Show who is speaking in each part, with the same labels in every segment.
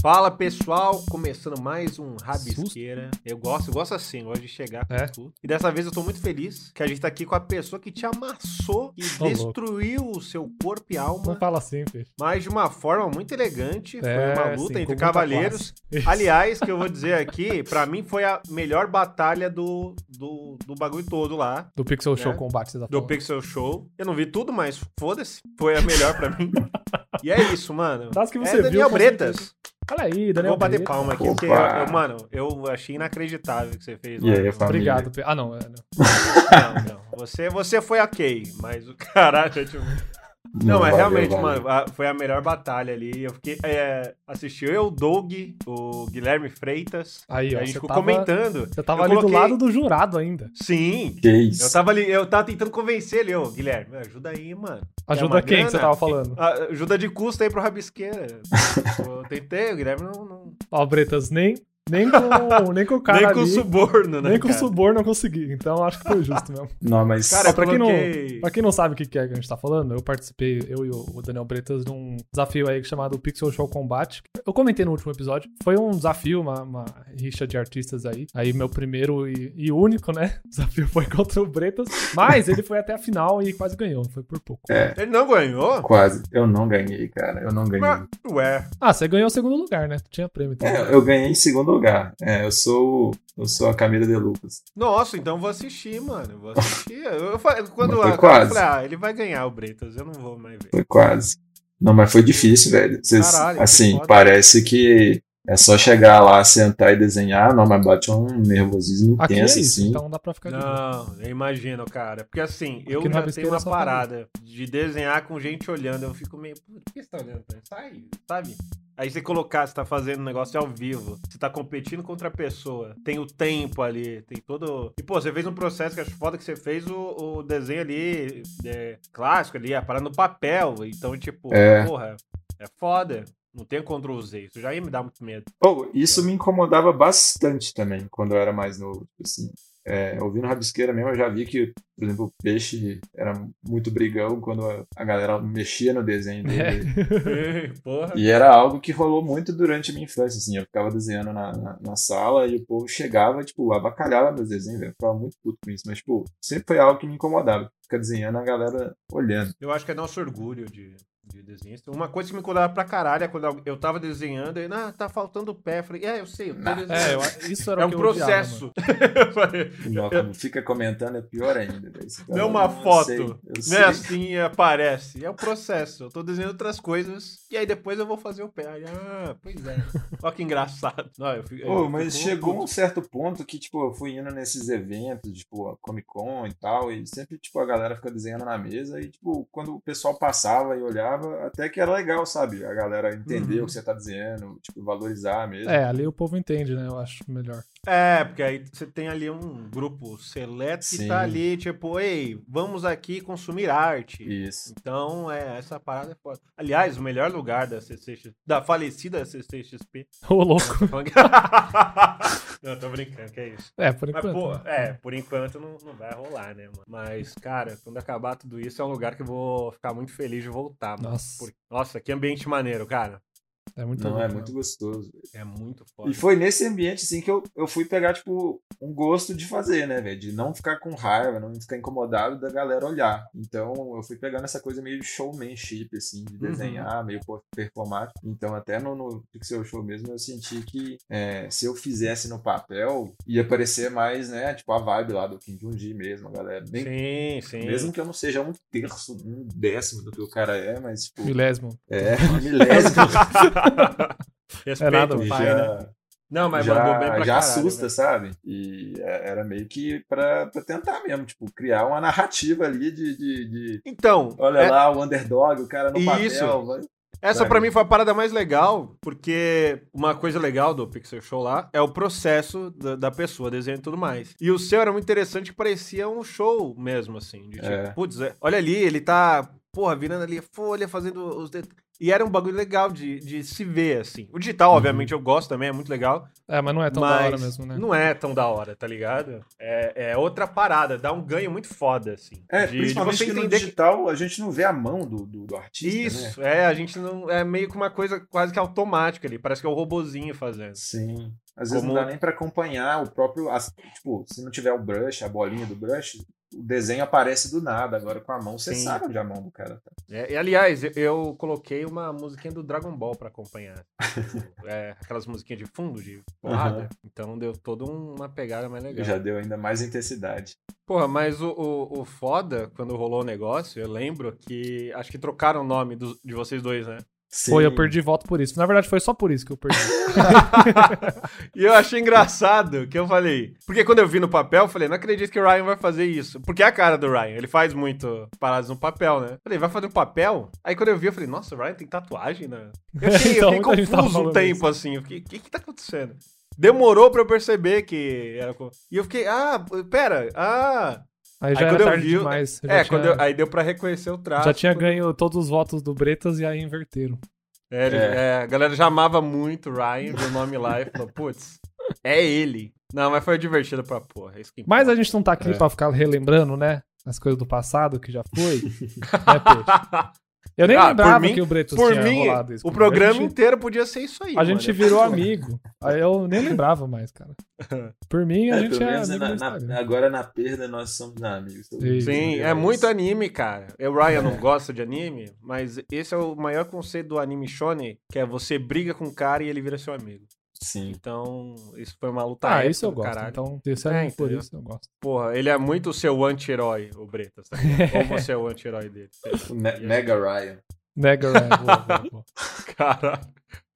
Speaker 1: Fala pessoal, começando mais um Rabisqueira. Eu gosto, eu gosto assim, eu gosto de chegar com
Speaker 2: É?
Speaker 1: tudo. E dessa vez eu tô muito feliz que a gente tá aqui com a pessoa que te amassou e
Speaker 2: Ô, louco.
Speaker 1: destruiu o seu corpo e
Speaker 2: Não
Speaker 1: alma,
Speaker 2: fala assim, filho.
Speaker 1: mas de uma forma muito elegante.
Speaker 2: É,
Speaker 1: foi uma luta
Speaker 2: sim, com
Speaker 1: entre
Speaker 2: muita
Speaker 1: cavaleiros.
Speaker 2: classe.
Speaker 1: Aliás, que eu vou dizer aqui, pra mim foi a melhor batalha do, do, do bagulho todo lá.
Speaker 2: Do Pixel Show tá
Speaker 1: É.
Speaker 2: Combat, vocês
Speaker 1: Do Pixel Show. Eu não vi tudo, mas foda-se. Foi a melhor pra mim. E é isso, mano.
Speaker 2: Das que
Speaker 1: É
Speaker 2: você viu.
Speaker 1: Daniel
Speaker 2: com
Speaker 1: Bretas.
Speaker 2: Olha aí,
Speaker 1: Eu
Speaker 2: Daniel
Speaker 1: vou bater
Speaker 2: Bretas.
Speaker 1: palma aqui, porque, eu,
Speaker 3: Opa!
Speaker 1: eu- mano, eu achei inacreditável o que você fez.
Speaker 3: E aí,
Speaker 1: mano.
Speaker 3: família?
Speaker 2: Obrigado. Pe- Ah, não. é, não.
Speaker 1: Não, não. Você, você foi ok, mas o caralho. Tipo... Não, mas
Speaker 3: valeu,
Speaker 1: realmente,
Speaker 3: valeu.
Speaker 1: mano, a- foi a melhor batalha ali. Eu fiquei. É, assistiu eu, o Doug, o Guilherme Freitas.
Speaker 2: Aí, ó.
Speaker 1: a gente
Speaker 2: Você
Speaker 1: ficou
Speaker 2: tava,
Speaker 1: comentando.
Speaker 2: você tava
Speaker 1: Eu
Speaker 2: ali do
Speaker 1: coloquei-
Speaker 2: lado do jurado ainda.
Speaker 1: Sim.
Speaker 3: Que
Speaker 1: Eu
Speaker 3: isso?
Speaker 1: tava ali, eu tava tentando convencer ele, ô, Guilherme, me ajuda aí, mano.
Speaker 2: Ajuda
Speaker 1: uma
Speaker 2: quem que você
Speaker 1: grana?
Speaker 2: tava falando?
Speaker 1: A- Ajuda de custo aí pro Rabisqueira. eu tentei, o Guilherme não. não...
Speaker 2: Ó, Bretas, nem, nem, com, nem com o cara
Speaker 1: nem com
Speaker 2: ali,
Speaker 1: suborno, né?
Speaker 2: nem com
Speaker 1: cara?
Speaker 2: suborno eu consegui. Então acho que foi justo mesmo.
Speaker 3: Não, mas.
Speaker 1: Cara,
Speaker 2: Ó, pra
Speaker 1: eu
Speaker 2: quem não-
Speaker 1: coloquei-
Speaker 2: Pra quem não sabe o que que é que a gente tá falando, eu participei, eu e o Daniel Bretas, de um desafio aí chamado Pixel Show Combat. Eu comentei no último episódio. Foi um desafio, uma, uma rixa de artistas aí. Aí meu primeiro e, e único, né? Desafio foi contra o Bretas. Mas ele foi até a final e quase ganhou, foi por pouco.
Speaker 3: É,
Speaker 1: Ele não ganhou?
Speaker 3: quase. Eu não ganhei, cara. Eu não ganhei.
Speaker 1: Mas, ué,
Speaker 2: Ah, você ganhou o segundo lugar, né? Tinha prêmio. Então.
Speaker 3: É, eu ganhei em segundo lugar. É, eu sou. Eu sou a Camila de Lucas.
Speaker 1: nossa, então eu vou assistir, mano. Eu vou assistir. Eu, eu falei- quando
Speaker 3: Mas foi
Speaker 1: a-
Speaker 3: quase.
Speaker 1: eu falei, ah, ele vai ganhar o Bretas, eu não vou mais ver.
Speaker 3: Foi quase. Não, mas foi difícil, velho. Vocês,
Speaker 1: Caralho, que
Speaker 3: assim,
Speaker 1: foda.
Speaker 3: parece que é só chegar lá, sentar e desenhar. Não, mas bate um nervosismo
Speaker 2: Aqui é
Speaker 3: intenso,
Speaker 2: isso,
Speaker 3: assim.
Speaker 2: então dá pra ficar de boa.
Speaker 1: Não, eu imagino, cara. Porque assim, eu
Speaker 2: Porque no
Speaker 1: já
Speaker 2: rabisqueiro
Speaker 1: tenho uma
Speaker 2: é só pra
Speaker 1: parada de desenhar com gente olhando. Eu fico meio, por que você tá olhando pra mim? Sai, sabe? Aí você colocar, você tá fazendo um negócio ao vivo, você tá competindo contra a pessoa, tem o tempo ali, tem todo. E pô, você fez um processo que eu acho foda que você fez o, o desenho ali, é, clássico ali, a parada no papel. Então, tipo,
Speaker 3: É.
Speaker 1: porra, é foda. Não tem Ctrl Z, isso já ia me dar muito medo.
Speaker 3: Pô, Oh, isso me incomodava bastante também quando eu era mais novo. tipo Assim, É, ouvindo Rabisqueira mesmo, eu já vi que, por exemplo, o peixe era muito brigão quando a- a galera mexia no desenho dele.
Speaker 1: porra.
Speaker 3: E era algo que rolou muito durante a minha infância, assim. Eu ficava desenhando na, na, na sala e o povo chegava, tipo, abacalhava meus desenhos, velho. Eu ficava muito puto com isso, mas, tipo, sempre foi algo que me incomodava. Ficar desenhando a galera olhando.
Speaker 1: Eu acho que é nosso orgulho de, de desenhista. Uma coisa que me incomodava pra caralho é quando eu- eu tava desenhando e, ah, tá faltando o pé. Eu falei, é, eu sei, eu tô desenhando.
Speaker 2: É, eu, isso era
Speaker 1: É
Speaker 2: o que
Speaker 1: um
Speaker 2: eu odiava,
Speaker 1: processo.
Speaker 2: mano.
Speaker 1: Eu falei,
Speaker 3: Não, quando fica comentando é pior ainda, velho. Você fala,
Speaker 1: Não é uma
Speaker 3: "Não, eu
Speaker 1: foto,
Speaker 3: sei, eu
Speaker 1: não
Speaker 3: sei."
Speaker 1: é assim, aparece. É um processo. Eu tô desenhando outras coisas e aí depois eu vou fazer o pé. Aí, ah, pois é. Olha que engraçado. Não, eu fico-
Speaker 3: Pô,
Speaker 1: eu
Speaker 3: mas
Speaker 1: fico-
Speaker 3: chegou um certo ponto que, tipo, eu fui indo nesses eventos, tipo, a Comic Con e tal, e sempre, tipo, a galera fica desenhando na mesa, e, tipo, quando o pessoal passava e olhava, até que era legal, sabe? A galera entender
Speaker 1: Uhum.
Speaker 3: o que você tá desenhando, tipo, valorizar mesmo.
Speaker 2: É, ali o povo entende, né? Eu acho melhor.
Speaker 1: É, porque aí você tem ali um grupo seleto que
Speaker 3: Sim.
Speaker 1: tá ali, tipo, ei, vamos aqui consumir arte.
Speaker 3: Isso.
Speaker 1: Então, é, essa parada é foda. Aliás, o melhor lugar da CCX, da falecida CCXP.
Speaker 2: Ô, louco.
Speaker 1: não, tô brincando, que é isso.
Speaker 2: É, por
Speaker 1: Mas,
Speaker 2: enquanto.
Speaker 1: pô,
Speaker 2: né?
Speaker 1: é, por enquanto não, não vai rolar, né, mano? Mas, cara, quando acabar tudo isso, é um lugar que eu vou ficar muito feliz de voltar, mano.
Speaker 2: Nossa.
Speaker 1: Por- Nossa, que ambiente maneiro, cara.
Speaker 2: É muito
Speaker 3: Não,
Speaker 2: louco,
Speaker 3: é
Speaker 2: né?
Speaker 3: muito gostoso.
Speaker 1: É muito foda.
Speaker 3: E foi nesse ambiente, assim, que eu, eu fui pegar, tipo, um gosto de fazer, né, velho? De não ficar com raiva, não ficar incomodado da galera olhar. Então, eu fui pegando essa coisa meio showmanship, assim, de
Speaker 1: Uhum.
Speaker 3: desenhar, meio performático. Então, até no, no Pixel Show mesmo, eu senti que é, se eu fizesse no papel, ia parecer mais, né, tipo, a vibe lá do Kim Jong-un mesmo, a galera. Nem-
Speaker 1: Sim, sim.
Speaker 3: mesmo que eu não seja um terço, um décimo do que o cara é, mas, tipo,
Speaker 2: Milésimo.
Speaker 3: é, uma milésima.
Speaker 1: Respeito,
Speaker 2: É nada,
Speaker 1: o pai, né?
Speaker 3: já-
Speaker 1: Não, mas
Speaker 3: já,
Speaker 1: mandou bem pra
Speaker 3: já
Speaker 1: caralho, né?
Speaker 3: assusta, assim.
Speaker 1: velho.
Speaker 3: sabe? E é- era meio que pra, pra tentar mesmo, tipo, criar uma narrativa ali de, de- de-
Speaker 1: Então,
Speaker 3: olha
Speaker 1: é-
Speaker 3: lá o underdog, o cara no
Speaker 1: Isso.
Speaker 3: papel. vai-
Speaker 1: Essa
Speaker 3: Sabe?
Speaker 1: pra mim foi a parada mais legal, porque uma coisa legal do Pixel Show lá é o processo da, da pessoa, desenho e tudo mais. E o seu era muito interessante, parecia um show mesmo, assim. De tipo,
Speaker 3: É.
Speaker 1: putz, é- olha ali, ele tá, porra, virando ali a folha, fazendo os detalhes. E era um bagulho legal de, de se ver, assim. O digital,
Speaker 3: Uhum.
Speaker 1: obviamente, eu gosto também, é muito legal.
Speaker 2: É, mas não é tão
Speaker 1: mas
Speaker 2: da hora mesmo, né?
Speaker 1: Não é tão da hora, tá ligado? É, é outra parada, dá um ganho muito foda, assim.
Speaker 3: É,
Speaker 1: de, de
Speaker 3: principalmente
Speaker 1: você
Speaker 3: que no
Speaker 1: entender que-
Speaker 3: digital a gente não vê a mão do, do, do artista, né?
Speaker 1: Isso, é, a gente não. É meio que uma coisa quase que automática ali. Parece que é o robozinho fazendo.
Speaker 3: Sim. Às vezes
Speaker 1: Como-
Speaker 3: não dá nem pra acompanhar o próprio. as- tipo, se não tiver o brush, a bolinha do brush, o desenho aparece do nada. Agora com a mão, você
Speaker 1: Sim.
Speaker 3: sabe onde a mão do cara tá.
Speaker 1: É, e, aliás, eu, eu coloquei uma musiquinha do Dragon Ball pra acompanhar. Tipo, é, aquelas musiquinhas de fundo, de porrada.
Speaker 3: Aham.
Speaker 1: Então deu toda um- uma pegada mais legal.
Speaker 3: Já deu ainda mais intensidade.
Speaker 1: Porra, mas o, o, o foda, quando rolou o negócio, eu lembro que. Acho que trocaram o nome dos- de vocês dois, né?
Speaker 3: Sim.
Speaker 2: Foi, eu perdi voto por isso. Na verdade, foi só por isso que eu perdi.
Speaker 1: e eu achei engraçado que eu falei. Porque quando eu vi no papel, eu falei, não acredito que o Ryan vai fazer isso. Porque é a cara do Ryan. Ele faz muito paradas no papel, né? Eu Falei, vai fazer um papel? Aí quando eu vi, eu falei, nossa, o Ryan tem tatuagem, né? Eu fiquei, eu fiquei
Speaker 2: Então, muita gente tava
Speaker 1: confuso um
Speaker 2: falando
Speaker 1: tempo, assim. Eu fiquei, o que que tá acontecendo? Demorou pra eu perceber que era. co- E eu fiquei, ah, pera, ah.
Speaker 2: Aí já
Speaker 1: Aí quando
Speaker 2: era
Speaker 1: eu
Speaker 2: tarde
Speaker 1: vi, eu-
Speaker 2: demais. Eu
Speaker 1: é,
Speaker 2: já tinha,
Speaker 1: quando eu- aí deu pra reconhecer o traço.
Speaker 2: já tinha ganho todos os votos do Bretas e aí inverteram.
Speaker 1: É, ele- é, a galera já amava muito o Ryan, viu o nome lá e falou, putz, é ele. Não, mas foi divertido pra porra. é Isso que importa.
Speaker 2: Mas a gente não tá aqui
Speaker 3: É.
Speaker 2: pra ficar relembrando, né? As coisas do passado que já foi. né, pô? Eu nem
Speaker 1: Ah, por
Speaker 2: lembrava
Speaker 1: mim-
Speaker 2: que o Bretas
Speaker 1: Por
Speaker 2: tinha
Speaker 1: mim,
Speaker 2: rolado isso.
Speaker 1: o
Speaker 2: comigo. A
Speaker 1: programa
Speaker 2: gente-
Speaker 1: inteiro podia ser isso aí.
Speaker 2: A gente
Speaker 1: mano. É
Speaker 2: virou amigo. Aí eu nem lembrava mais, cara. Por mim, a
Speaker 3: É,
Speaker 2: gente
Speaker 3: pelo
Speaker 2: é
Speaker 3: menos
Speaker 2: amigo
Speaker 3: na-
Speaker 2: do
Speaker 3: na-
Speaker 2: Instagram.
Speaker 3: agora na perda nós somos amigos.
Speaker 2: Sim.
Speaker 1: né? Sim, é muito anime, cara. O Ryan não gosta de anime, mas esse é o maior conceito do anime shonen, que é você briga com o cara e ele vira seu amigo.
Speaker 3: Sim.
Speaker 1: Então, isso foi uma luta
Speaker 2: Ah,
Speaker 1: épica
Speaker 2: isso eu
Speaker 1: do
Speaker 2: gosto.
Speaker 1: caralho.
Speaker 2: Então, se
Speaker 1: É,
Speaker 2: é, não for
Speaker 1: entendeu?
Speaker 2: isso, eu gosto.
Speaker 1: Porra, ele é muito o seu anti-herói, o Bretas, tá ligado? Ou você é o anti-herói dele. sei lá.
Speaker 3: O Ne- Mega Ryan.
Speaker 2: Nega, né? Boa, boa, boa.
Speaker 1: Cara,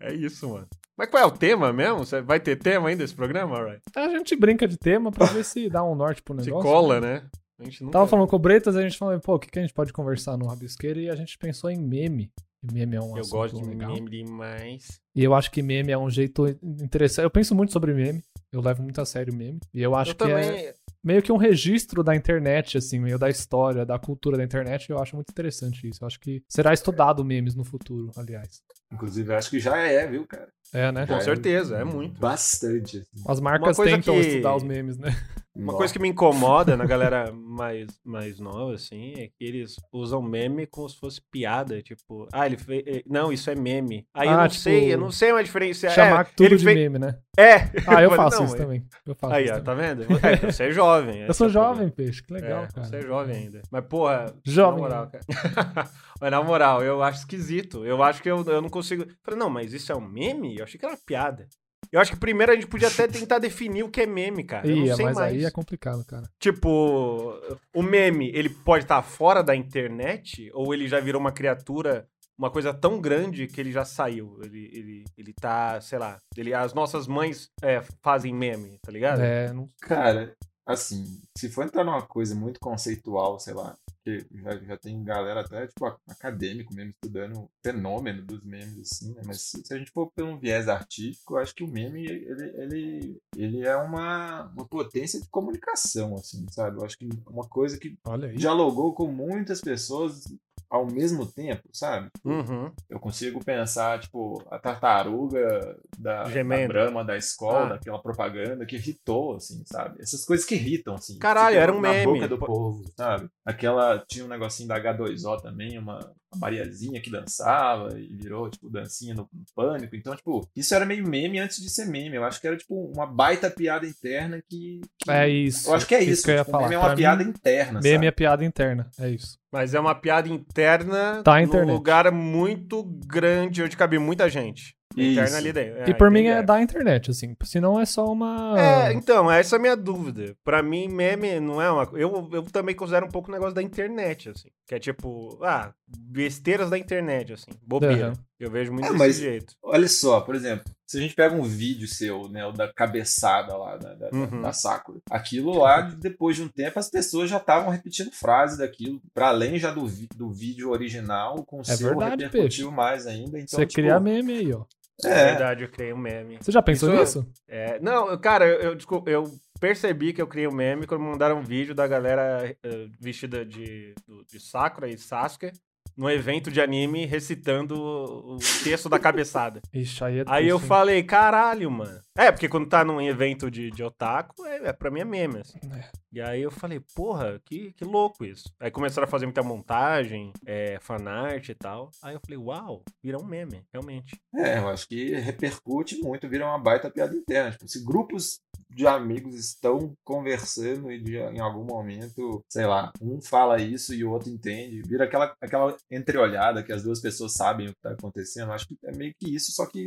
Speaker 1: é isso, mano. Mas qual é o tema mesmo? Cê- Vai ter tema ainda esse programa, Alright?
Speaker 2: A gente brinca de tema pra ver se dá um norte pro
Speaker 1: Se
Speaker 2: negócio.
Speaker 1: cola, né? A gente nunca...
Speaker 2: Tava falando com o Bretas, a gente falou, pô, o que, que a gente pode conversar no Rabisqueiro? E a gente pensou em meme. E meme é um
Speaker 1: Eu
Speaker 2: assunto
Speaker 1: gosto de
Speaker 2: legal.
Speaker 1: meme demais.
Speaker 2: E eu acho que meme é um jeito interessante. Eu penso muito sobre meme. Eu levo muito a sério meme. E eu acho
Speaker 1: eu
Speaker 2: que é
Speaker 1: também.
Speaker 2: meio que um registro da internet, assim, meio da história, da cultura da internet. Eu acho muito interessante isso. Eu acho que será estudado memes no futuro, aliás.
Speaker 3: Inclusive, eu acho que já é, viu, cara?
Speaker 2: É, né?
Speaker 1: Com certeza, é muito.
Speaker 3: Bastante. assim.
Speaker 2: As marcas
Speaker 1: coisa
Speaker 2: tentam
Speaker 1: que-
Speaker 2: estudar os memes, né?
Speaker 1: Uma
Speaker 3: Nossa.
Speaker 1: coisa que me incomoda na galera mais, mais nova, assim, é que eles usam meme como se fosse piada. Tipo, ah, ele fez. eh, Não, isso é meme. Aí eu
Speaker 2: Ah,
Speaker 1: não
Speaker 2: tipo,
Speaker 1: sei, eu não sei mais diferenciar.
Speaker 2: Chamar
Speaker 1: é,
Speaker 2: tudo
Speaker 1: ele
Speaker 2: de
Speaker 1: fez-
Speaker 2: meme, né?
Speaker 1: É!
Speaker 2: Ah, eu
Speaker 1: falei,
Speaker 2: faço
Speaker 1: não,
Speaker 2: isso
Speaker 1: é-
Speaker 2: também. Eu faço
Speaker 1: Aí,
Speaker 2: isso
Speaker 1: ó,
Speaker 2: também.
Speaker 1: tá vendo? É, porque você é jovem.
Speaker 2: Eu sou
Speaker 1: esse é o problema.
Speaker 2: jovem, peixe. Que legal,
Speaker 1: é,
Speaker 2: cara.
Speaker 1: Você é jovem ainda. Mas, porra,
Speaker 2: Jovem.
Speaker 1: na moral, cara. mas na moral, eu acho esquisito. Eu acho que eu, eu não consigo. Falei, não, mas isso é um meme? Eu achei que era uma piada. Eu acho que primeiro a gente podia até tentar definir o que é meme, cara. Eu
Speaker 2: Ih,
Speaker 1: não sei
Speaker 2: mas
Speaker 1: mais.
Speaker 2: aí é complicado, cara.
Speaker 1: Tipo, o meme, ele pode estar fora da internet ou ele já virou uma criatura, uma coisa tão grande que ele já saiu. Ele, ele, ele tá, sei lá, ele, as nossas mães é, fazem meme, tá ligado?
Speaker 2: É, não...
Speaker 3: Cara, assim, se for entrar numa coisa muito conceitual, sei lá, que já, já tem galera até, tipo, a- acadêmico mesmo, estudando o fenômeno dos memes, assim, né? Mas se, se a gente for por um viés artístico, eu acho que o meme, ele, ele, ele é uma, uma potência de comunicação, assim, sabe? Eu acho que uma coisa que
Speaker 2: olha aí.
Speaker 3: dialogou com muitas pessoas ao mesmo tempo, sabe?
Speaker 1: Uhum.
Speaker 3: Eu consigo pensar, tipo, a tartaruga da, da
Speaker 1: Gemendo.
Speaker 3: brama da escola,
Speaker 1: Ah.
Speaker 3: daquela propaganda que irritou, assim, sabe? Essas coisas que irritam, assim.
Speaker 1: Caralho,
Speaker 3: Você
Speaker 1: era
Speaker 3: tem
Speaker 1: um
Speaker 3: na
Speaker 1: meme.
Speaker 3: boca do
Speaker 1: Pô.
Speaker 3: povo, sabe? Aquela, tinha um negocinho da H2O também, uma, uma Mariazinha que dançava e virou, tipo, dancinha no, no pânico. Então, tipo, isso era meio meme antes de ser meme. Eu acho que era, tipo, uma baita piada interna que... que-
Speaker 2: É isso.
Speaker 3: Eu acho que é isso.
Speaker 2: que eu ia
Speaker 3: Tipo,
Speaker 2: falar.
Speaker 3: Meme é uma
Speaker 2: Pra
Speaker 3: piada
Speaker 2: mim,
Speaker 3: interna,
Speaker 2: Meme
Speaker 3: sabe?
Speaker 2: é piada interna. É isso.
Speaker 1: Mas é uma piada interna
Speaker 2: Tá na
Speaker 1: num
Speaker 2: internet.
Speaker 1: lugar muito grande onde cabe muita gente.
Speaker 3: Isso.
Speaker 1: Interna ali dentro. É,
Speaker 2: e por mim
Speaker 1: entendi,
Speaker 2: é da internet, assim. Senão é só uma.
Speaker 1: É, então, essa é a minha dúvida. Pra mim, meme não é uma. Eu, eu também considero um pouco o negócio da internet, assim. Que é tipo, ah, besteiras da internet, assim. Bobeira.
Speaker 2: Aham.
Speaker 1: Eu vejo muito
Speaker 3: É,
Speaker 1: desse
Speaker 3: mas-
Speaker 1: jeito.
Speaker 3: Olha só, por exemplo, se a gente pega um vídeo seu, né, o da cabeçada lá, da, da,
Speaker 1: Uhum.
Speaker 3: da Sakura, aquilo lá, depois de um tempo, as pessoas já estavam repetindo frases daquilo, pra além já do, vi- do vídeo original, com o seu
Speaker 2: É verdade,
Speaker 3: repercutiu mais ainda. Então,
Speaker 2: Você
Speaker 3: tipo,
Speaker 2: cria meme aí, ó.
Speaker 1: Na
Speaker 3: É,
Speaker 1: verdade, eu criei um meme.
Speaker 2: Você já pensou
Speaker 1: Isso
Speaker 2: nisso?
Speaker 1: É, não, eu- cara, eu, eu, descul- eu percebi que eu criei um meme quando mandaram um vídeo da galera eh, vestida de, do- de Sakura e Sasuke num evento de anime recitando o o texto da cabeçada.
Speaker 2: Ixi, aí é
Speaker 1: Aí eu
Speaker 2: triste, hein?
Speaker 1: falei, caralho, mano. É, porque quando tá num evento de, de otaku, é, é, pra mim é meme, assim.
Speaker 2: É.
Speaker 1: E aí eu falei, porra, que, que louco isso. Aí começaram a fazer muita montagem, é, fanart e tal. Aí eu falei, uau, vira um meme, realmente.
Speaker 3: É, eu acho que repercute muito, vira uma baita piada interna. Tipo, se grupos de amigos estão conversando e de- em algum momento, sei lá, um fala isso e o outro entende, vira aquela, aquela entreolhada que as duas pessoas sabem o que está acontecendo. Eu Acho que é meio que isso, só que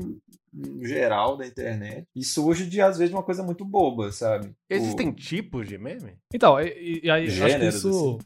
Speaker 3: no geral da internet. E surge de, às vezes, é uma coisa muito boba, sabe? Tipo,
Speaker 1: Existem tipos de meme?
Speaker 2: Então, e, e- e aí acho que
Speaker 3: Gêneros,
Speaker 2: isso.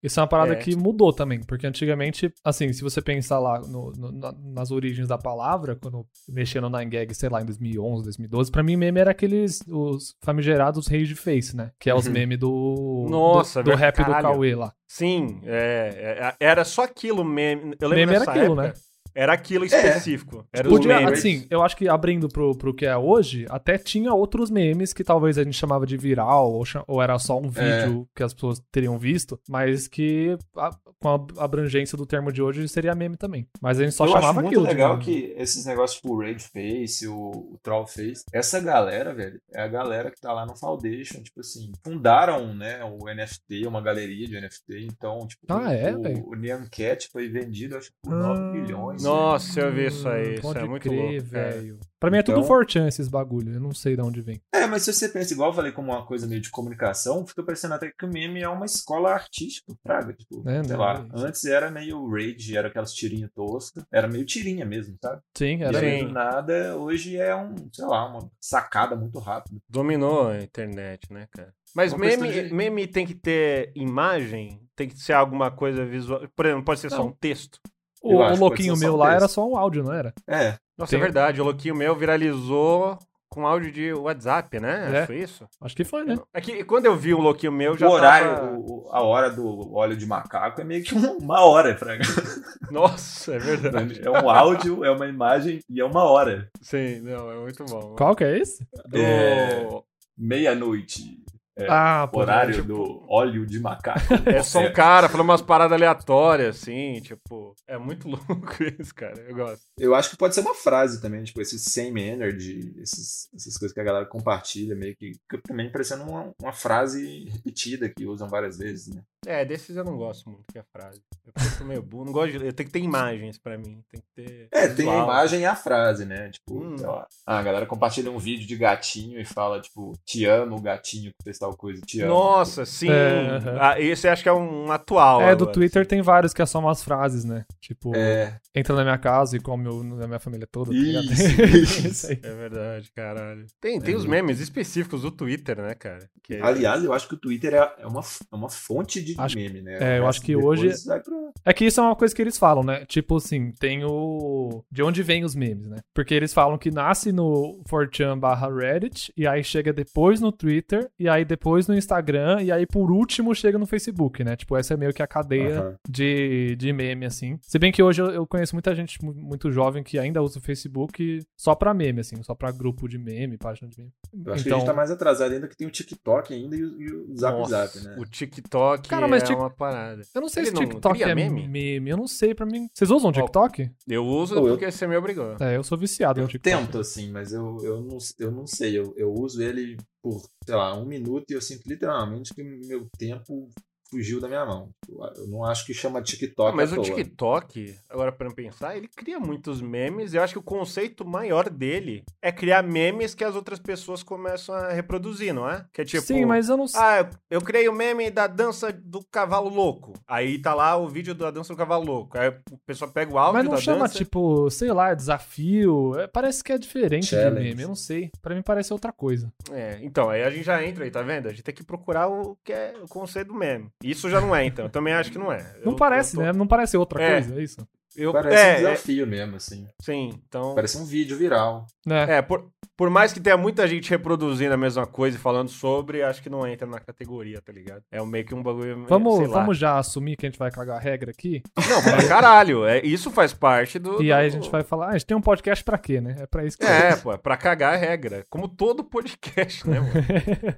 Speaker 2: Isso é uma parada
Speaker 1: assim. É.
Speaker 2: que mudou também, porque antigamente, assim, se você pensar lá no- no- na- nas origens da palavra, quando mexendo na gag, sei lá, em 2011, 2012, pra mim meme era aqueles, os famigerados reis de face, né? Que é os
Speaker 1: Uhum.
Speaker 2: memes do,
Speaker 1: Nossa,
Speaker 2: do, do
Speaker 1: velho,
Speaker 2: rap
Speaker 1: caralho.
Speaker 2: do Cauê lá.
Speaker 1: Sim, é, é, era só aquilo meme. Eu lembro
Speaker 2: Meme era
Speaker 1: dessa
Speaker 2: aquilo,
Speaker 1: época,
Speaker 2: né?
Speaker 1: Era aquilo específico. Era os
Speaker 2: Podia,
Speaker 1: memes.
Speaker 2: assim, eu acho que abrindo pro, pro que é hoje, até tinha outros memes que talvez a gente chamava de viral, ou, cha- ou era só um
Speaker 1: É.
Speaker 2: vídeo que as pessoas teriam visto, mas que a- com a abrangência do termo de hoje seria meme também. Mas a gente só
Speaker 3: eu
Speaker 2: chamava
Speaker 3: acho muito
Speaker 2: aquilo de
Speaker 3: legal
Speaker 2: meme.
Speaker 3: que esses negócios tipo o Rage Face, o, o Troll Face, essa galera, velho, é a galera que tá lá no Foundation, tipo assim, fundaram, né, o NFT, uma galeria de NFT, então, tipo,
Speaker 2: Ah, é, velho?
Speaker 3: o, o Neon Cat foi vendido, acho que por
Speaker 2: Ah,
Speaker 3: 9 milhões. né?
Speaker 1: Nossa, eu vi isso aí. Isso
Speaker 2: Pode
Speaker 1: é muito
Speaker 2: crer,
Speaker 1: louco. cara.
Speaker 2: velho. Pra mim é tudo
Speaker 3: Então-
Speaker 2: Fortran esses bagulho, eu não sei de onde vem.
Speaker 3: É, mas se você pensa igual eu falei como uma coisa meio de comunicação, fica parecendo até que o meme é uma escola artística, praga. Tipo,
Speaker 2: É,
Speaker 3: sei
Speaker 2: não,
Speaker 3: lá.
Speaker 2: é isso.
Speaker 3: Antes era meio rage, era aquelas tirinhas toscas. Era meio tirinha mesmo, sabe?
Speaker 2: Sim,
Speaker 3: E
Speaker 2: era.
Speaker 1: Sim.
Speaker 3: aí, do nada, hoje é um, sei lá, uma sacada muito rápida.
Speaker 1: Dominou a internet, né, cara? Mas
Speaker 3: Uma questão
Speaker 1: meme,
Speaker 3: de-
Speaker 1: meme tem que ter imagem? Tem que ser alguma coisa visual? Por exemplo, pode ser só
Speaker 2: Não.
Speaker 1: um texto?
Speaker 2: O,
Speaker 3: Eu
Speaker 2: o
Speaker 3: acho que
Speaker 2: louquinho
Speaker 3: pode ser
Speaker 2: meu
Speaker 3: só um
Speaker 2: lá era
Speaker 3: texto.
Speaker 2: só um áudio, não era?
Speaker 3: É,
Speaker 1: Nossa,
Speaker 2: Tem.
Speaker 1: é verdade. O Louquinho Meu viralizou com áudio de WhatsApp, né?
Speaker 2: É.
Speaker 1: Foi isso?
Speaker 2: Acho que foi, né?
Speaker 1: É que quando eu vi o Louquinho Meu, já
Speaker 3: o horário,
Speaker 1: tava-
Speaker 3: o- o- a hora do óleo de macaco é meio que uma hora, Fraga.
Speaker 1: Nossa, é verdade.
Speaker 3: É um áudio, é uma imagem e é uma hora.
Speaker 1: Sim, não, é muito bom.
Speaker 2: Qual que é esse?
Speaker 1: Do...
Speaker 3: É. Meia-noite, É,
Speaker 2: Ah, pô.
Speaker 3: horário
Speaker 1: tipo-
Speaker 3: do óleo de macaco.
Speaker 1: É só um cara falando umas paradas aleatórias, assim, tipo... É muito louco isso, cara. Eu gosto.
Speaker 3: Eu acho que pode ser uma frase também, tipo, esse same energy, esses- essas coisas que a galera compartilha, meio que fica também parecendo uma, uma frase repetida que usam várias vezes, né?
Speaker 1: É, desses eu não gosto muito, que é a frase. Eu fico meio burro. Não gosto de... Eu tenho que ter imagens pra mim. Tem que ter...
Speaker 3: É, tem a
Speaker 1: visual.
Speaker 3: imagem e a frase, né? Tipo,
Speaker 1: Hum.
Speaker 3: sei lá. Ah, a galera compartilha um vídeo de gatinho e fala, tipo, te amo, gatinho, que fez tal coisa, te amo.
Speaker 1: Nossa, sim.
Speaker 2: É, aham.
Speaker 1: Ah, esse acho que é um atual.
Speaker 2: É, do
Speaker 1: agora,
Speaker 2: Twitter
Speaker 1: assim.
Speaker 2: tem vários que é só umas frases, né? Tipo,
Speaker 3: né? É,
Speaker 2: entra na minha casa e come o- na minha família toda. tá ligado?
Speaker 3: Isso,
Speaker 2: Isso aí.
Speaker 1: É verdade, caralho. Tem, tem
Speaker 3: É
Speaker 1: os
Speaker 3: mesmo.
Speaker 1: memes específicos do Twitter, né, cara? Que é-
Speaker 3: aliás, eu acho que o Twitter é é uma, é uma fonte de
Speaker 2: Acho-
Speaker 3: meme, né?
Speaker 2: é, eu acho que
Speaker 3: Depois
Speaker 2: hoje-
Speaker 3: vai pra-
Speaker 2: É que isso é uma coisa que eles falam, né? Tipo assim, tem o. De onde vem os memes, né? Porque eles falam que nasce no 4chan barra Reddit, e aí chega depois no Twitter, e aí depois no Instagram, e aí por último chega no Facebook, né? Tipo, essa é meio que a cadeia
Speaker 3: Aham.
Speaker 2: de, de meme, assim. Se bem que hoje eu, eu conheço muita gente mu- muito jovem que ainda usa o Facebook só pra meme, assim, só pra grupo de meme, página de meme.
Speaker 3: Eu acho que
Speaker 2: então
Speaker 3: a gente tá mais atrasado ainda, que tem o TikTok ainda e o, e o Zap
Speaker 1: Nossa,
Speaker 3: Zap, né?
Speaker 1: O TikTok
Speaker 2: Cara, mas
Speaker 1: é
Speaker 2: tic-
Speaker 1: uma parada.
Speaker 2: Eu não sei
Speaker 1: Ele
Speaker 2: se
Speaker 1: não
Speaker 2: TikTok
Speaker 1: cria
Speaker 2: é
Speaker 1: meme?
Speaker 2: meme? Eu não sei, pra mim. Vocês usam TikTok?
Speaker 1: Eu uso
Speaker 3: Ou eu-
Speaker 1: porque você me obrigou.
Speaker 2: É, eu sou viciado
Speaker 3: Eu
Speaker 2: no TikTok.
Speaker 3: tento, assim, mas eu, eu, não, eu não sei. Eu, eu uso ele por, sei lá, um minuto e eu sinto literalmente que meu tempo fugiu da minha mão. Eu não acho que chama
Speaker 1: Ah,
Speaker 3: TikTok.
Speaker 1: mas
Speaker 3: à
Speaker 1: o
Speaker 3: toa.
Speaker 1: TikTok, agora para pensar, ele cria muitos memes. Eu acho que o conceito maior dele é criar memes que as outras pessoas começam a reproduzir, não é? Que é tipo,
Speaker 2: Sim, mas eu não sei.
Speaker 1: Ah, eu criei o meme da dança do cavalo louco. Aí tá lá o vídeo da dança do cavalo louco. Aí o pessoal pega o áudio
Speaker 2: Mas não
Speaker 1: da
Speaker 2: chama,
Speaker 1: dança.
Speaker 2: tipo, sei lá, desafio. É, parece que é diferente de
Speaker 3: Challenge.
Speaker 2: meme, eu não sei. Pra mim parece outra coisa.
Speaker 1: É, então, aí a gente já entra aí, tá vendo? A gente tem que procurar o que é o conceito do meme. Isso já não é, então. Eu também acho que não é.
Speaker 2: Não
Speaker 1: Eu-
Speaker 2: parece,
Speaker 1: eu tô-
Speaker 2: né? Não parece outra
Speaker 1: É.
Speaker 2: coisa, é isso?
Speaker 1: Eu,
Speaker 3: Parece um
Speaker 1: é, é,
Speaker 3: desafio mesmo, assim.
Speaker 1: sim, então.
Speaker 3: Parece um vídeo viral.
Speaker 2: Né?
Speaker 1: É, por- Por mais que tenha muita gente reproduzindo a mesma coisa e falando sobre, acho que não entra na categoria, tá ligado? É um- meio que um bagulho. sei
Speaker 2: Vamos,
Speaker 1: lá.
Speaker 2: vamos já assumir que a gente vai cagar a regra aqui.
Speaker 1: Não, pra caralho. É, isso faz parte do.
Speaker 2: E aí a
Speaker 1: do-
Speaker 2: gente vai falar, ah, a gente tem um podcast pra quê, né? É pra isso que
Speaker 1: É, pô, é pra cagar a regra. Como todo podcast, né, mano?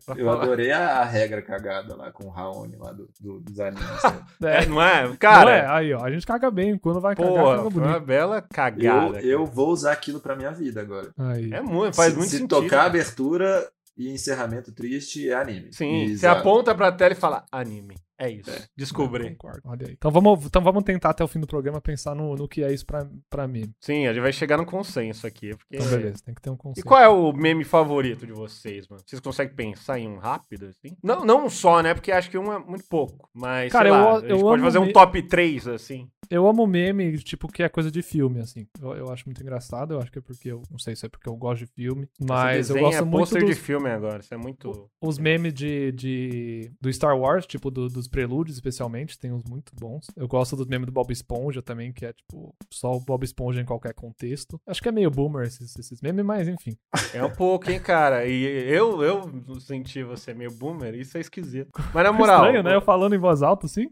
Speaker 1: Pra
Speaker 3: Eu
Speaker 1: falar-
Speaker 3: adorei a, a regra cagada lá com o Raoni lá do, do- dos animes. né?
Speaker 1: É, não é?
Speaker 2: Cara,
Speaker 1: Cara,
Speaker 2: aí, ó, a gente caga bem. Quando vai cagar,
Speaker 1: porra,
Speaker 2: caga
Speaker 1: foi uma
Speaker 2: bonito.
Speaker 1: bela
Speaker 3: eu,
Speaker 1: cagada.
Speaker 3: eu vou usar aquilo pra minha vida agora.
Speaker 2: Aí.
Speaker 1: É muito, faz
Speaker 3: se,
Speaker 1: muito
Speaker 3: se
Speaker 1: sentido.
Speaker 3: tocar abertura e encerramento triste é anime.
Speaker 1: Sim,
Speaker 3: E
Speaker 1: você
Speaker 3: exato.
Speaker 1: aponta pra tela e fala anime. É isso. Descobri.
Speaker 2: Concordo. Olha aí. Então vamos, então vamos tentar até o fim do programa pensar no, no que é isso pra, pra mim.
Speaker 1: Sim, a gente vai chegar num consenso aqui. Porque...
Speaker 2: Então beleza, tem que ter um
Speaker 1: E
Speaker 2: conceito.
Speaker 1: qual é o meme favorito de vocês, mano? Vocês conseguem pensar em um rápido, assim? Não, não um só, né? Porque acho que um é muito pouco. Mas,
Speaker 2: Cara,
Speaker 1: sei lá,
Speaker 2: eu-
Speaker 1: a gente
Speaker 2: eu
Speaker 1: pode
Speaker 2: amo
Speaker 1: fazer um
Speaker 2: me-
Speaker 1: top 3, assim.
Speaker 2: Eu amo meme, tipo, que é coisa de filme, assim. Eu, eu acho muito engraçado, eu acho que é porque eu. Não sei se é porque eu gosto de filme, mas
Speaker 1: Você
Speaker 2: eu
Speaker 1: desenha
Speaker 2: gosto muito
Speaker 1: é pôster
Speaker 2: dos
Speaker 1: de filme agora, isso é muito...
Speaker 2: os memes de, de, do Star Wars, tipo, do- dos prelúdios, especialmente, tem uns muito bons. Eu gosto dos memes do Bob Esponja também, que é, tipo, só o Bob Esponja em qualquer contexto. Acho que é meio boomer esses, esses memes, mas enfim.
Speaker 1: É um pouco, hein, cara? E eu, eu senti você meio boomer, isso é esquisito. Mas na moral...
Speaker 2: Estranho, né? Eu falando em voz alta, assim.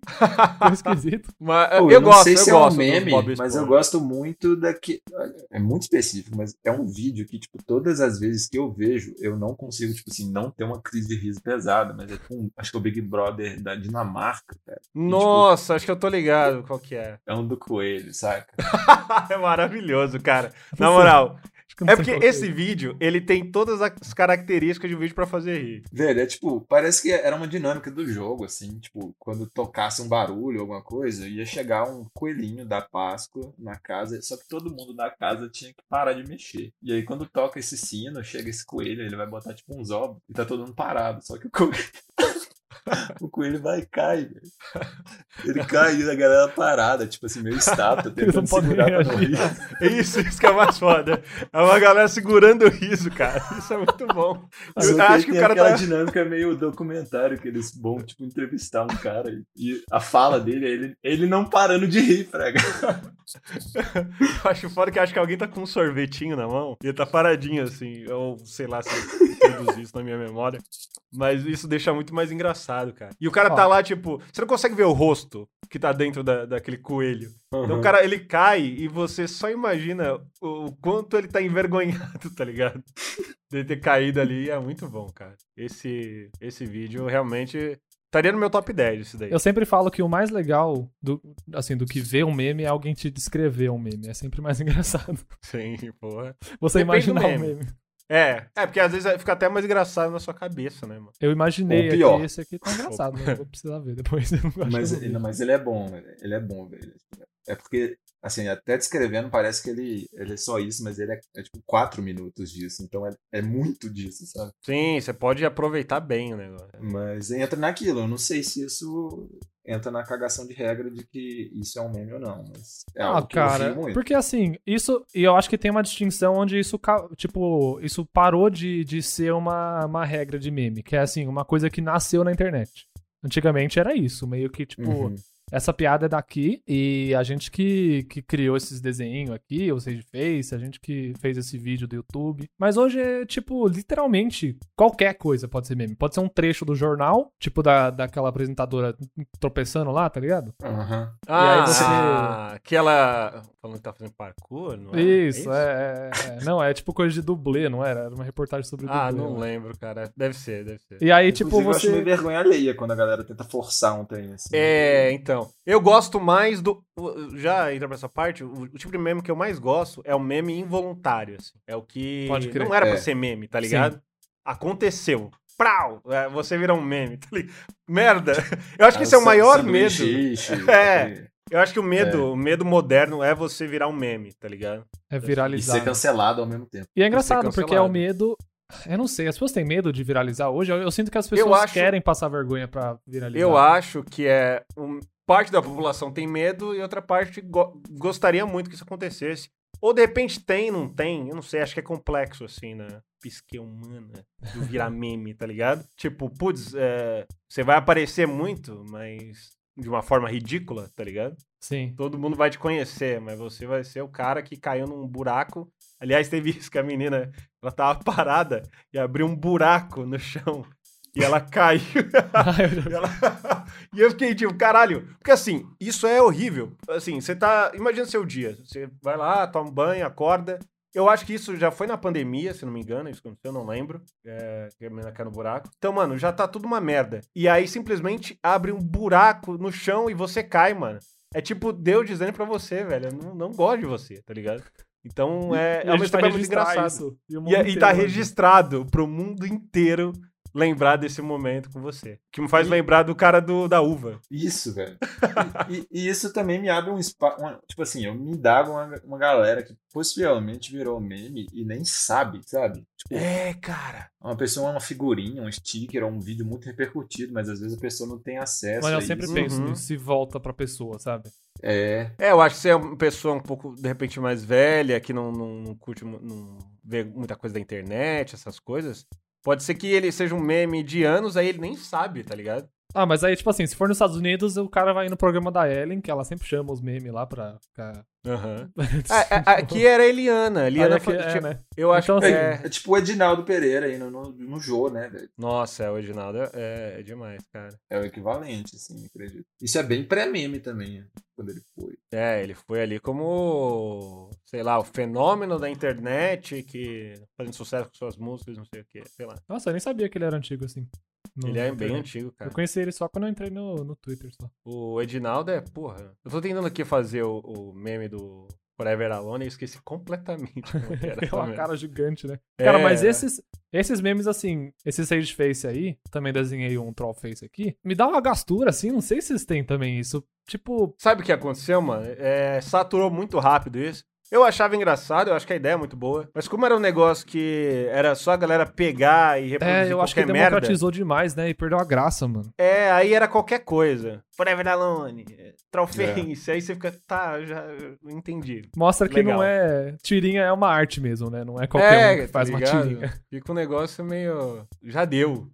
Speaker 2: Ficou esquisito.
Speaker 1: Mas,
Speaker 3: Pô,
Speaker 1: eu,
Speaker 3: eu, não
Speaker 1: gosto,
Speaker 3: sei
Speaker 1: eu
Speaker 3: se
Speaker 1: gosto
Speaker 3: é um
Speaker 1: do
Speaker 3: meme,
Speaker 1: Bob
Speaker 3: mas
Speaker 1: Esponja.
Speaker 3: eu gosto muito daqui. olha, É muito específico, mas é um vídeo que, tipo, todas as vezes que eu vejo, eu não consigo, tipo assim, não ter uma crise de riso pesada, mas é com, acho que é o Big Brother da Dinamarca, cara.
Speaker 1: Nossa, acho que eu tô ligado qual que é.
Speaker 3: É um do coelho, saca?
Speaker 1: é maravilhoso, cara. Na moral,
Speaker 2: Acho que eu não
Speaker 1: é
Speaker 2: sei
Speaker 1: porque
Speaker 2: qual que
Speaker 1: esse vídeo, ele tem todas as características de um vídeo pra fazer rir.
Speaker 3: Velho, é tipo, parece que era uma dinâmica do jogo, assim, tipo, quando tocasse um barulho, alguma coisa, ia chegar um coelhinho da Páscoa na casa, só que todo mundo da casa tinha que parar de mexer. E aí, quando toca esse sino, chega esse coelho, ele vai botar tipo uns ovos e tá todo mundo parado, só que o coelho. O coelho vai e cai, velho. Ele cai e a galera parada, tipo assim, meio estátua,
Speaker 2: Eles não
Speaker 3: tentando
Speaker 2: podem
Speaker 3: segurar pra não
Speaker 2: reagir.
Speaker 3: rir.
Speaker 1: É Isso, isso que é mais foda. É uma galera segurando o riso, cara. Isso é muito bom.
Speaker 3: Só
Speaker 1: Eu
Speaker 3: aí
Speaker 1: acho que o
Speaker 3: tem
Speaker 1: cara
Speaker 3: é aquela
Speaker 1: tá.
Speaker 3: dinâmica meio documentário que eles vão, tipo, entrevistar um cara e, e a fala dele é ele, ele não parando de rir, frega.
Speaker 1: Eu acho foda que eu acho que alguém tá com um sorvetinho na mão e ele tá paradinho assim. Ou sei lá se eu produzi isso na minha memória. Mas isso deixa muito mais engraçado, cara. E o cara tá
Speaker 2: Ó.
Speaker 1: lá, tipo, você não consegue ver o rosto que tá dentro da, daquele coelho. Então o cara, ele cai e você só imagina o, o quanto ele tá envergonhado, tá ligado? De ter caído ali. É muito bom, cara. Esse, esse vídeo realmente estaria no meu top 10 isso daí.
Speaker 2: Eu sempre falo que o mais legal do, assim, do que ver um meme é alguém te descrever um meme. É sempre mais engraçado.
Speaker 1: Sim, porra.
Speaker 2: Você
Speaker 1: Depende do
Speaker 2: imaginar um
Speaker 1: meme.
Speaker 2: meme.
Speaker 1: É, é porque às vezes fica até mais engraçado na sua cabeça, né, mano?
Speaker 2: Eu imaginei
Speaker 3: Ou pior.
Speaker 2: aqui, esse aqui tá engraçado, mas eu vou precisar ver depois. Eu não gosto
Speaker 3: Mas,
Speaker 2: de
Speaker 3: ele-
Speaker 2: ver. um
Speaker 3: mas ele é bom, velho. Ele é bom, velho. É porque, assim, até descrevendo parece que ele, ele é só isso, mas ele é, é, tipo quatro minutos disso. Então é, é muito disso, sabe?
Speaker 1: Sim, você pode aproveitar bem o negócio.
Speaker 3: Mas entra naquilo. Eu não sei se isso entra na cagação de regra de que isso é um meme ou não. Mas é algo
Speaker 2: Ah,
Speaker 3: que cara, eu
Speaker 2: cara,
Speaker 3: ri muito.
Speaker 2: porque assim, isso, e eu acho que tem uma distinção onde isso, ca- tipo, isso parou de, de ser uma, uma regra de meme, que é assim, uma coisa que nasceu na internet. Antigamente era isso, meio que, tipo,
Speaker 3: Uhum.
Speaker 2: essa piada é daqui e a gente que, que criou esses desenhos aqui, ou seja, fez, a gente que fez esse vídeo do YouTube. Mas hoje é, tipo, literalmente qualquer coisa pode ser meme. Pode ser um trecho do jornal, tipo, da, daquela apresentadora tropeçando lá, tá ligado?
Speaker 3: Aham.
Speaker 2: aí você-
Speaker 1: Ah, que ela. Falando que tá fazendo parkour, não é?
Speaker 2: Isso, é, é, é. Não, é tipo coisa de dublê, não era? Era uma reportagem sobre dublê.
Speaker 1: Ah, não
Speaker 2: né?
Speaker 1: lembro, cara. Deve ser, deve ser.
Speaker 2: E aí, tipo,
Speaker 3: Inclusive, eu acho meio
Speaker 2: você.
Speaker 3: vergonha alheia quando a galera tenta forçar um trem assim.
Speaker 1: É, então. Eu gosto mais do. o- Já entra pra essa parte, o, o tipo de meme que eu mais gosto é o meme involuntário. assim. É o que
Speaker 2: Pode crer.
Speaker 1: não era pra
Speaker 3: É.
Speaker 1: ser meme, tá
Speaker 2: Sim.
Speaker 1: ligado? Aconteceu. Prau! É, Você vira um meme. Tá ligado? Merda! Eu acho que esse é o maior medo.
Speaker 3: tipo,
Speaker 1: É. Eu acho que o medo,
Speaker 3: É.
Speaker 1: o medo moderno é você virar um meme, tá ligado?
Speaker 2: É
Speaker 3: E ser
Speaker 2: viralizar. né?
Speaker 3: cancelado ao mesmo tempo.
Speaker 2: E é engraçado,
Speaker 1: ser
Speaker 2: porque é o
Speaker 1: cancelado.
Speaker 2: medo. Eu não sei, as pessoas têm medo de viralizar hoje. Eu, eu sinto que as
Speaker 1: Eu
Speaker 2: pessoas
Speaker 1: acho-
Speaker 2: querem passar vergonha pra viralizar.
Speaker 1: Eu acho que é. um- parte da população tem medo e outra parte go- gostaria muito que isso acontecesse. Ou de repente tem, não tem, eu não sei, acho que é complexo, assim, na psique humana do virar meme, tá ligado? Tipo, putz, é, você vai aparecer muito, mas de uma forma ridícula, tá ligado?
Speaker 2: Sim.
Speaker 1: Todo mundo vai te conhecer, mas você vai ser o cara que caiu num buraco Aliás, teve isso que a menina, ela tava parada e abriu um buraco no chão. E ela caiu. e, ela... e eu fiquei tipo, caralho. Porque assim, isso é horrível. Assim, você tá. Imagina seu dia. Você vai lá, toma um banho, acorda. Eu acho que isso já foi na pandemia, se não me engano, isso aconteceu, não lembro. É, que a menina caiu no buraco. Então, mano, já tá tudo uma merda. E aí simplesmente abre um buraco no chão e você cai, mano. É tipo Deus dizendo pra você, velho, eu não, não gosto de você, tá ligado? Então é,
Speaker 2: E
Speaker 1: ao
Speaker 2: a
Speaker 1: mesmo
Speaker 2: gente
Speaker 1: tempo
Speaker 2: vai
Speaker 1: é muito
Speaker 2: registrar
Speaker 1: engraçado.
Speaker 2: isso. E, o mundo
Speaker 1: E, e
Speaker 2: inteiro
Speaker 1: tá
Speaker 2: vai ver.
Speaker 1: registrado pro mundo inteiro lembrar desse momento com você. Que me faz
Speaker 3: E-
Speaker 1: lembrar do cara do, da uva.
Speaker 3: Isso, velho. E, e- e isso também me abre um espaço. Tipo assim, eu me indago uma, uma galera que possivelmente virou meme e nem sabe, sabe? Tipo,
Speaker 1: É, cara.
Speaker 3: uma pessoa é uma figurinha, um sticker, ou um vídeo muito repercutido, mas às vezes a pessoa não tem acesso.
Speaker 2: Mas
Speaker 3: a
Speaker 2: eu sempre
Speaker 3: é isso.
Speaker 2: penso
Speaker 1: Uhum.
Speaker 2: nisso, se volta pra pessoa, sabe?
Speaker 3: É.
Speaker 1: É, eu acho que você é uma pessoa um pouco, de repente, mais velha, que não, não, não curte, mu- não vê muita coisa da internet, essas coisas. Pode ser que ele seja um meme de anos, aí ele nem sabe, tá ligado?
Speaker 2: Ah, mas aí, tipo assim, se for nos Estados Unidos, o cara vai no programa da Ellen, que ela sempre chama os memes lá pra ficar.
Speaker 1: Aham. A- a- aqui era a Eliana. é, A
Speaker 2: Olha
Speaker 1: Eliana
Speaker 2: que-
Speaker 1: foi,
Speaker 2: é,
Speaker 1: tipo,
Speaker 2: né?
Speaker 1: Eu acho
Speaker 2: Então,
Speaker 1: que
Speaker 2: assim,
Speaker 1: é...
Speaker 3: É, tipo o Edinaldo Pereira aí no, no, no jogo, né, velho?
Speaker 1: Nossa, é original. É, é demais, cara.
Speaker 3: É o equivalente, assim, acredito. Isso é bem pré-meme também, né? quando ele foi.
Speaker 1: É, ele foi ali como, sei lá, o fenômeno da internet que fazendo sucesso com suas músicas, não sei o quê, sei lá.
Speaker 2: Nossa, eu nem sabia que ele era antigo assim. No-
Speaker 1: ele é
Speaker 2: no
Speaker 1: bem
Speaker 2: Twitter.
Speaker 1: antigo, cara.
Speaker 2: Eu conheci ele só quando eu entrei no, no Twitter só.
Speaker 1: O Edinaldo é, porra. Eu tô tentando aqui fazer o, o meme do Forever Alone e esqueci completamente como que era.
Speaker 2: É
Speaker 1: essa
Speaker 2: uma
Speaker 1: merda.
Speaker 2: cara gigante, né?
Speaker 1: É.
Speaker 2: Cara, mas esses, esses memes, assim, esse Sage Face aí, também desenhei um Troll Face aqui, me dá uma gastura, assim, não sei se vocês têm também isso. Tipo,
Speaker 1: Sabe o que aconteceu, mano? É, saturou muito rápido isso. Eu achava engraçado, eu acho que a ideia é muito boa. Mas como era um negócio que era só a galera pegar e reproduzir
Speaker 2: é, eu acho que
Speaker 1: qualquer merda...
Speaker 2: democratizou demais, né? E perdeu a graça, mano.
Speaker 1: É, aí era qualquer coisa. Forever Alone, é, Trofense, aí você fica, tá, eu já eu entendi.
Speaker 2: Mostra que
Speaker 1: Legal.
Speaker 2: não é. Tirinha é uma arte mesmo, né? Não é qualquer um que
Speaker 1: tá
Speaker 2: faz uma
Speaker 1: ligado?
Speaker 2: tirinha.
Speaker 1: Fica um negócio meio. Já deu.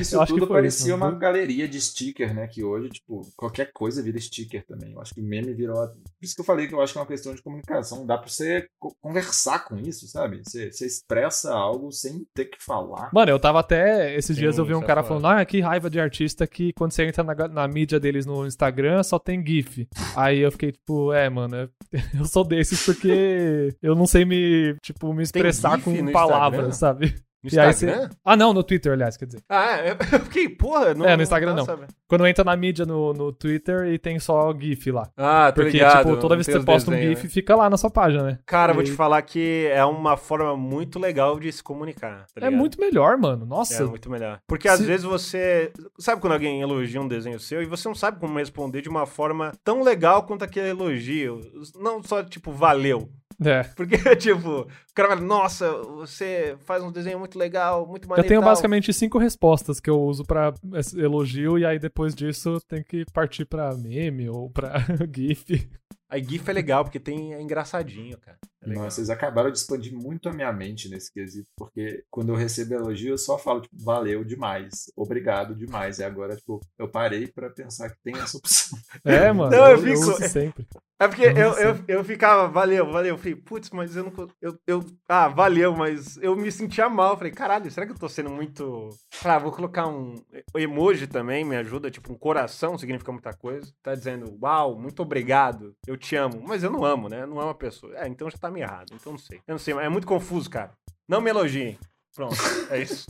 Speaker 3: Isso
Speaker 2: É, Eu acho que
Speaker 3: tudo
Speaker 2: foi
Speaker 3: parecia
Speaker 2: isso, né?
Speaker 3: uma galeria de sticker, né? Que hoje, tipo, qualquer coisa vira sticker também. Eu acho que meme virou. Por isso que eu falei que eu acho que é uma questão de comunicação. Dá pra você co- conversar com isso, sabe? Você, você expressa algo sem ter que falar.
Speaker 2: Mano, eu tava até. Esses
Speaker 1: Sim,
Speaker 2: dias eu vi um
Speaker 1: isso é
Speaker 2: cara
Speaker 1: foda.
Speaker 2: falando: Ah, que raiva de artista que quando você entra na, ga- na mídia deles no Instagram só tem GIF. Aí eu fiquei tipo: É, mano, eu- eu sou desses porque eu não sei me, tipo, me expressar
Speaker 1: GIF
Speaker 2: com
Speaker 1: no
Speaker 2: palavras,
Speaker 1: Instagram?
Speaker 2: sabe?
Speaker 1: No
Speaker 2: E aí
Speaker 1: Instagram?
Speaker 2: Ah, não, no Twitter, aliás, quer dizer.
Speaker 1: Ah, é, eu fiquei, porra, não.
Speaker 2: É, no Instagram
Speaker 1: nossa, velho.
Speaker 2: Quando entra na mídia no, no Twitter e tem só GIF lá.
Speaker 1: Ah, tô
Speaker 2: Porque,
Speaker 1: ligado.
Speaker 2: tipo, toda
Speaker 1: não
Speaker 2: vez que
Speaker 1: tem
Speaker 2: você
Speaker 1: os
Speaker 2: posta um
Speaker 1: desenhos,
Speaker 2: GIF,
Speaker 1: né?
Speaker 2: fica lá na sua página, né?
Speaker 1: Cara,
Speaker 2: E
Speaker 1: vou te
Speaker 2: aí-
Speaker 1: falar que é uma forma muito legal de se comunicar. tá
Speaker 2: É
Speaker 1: ligado?
Speaker 2: muito melhor, mano.
Speaker 1: É
Speaker 2: Nossa.
Speaker 1: muito melhor. Porque às
Speaker 2: Se-
Speaker 1: vezes você. Sabe quando alguém elogia um desenho seu e você não sabe como responder de uma forma tão legal quanto aquele elogio? Não só tipo, valeu.
Speaker 2: É.
Speaker 1: Porque, tipo, o cara fala, nossa, você faz um desenho muito legal, muito
Speaker 2: Eu
Speaker 1: maneiro.
Speaker 2: tenho
Speaker 1: e tal."
Speaker 2: basicamente cinco respostas que eu uso pra esse elogio, e aí depois disso tem que partir pra meme ou pra GIF.
Speaker 1: Aí GIF é legal, porque tem é engraçadinho, cara. É legal.
Speaker 3: Nossa, vocês acabaram de expandir muito a minha mente nesse quesito, porque quando eu recebo elogio, eu só falo, tipo, valeu demais, obrigado demais. E agora, tipo, eu parei pra pensar que tem essa opção.
Speaker 2: É, mano.
Speaker 1: Não, eu
Speaker 2: eu,
Speaker 1: fico-
Speaker 2: uso sempre.
Speaker 1: É porque eu, eu, eu ficava, valeu, valeu. Eu falei, putz, mas eu não. co- Eu, eu, ah, valeu, mas eu me sentia mal. Eu falei, caralho, será que eu tô sendo muito. Ah, vou colocar um emoji também, me ajuda. Tipo, um coração significa muita coisa. Tá dizendo, uau, muito obrigado, eu te amo. Mas eu não amo, né? Eu não amo a pessoa. É, então já tá me errado. Então não sei. Eu não sei, mas é muito confuso, cara. Não me elogiem. Pronto, é isso.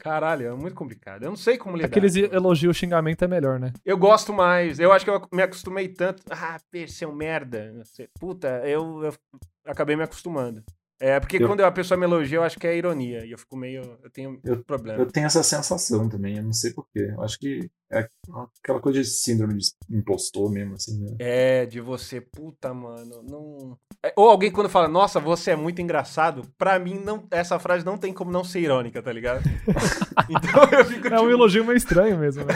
Speaker 1: Caralho, é muito complicado. Eu não sei como lidar.
Speaker 2: Aqueles elogios xingamento é melhor, né?
Speaker 1: Eu gosto mais. Eu acho que eu me acostumei tanto. Ah, Pê, você é um merda. Você- Puta, eu, eu acabei me acostumando. É, porque
Speaker 3: Eu-
Speaker 1: quando a pessoa me elogia, eu acho que é ironia. E eu fico meio. Eu tenho um
Speaker 3: Eu-
Speaker 1: problema.
Speaker 3: Eu tenho essa sensação também, eu não sei porquê. Eu acho que é aquela coisa de síndrome de impostor mesmo, assim, né?
Speaker 1: É, de você, puta, mano. Não. É, Ou alguém quando fala, nossa, você é muito engraçado, pra mim, não, essa frase não tem como não ser irônica, tá ligado? então eu fico.
Speaker 2: É um
Speaker 1: tipo,
Speaker 2: elogio meio estranho mesmo, né?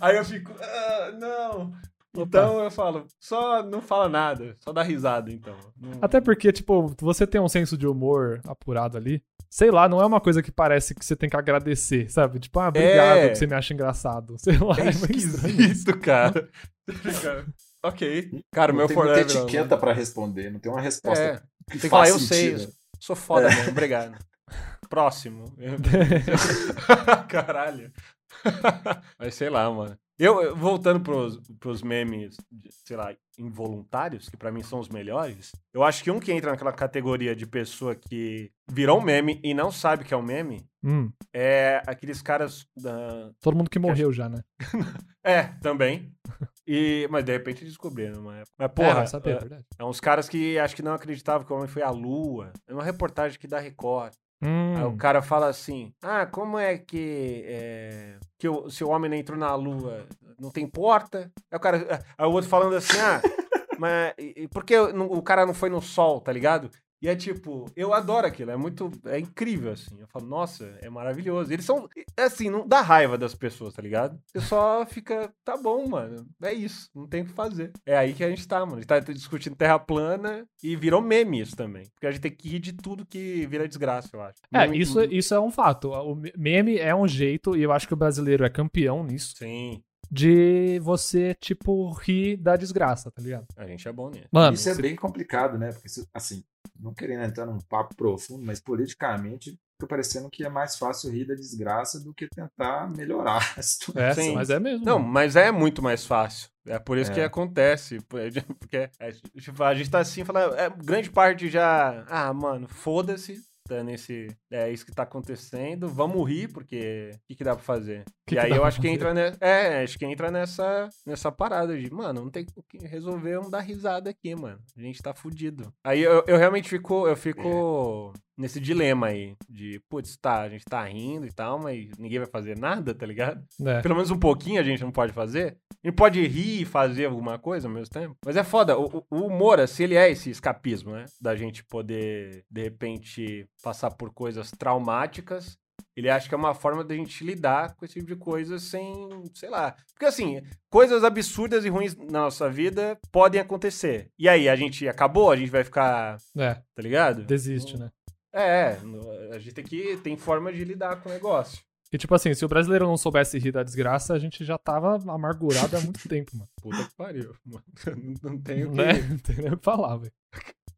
Speaker 1: Aí eu fico, ah, não.
Speaker 2: Opa.
Speaker 1: Então eu falo, só não fala nada, só dá risada, então. Não-
Speaker 2: Até porque, tipo, você tem um senso de humor apurado ali. Sei lá, não é uma coisa que parece que você tem que agradecer, sabe? Tipo, ah, obrigado
Speaker 1: É.
Speaker 2: que você me acha engraçado. Sei lá,
Speaker 1: É
Speaker 2: é, meio estranho.
Speaker 1: esquisito, cara. Fica, ok. Cara, o
Speaker 3: não
Speaker 1: meu
Speaker 3: tem
Speaker 1: forever. né?
Speaker 3: muita etiqueta pra responder, não tem uma resposta
Speaker 1: É.
Speaker 3: que
Speaker 1: Tem que falar,
Speaker 3: faz
Speaker 1: eu sei.
Speaker 3: sentido. É.
Speaker 1: Sou foda mesmo, obrigado. Próximo. Caralho. Mas sei lá, mano. Eu, eu- voltando pros, pros memes, de- sei lá, involuntários, que pra mim são os melhores, eu acho que um que entra naquela categoria de pessoa que virou um meme e não sabe que é um meme
Speaker 2: Hum,
Speaker 1: é aqueles caras da,
Speaker 2: todo mundo que morreu já, né?
Speaker 1: é, também. E, mas de repente descobriram numa época. Mas,
Speaker 2: é,
Speaker 1: porra,
Speaker 2: vai saber, é
Speaker 1: é,
Speaker 2: verdade.
Speaker 1: é uns caras que acho que não acreditavam que o homem foi à lua. É uma reportagem que dá Record. Aí o
Speaker 2: Hum,
Speaker 1: cara fala assim: Ah, como é que. é, que o, se o homem não entrou na lua, não tem porta? Aí o cara. Aí o outro falando assim: Ah, mas. e- e Por que o não- o cara não foi no sol, tá ligado? E é tipo, eu adoro aquilo, é muito. É incrível, assim. Eu falo, nossa, é maravilhoso. Eles são. é Assim, não dá raiva das pessoas, tá ligado? Você só fica, tá bom, mano. É isso, não tem o que fazer. É aí que a gente tá, mano. A gente tá discutindo terra plana e virou meme isso também. Porque a gente tem que rir de tudo que vira desgraça, eu acho.
Speaker 2: é,
Speaker 1: Meme-
Speaker 2: isso, isso é um fato. O me- meme é um jeito, e eu acho que o brasileiro é campeão nisso,
Speaker 1: Sim,
Speaker 2: de você, tipo, rir da desgraça, tá ligado?
Speaker 1: a gente é bom nisso.
Speaker 2: Mano,
Speaker 3: Isso é
Speaker 2: se-
Speaker 3: bem complicado, né? Porque, isso- assim, não querendo entrar num papo profundo, mas politicamente fica parecendo que é mais fácil rir da desgraça do que tentar melhorar a situação.
Speaker 2: é,
Speaker 1: sim.
Speaker 2: mas é mesmo.
Speaker 1: Não,
Speaker 2: mano.
Speaker 1: mas é muito mais fácil. É por isso
Speaker 3: É.
Speaker 1: que acontece. Porque é, tipo, a gente tá assim, falando, é, grande parte já. Ah, mano, foda-se. Tá nesse, é isso que tá acontecendo. Vamos rir, porque o que, que dá pra fazer? e
Speaker 2: Que que
Speaker 1: aí
Speaker 2: dá
Speaker 1: eu
Speaker 2: pra
Speaker 1: acho que
Speaker 2: fazer?
Speaker 1: entra nessa. É, acho que entra nessa, nessa parada de, mano, não tem o que resolver, vamos dar risada aqui, mano. A gente tá fudido. Aí eu, eu realmente fico, eu
Speaker 2: É.
Speaker 1: fico nesse dilema aí. De, putz, tá, a gente tá rindo e tal, mas ninguém vai fazer nada, tá ligado?
Speaker 2: É.
Speaker 1: Pelo menos um pouquinho a gente não pode fazer. A gente pode rir e fazer alguma coisa ao mesmo tempo. Mas é foda. O, o humor, assim, ele é esse escapismo, né? Da gente poder, de repente, passar por coisas traumáticas. Ele acha que é uma forma da gente lidar com esse tipo de coisa sem, sei lá. Porque assim, coisas absurdas e ruins na nossa vida podem acontecer. E aí, a gente acabou? A gente vai ficar,
Speaker 2: É,
Speaker 1: tá ligado?
Speaker 2: desiste, né?
Speaker 1: É, é. a gente tem que. Tem forma de lidar com o negócio.
Speaker 2: E tipo assim, se o brasileiro não soubesse rir da desgraça, a gente já tava amargurado há muito tempo, mano.
Speaker 1: Puta que pariu, mano. Não tenho o que.
Speaker 2: Né? Não tem nem o que falar, velho.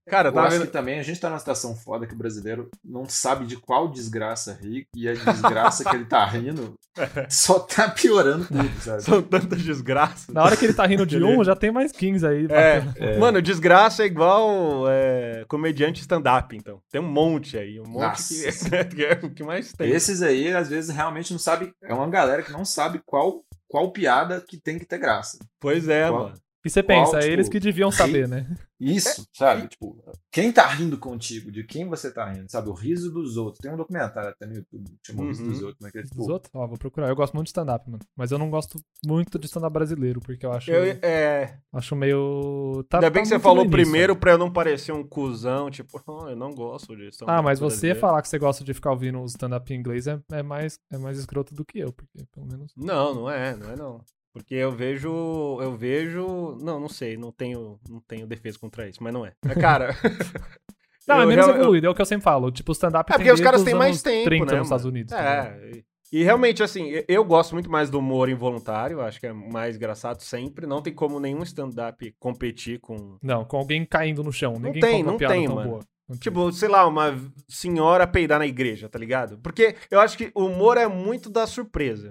Speaker 1: Cara,
Speaker 3: Eu
Speaker 1: tava
Speaker 3: acho
Speaker 1: vendo.
Speaker 3: que também a gente tá numa situação foda que o brasileiro não sabe de qual desgraça rir e a desgraça que ele tá rindo
Speaker 1: É.
Speaker 3: só tá piorando tudo, sabe?
Speaker 1: São tantas desgraças.
Speaker 2: Na hora que ele tá rindo de um,
Speaker 1: Beleza.
Speaker 2: já tem mais 15 aí.
Speaker 1: É,
Speaker 2: batendo.
Speaker 1: Mano, desgraça é igual é, comediante stand-up, então. Tem um monte aí, um monte
Speaker 3: Nossa.
Speaker 1: que, que é o que mais tem.
Speaker 3: Esses aí, às vezes, realmente não sabe. É uma galera que não sabe qual, qual piada que tem que ter graça.
Speaker 1: Pois é,
Speaker 3: Qual?
Speaker 1: mano.
Speaker 2: E você pensa, é
Speaker 3: Qual, tipo,
Speaker 2: eles que deviam saber, né?
Speaker 3: Isso,
Speaker 1: É,
Speaker 3: sabe? Tipo, quem tá rindo contigo, de quem você tá rindo, sabe? O riso dos outros. Tem um documentário até no YouTube que chama O Riso
Speaker 1: Uhum.
Speaker 3: dos Outros, mas que é
Speaker 2: Dos
Speaker 3: tipo.
Speaker 2: outros? Ó, vou procurar. Eu gosto muito de stand-up, mano. Mas eu não gosto muito de stand-up brasileiro, porque eu acho,
Speaker 1: Eu, é,
Speaker 2: acho meio. Tá,
Speaker 1: ainda
Speaker 2: tá
Speaker 1: bem que você
Speaker 2: muito
Speaker 1: falou
Speaker 2: no início, né?
Speaker 1: primeiro pra eu não parecer um cuzão, tipo, "Ah, eu não gosto disso.
Speaker 2: né? Ah, mas você
Speaker 1: fala.
Speaker 2: falar que você gosta de ficar ouvindo os stand-up em inglês é, é mais, é mais escroto do que eu, porque pelo menos.
Speaker 1: Não, não é, não é não. Porque eu vejo, eu vejo, não, não sei, não tenho, não tenho defesa contra isso, mas não é. Mas, Cara,
Speaker 2: Não, é
Speaker 1: eu
Speaker 2: menos
Speaker 1: real- eu-
Speaker 2: evoluído, é o que eu sempre falo. Tipo, o stand-up
Speaker 1: É
Speaker 2: tem
Speaker 1: porque os
Speaker 2: desde
Speaker 1: caras
Speaker 2: os
Speaker 1: têm mais
Speaker 2: anos
Speaker 1: tempo,
Speaker 2: 30
Speaker 1: né,
Speaker 2: nos Estados Unidos. tá ligado?
Speaker 1: É, e- e realmente, assim, eu- eu gosto muito mais do humor involuntário, acho que é mais engraçado sempre. Não tem como nenhum stand-up competir com.
Speaker 2: Não, com alguém caindo no chão. Ninguém
Speaker 1: tem,
Speaker 2: conta uma
Speaker 1: não
Speaker 2: piada
Speaker 1: tem,
Speaker 2: tão
Speaker 1: mano.
Speaker 2: boa. Não tem.
Speaker 1: Tipo, sei lá, uma senhora peidar na igreja, tá ligado? Porque eu acho que o humor é muito da surpresa.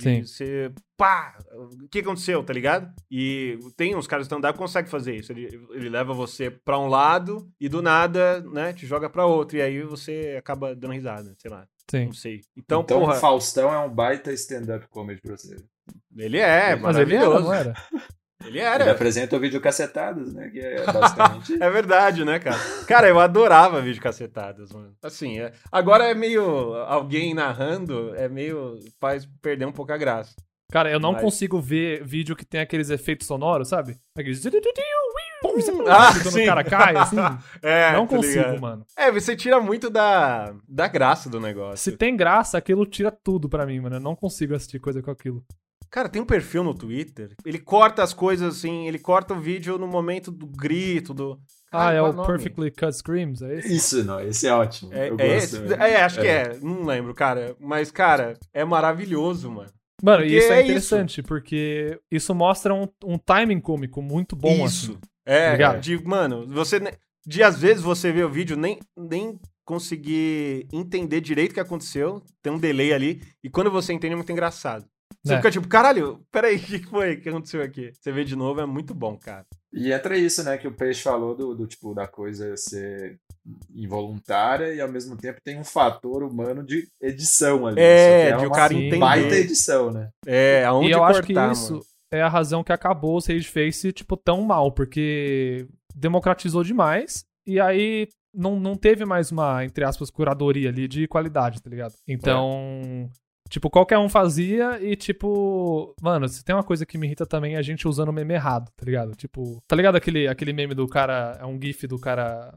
Speaker 2: Sim.
Speaker 1: De ser, pá, o que aconteceu, tá ligado? E tem uns caras de stand-up que conseguem fazer isso. Ele, ele leva você pra um lado e do nada, né, te joga pra outro. E aí você acaba dando risada, sei lá,
Speaker 2: Sim.
Speaker 1: não sei. Então,
Speaker 3: Então,
Speaker 1: porra,
Speaker 3: Faustão é um baita stand-up comedy brasileiro.
Speaker 1: ele é
Speaker 2: Mas ele era,
Speaker 1: maravilhoso.
Speaker 2: não era?
Speaker 1: Ele
Speaker 3: Ele
Speaker 1: era.
Speaker 3: apresenta o vídeo cacetadas, né? Que é basicamente.
Speaker 1: É verdade, né, cara? Cara, eu adorava vídeo cacetadas, mano. Assim, é- agora é meio. Alguém narrando é meio. faz perder um pouco a graça.
Speaker 2: Cara, eu não
Speaker 1: Mas-
Speaker 2: consigo ver vídeo que tem aqueles efeitos sonoros, sabe? Aqueles.
Speaker 1: Ah,
Speaker 2: quando
Speaker 1: sim.
Speaker 2: o cara cai, assim.
Speaker 1: É,
Speaker 2: não
Speaker 1: tá
Speaker 2: consigo,
Speaker 1: ligado?
Speaker 2: mano.
Speaker 1: É, você tira muito da, da graça do negócio.
Speaker 2: Se tem graça, aquilo tira tudo pra mim, mano. Eu não consigo assistir coisa com aquilo.
Speaker 1: Cara, tem um perfil no Twitter. Ele corta as coisas assim, ele corta o vídeo no momento do grito, do.
Speaker 2: Ah,
Speaker 1: Cara,
Speaker 2: é
Speaker 1: qual
Speaker 2: o
Speaker 1: nome?
Speaker 2: Perfectly Cut Screams, é esse?
Speaker 3: Isso, não, esse é ótimo.
Speaker 1: É,
Speaker 3: eu
Speaker 1: é
Speaker 3: gosto
Speaker 1: esse?
Speaker 3: também.
Speaker 1: É, acho que é. Não lembro, cara. Mas, cara, é maravilhoso, mano.
Speaker 2: Mano, e
Speaker 1: Porque
Speaker 2: isso
Speaker 1: é
Speaker 2: é
Speaker 1: isso.
Speaker 2: interessante, porque isso mostra um, um timing cômico muito bom,
Speaker 1: Isso.
Speaker 2: assim.
Speaker 1: É,
Speaker 2: Ligado?
Speaker 1: de, mano, você. ne- De às vezes você vê o vídeo, nem, nem conseguir entender direito o que aconteceu. Tem um delay ali. E quando você entende, é muito engraçado. Você
Speaker 2: É.
Speaker 1: fica tipo, caralho, peraí, o que que foi? O que aconteceu aqui? Você vê de novo, é muito bom, cara.
Speaker 3: E entra isso, né, que o Peixe falou do, do tipo da coisa ser involuntária e ao mesmo tempo tem um fator humano de edição ali.
Speaker 1: É,
Speaker 3: isso que
Speaker 1: de o
Speaker 3: uma
Speaker 1: cara
Speaker 2: sim,
Speaker 1: entender.
Speaker 3: baita edição, né?
Speaker 1: É, aonde
Speaker 2: e eu
Speaker 1: cortar,
Speaker 2: acho que isso
Speaker 1: mano.
Speaker 2: é a razão que acabou o Sage Face, tipo, tão mal, porque democratizou demais e aí não, não teve mais uma, entre aspas, curadoria ali de qualidade, tá ligado? Então. Tipo, qualquer um fazia e, tipo, mano, se tem uma coisa que me irrita também é a gente usando o meme errado, tá ligado? Tipo, tá ligado aquele, aquele meme do cara, é um gif do cara,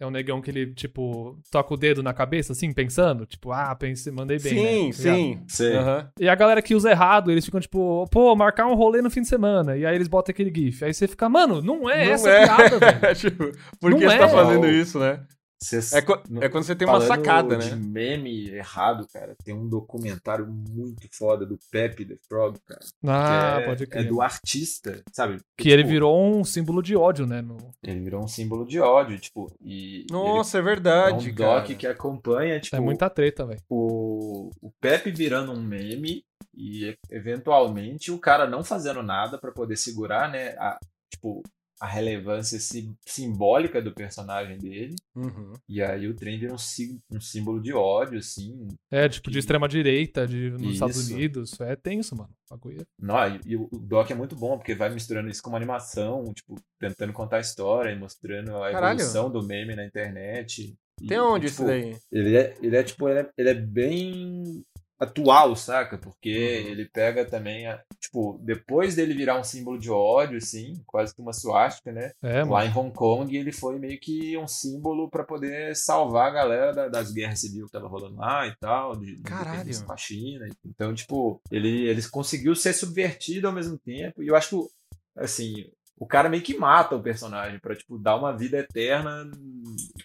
Speaker 2: é um negão que ele, tipo, toca o dedo na cabeça, assim, pensando? Tipo, ah, pensei, mandei bem, né?
Speaker 1: Sim,
Speaker 2: Tá ligado?
Speaker 1: sim.
Speaker 3: Sei.
Speaker 1: Aham.
Speaker 2: E a galera que usa errado, eles ficam tipo, pô, marcar um rolê no fim de semana. E aí eles botam aquele GIF. Aí você fica, mano, não é
Speaker 1: Não
Speaker 2: essa
Speaker 1: é.
Speaker 2: piada, velho.
Speaker 1: tipo, por
Speaker 2: Uhum. Não
Speaker 1: que você tá
Speaker 2: é.
Speaker 1: fazendo isso, né?
Speaker 3: Vocês-
Speaker 1: É, co-
Speaker 3: no-
Speaker 1: é quando você tem uma
Speaker 3: falando
Speaker 1: sacada,
Speaker 3: de
Speaker 1: né?
Speaker 3: meme errado, cara, tem um documentário muito foda do Pepe the Frog, cara.
Speaker 2: Ah,
Speaker 3: que é,
Speaker 2: pode
Speaker 3: É
Speaker 2: crer.
Speaker 3: do artista, sabe?
Speaker 2: Que ele
Speaker 3: tipo,
Speaker 2: virou um símbolo de ódio, né? No...
Speaker 3: Ele virou um símbolo de ódio, tipo, e
Speaker 1: Nossa, é
Speaker 3: ele é
Speaker 1: verdade,
Speaker 3: um
Speaker 1: cara.
Speaker 3: doc que acompanha, tipo,
Speaker 2: É muita treta, velho.
Speaker 3: o, o Pepe virando um meme e e- eventualmente o cara não fazendo nada pra poder segurar, né, a, tipo, a relevância sim- simbólica do personagem dele.
Speaker 1: Uhum.
Speaker 3: E aí o trem vira um, sí- um símbolo de ódio, assim.
Speaker 2: É, tipo, de
Speaker 3: que-
Speaker 2: extrema-direita, de... nos Estados
Speaker 3: Isso.
Speaker 2: Unidos. É tenso, mano. O bagulho é-
Speaker 3: Não, e, e o o Doc é muito bom, porque vai misturando isso com uma animação, tipo, tentando contar a história e mostrando a
Speaker 1: Caralho.
Speaker 3: evolução do meme na internet. E,
Speaker 1: Tem onde
Speaker 3: tipo,
Speaker 1: isso daí?
Speaker 3: Ele é, ele é tipo, ele é, ele é bem atual, saca? Porque
Speaker 1: Uhum.
Speaker 3: ele pega também, a- tipo, depois dele virar um símbolo de ódio, assim, quase que uma suástica, né?
Speaker 2: É, mano.
Speaker 3: Lá em Hong Kong ele foi meio que um símbolo pra poder salvar a galera da- das guerras civis que tava rolando lá e tal, de de
Speaker 1: Caralho.
Speaker 3: independência com a China. Então, tipo, ele, ele conseguiu ser subvertido ao mesmo tempo. E eu acho que, o- assim, o cara meio que mata o personagem pra, tipo, dar uma vida eterna, hum,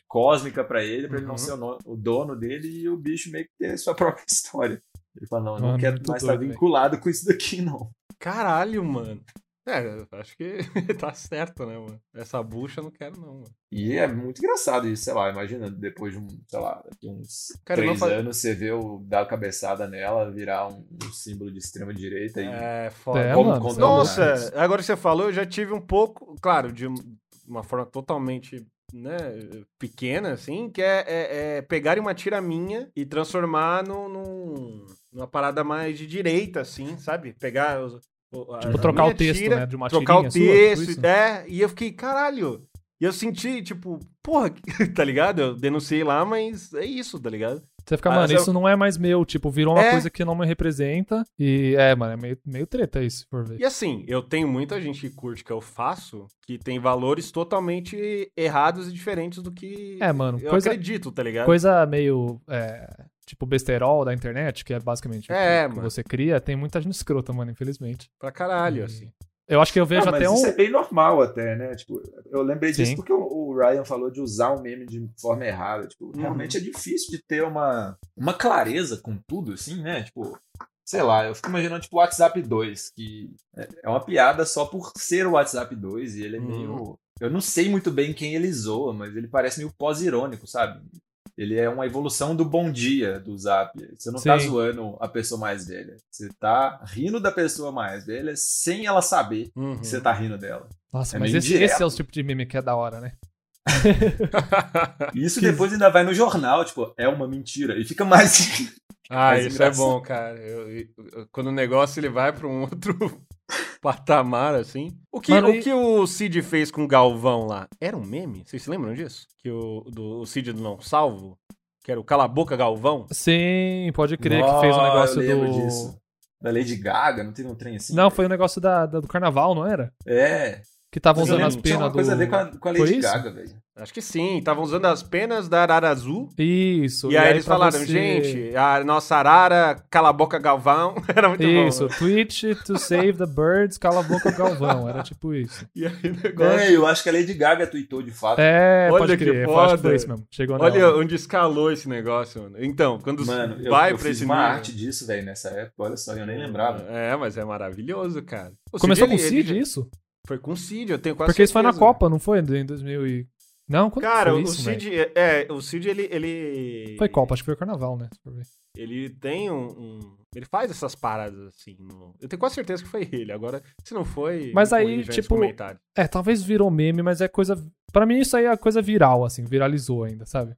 Speaker 3: cósmica pra ele, pra ele
Speaker 1: Uhum.
Speaker 3: não ser o, no- o dono dele e o bicho meio que ter sua própria história. Ele fala, não, eu não
Speaker 2: Mano,
Speaker 3: quero
Speaker 2: muito
Speaker 3: mais estar
Speaker 2: doido,
Speaker 3: vinculado com isso daqui, não.
Speaker 1: Caralho, mano. É, eu acho que tá certo, né, mano? Essa bucha eu não quero, não, mano.
Speaker 3: E é muito engraçado isso, sei lá, imagina, depois de um, sei lá, daqui uns
Speaker 1: Cara, eu não
Speaker 3: três
Speaker 1: fa-
Speaker 3: anos, você vê o dar a cabeçada nela, virar um, um símbolo de extrema direita e
Speaker 1: É, foda.
Speaker 2: É,
Speaker 3: como
Speaker 2: mano,
Speaker 3: controlar
Speaker 1: Nossa,
Speaker 3: isso.
Speaker 1: agora que você falou, eu já tive um pouco, claro, de um- uma forma totalmente né, pequena, assim, que é, é- é pegar uma tira minha e transformar no, num- numa parada mais de direita, assim, sabe? Pegar os, o- a-
Speaker 2: Tipo,
Speaker 1: a
Speaker 2: trocar o
Speaker 1: minha
Speaker 2: texto,
Speaker 1: tira,
Speaker 2: né? De uma
Speaker 1: trocar o
Speaker 2: tirinha sua, tipo
Speaker 1: texto,
Speaker 2: isso.
Speaker 1: é, e eu fiquei, caralho. E eu senti, tipo, porra, tá ligado? Eu denunciei lá, mas é isso, tá ligado?
Speaker 2: Você fica,
Speaker 1: Ah,
Speaker 2: mano,
Speaker 1: mas eu-
Speaker 2: isso não é mais meu. Tipo, virou uma
Speaker 1: É.
Speaker 2: coisa que não me representa. E é, mano, é meio, meio treta isso, se for ver.
Speaker 1: E assim, eu tenho muita gente que curte que eu faço, que tem valores totalmente errados e diferentes do que
Speaker 2: É, mano,
Speaker 1: eu
Speaker 2: coisa,
Speaker 1: acredito, tá ligado?
Speaker 2: coisa meio. é, tipo, besterol da internet, que é basicamente
Speaker 1: É,
Speaker 2: o que
Speaker 1: mano.
Speaker 2: você cria, tem muita gente escrota, mano, infelizmente.
Speaker 1: Pra caralho,
Speaker 2: E-
Speaker 1: assim.
Speaker 2: Eu acho que eu
Speaker 3: Ah,
Speaker 2: vejo
Speaker 3: mas
Speaker 2: até um.
Speaker 3: isso é bem normal até, né? Tipo, eu lembrei disso
Speaker 2: Sim.
Speaker 3: porque o, o Ryan falou de usar o meme de forma errada. Tipo, realmente é difícil de ter uma, uma clareza com tudo, assim, né? Tipo, sei lá, eu fico imaginando tipo o WhatsApp 2, que é- é uma piada só por ser o WhatsApp 2 e ele é
Speaker 1: Uhum.
Speaker 3: meio... Eu não sei muito bem quem ele zoa, mas ele parece meio pós-irônico, sabe? Ele é uma evolução do bom dia do Zap. Você não tá
Speaker 2: Sim.
Speaker 3: zoando a pessoa mais velha. Você tá rindo da pessoa mais velha sem ela saber
Speaker 1: Uhum.
Speaker 3: que você tá rindo dela.
Speaker 2: Nossa,
Speaker 3: é
Speaker 2: mas
Speaker 3: meio
Speaker 2: esse, esse é o
Speaker 3: direto.
Speaker 2: tipo de meme que é da hora, né?
Speaker 3: E isso
Speaker 2: Que-
Speaker 3: depois ainda vai no jornal, tipo, é uma mentira. E fica mais.
Speaker 1: ah,
Speaker 3: Mas
Speaker 1: isso é
Speaker 3: engraçado.
Speaker 1: bom, cara. Eu- eu- quando o negócio ele vai pra um outro patamar, assim. O que
Speaker 2: Mano,
Speaker 1: o,
Speaker 2: e-
Speaker 1: que o Cid fez com o Galvão lá? Era um meme? Vocês se lembram disso? Que o, do, o Cid do Não Salvo? Que era o Cala a Boca Galvão?
Speaker 2: Sim, pode crer que fez o
Speaker 3: Nó,
Speaker 2: negócio
Speaker 3: eu lembro
Speaker 2: do.
Speaker 3: disso. Da Lady Gaga, não teve um trem assim?
Speaker 2: Não, foi o negócio da, da- do carnaval, não era?
Speaker 3: É.
Speaker 2: Que estavam
Speaker 3: Mas eu
Speaker 2: usando
Speaker 3: lembro
Speaker 2: as
Speaker 3: que tinha
Speaker 2: penas
Speaker 3: uma
Speaker 2: do.
Speaker 3: coisa a ver com a, com a
Speaker 2: Foi
Speaker 3: Lady
Speaker 2: isso?
Speaker 3: Gaga, velho.
Speaker 1: Acho que sim. Estavam usando as penas da Arara Azul.
Speaker 2: Isso.
Speaker 1: E, aí, eles
Speaker 2: pra
Speaker 1: falaram,
Speaker 2: você-
Speaker 1: gente, a nossa arara cala a boca Galvão. Era muito
Speaker 2: Isso,
Speaker 1: bom.
Speaker 2: Twitch to save the birds, cala a boca Galvão. Era tipo isso.
Speaker 1: E aí o negócio...
Speaker 3: É, eu acho que a Lady Gaga tweetou de fato.
Speaker 2: É,
Speaker 1: Olha
Speaker 2: pode
Speaker 1: que
Speaker 2: crer. eu Acho que
Speaker 1: foda.
Speaker 2: foi isso mesmo. Chegou na
Speaker 1: Olha
Speaker 2: hora.
Speaker 1: onde escalou esse negócio, mano. Então, quando
Speaker 3: Mano, eu,
Speaker 1: vai
Speaker 3: eu
Speaker 1: pra
Speaker 3: fiz
Speaker 1: esse
Speaker 3: uma
Speaker 1: nível-
Speaker 3: arte disso, velho, nessa época. Olha só, eu nem lembrava.
Speaker 1: É, mas é maravilhoso, cara. O
Speaker 2: Começou com o
Speaker 1: ele-
Speaker 2: Cid,
Speaker 1: ele-
Speaker 2: isso?
Speaker 1: Foi com o Cid, eu tenho quase
Speaker 2: Porque isso foi na
Speaker 1: certeza.
Speaker 2: Copa, não foi? Em 2000 e... Não, quando
Speaker 1: Cara,
Speaker 2: foi
Speaker 1: o
Speaker 2: isso, velho?
Speaker 1: Cid, é, o Cid, ele, ele...
Speaker 2: Foi Copa, acho que foi Carnaval, né? se for ver.
Speaker 1: Ele tem um, um- Ele faz essas paradas, assim. no- Eu tenho quase certeza que foi ele. Agora, se não foi.
Speaker 2: Mas aí,
Speaker 1: corrija nos
Speaker 2: tipo,
Speaker 1: comentários.
Speaker 2: É, talvez virou meme, mas é coisa... Pra mim isso aí é coisa viral, assim, viralizou ainda, sabe?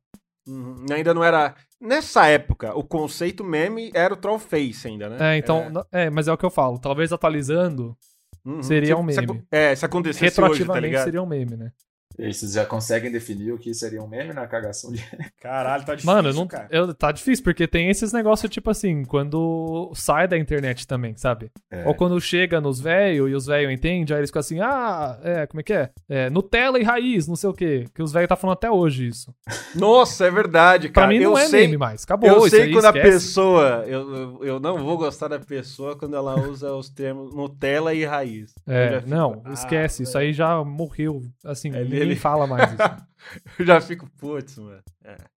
Speaker 1: Uhum, Ainda não era. Nessa época, o conceito meme era o troll face ainda, né?
Speaker 2: É, então... na- É, mas é o que eu falo, talvez atualizando,
Speaker 1: Uhum.
Speaker 2: seria um
Speaker 1: se- se-
Speaker 2: meme.
Speaker 1: é, se acontecesse hoje, tá
Speaker 2: retroativamente
Speaker 1: ligado?
Speaker 2: seria um meme, né?
Speaker 1: É.
Speaker 3: E aí, vocês já conseguem definir o que seria um meme na cagação de.
Speaker 1: Caralho, tá difícil.
Speaker 2: Mano, eu não,
Speaker 1: cara.
Speaker 2: eu- tá difícil, porque tem esses negócios, tipo assim, quando sai da internet também, sabe?
Speaker 3: É.
Speaker 2: Ou quando chega nos velhos e os velhos entendem, aí eles ficam assim, ah, é, como é que é? é Nutella e raiz, não sei o quê. Que os velhos tá falando até hoje isso.
Speaker 1: Nossa, é verdade,
Speaker 2: Pra
Speaker 1: cara.
Speaker 2: mim não
Speaker 1: eu
Speaker 2: é
Speaker 1: sei,
Speaker 2: meme mais, acabou.
Speaker 1: Eu
Speaker 2: isso
Speaker 1: sei
Speaker 2: aí,
Speaker 1: quando a
Speaker 2: esquece.
Speaker 1: pessoa. Eu, eu- eu não vou gostar da pessoa quando ela usa os termos Nutella e raiz. Eu já
Speaker 2: É,
Speaker 1: fico,
Speaker 2: não,
Speaker 1: "Ah,
Speaker 2: esquece, isso aí já morreu, assim,
Speaker 1: É,
Speaker 2: ninguém
Speaker 1: ele-
Speaker 2: fala mais isso.
Speaker 1: Eu já fico, putz, mano.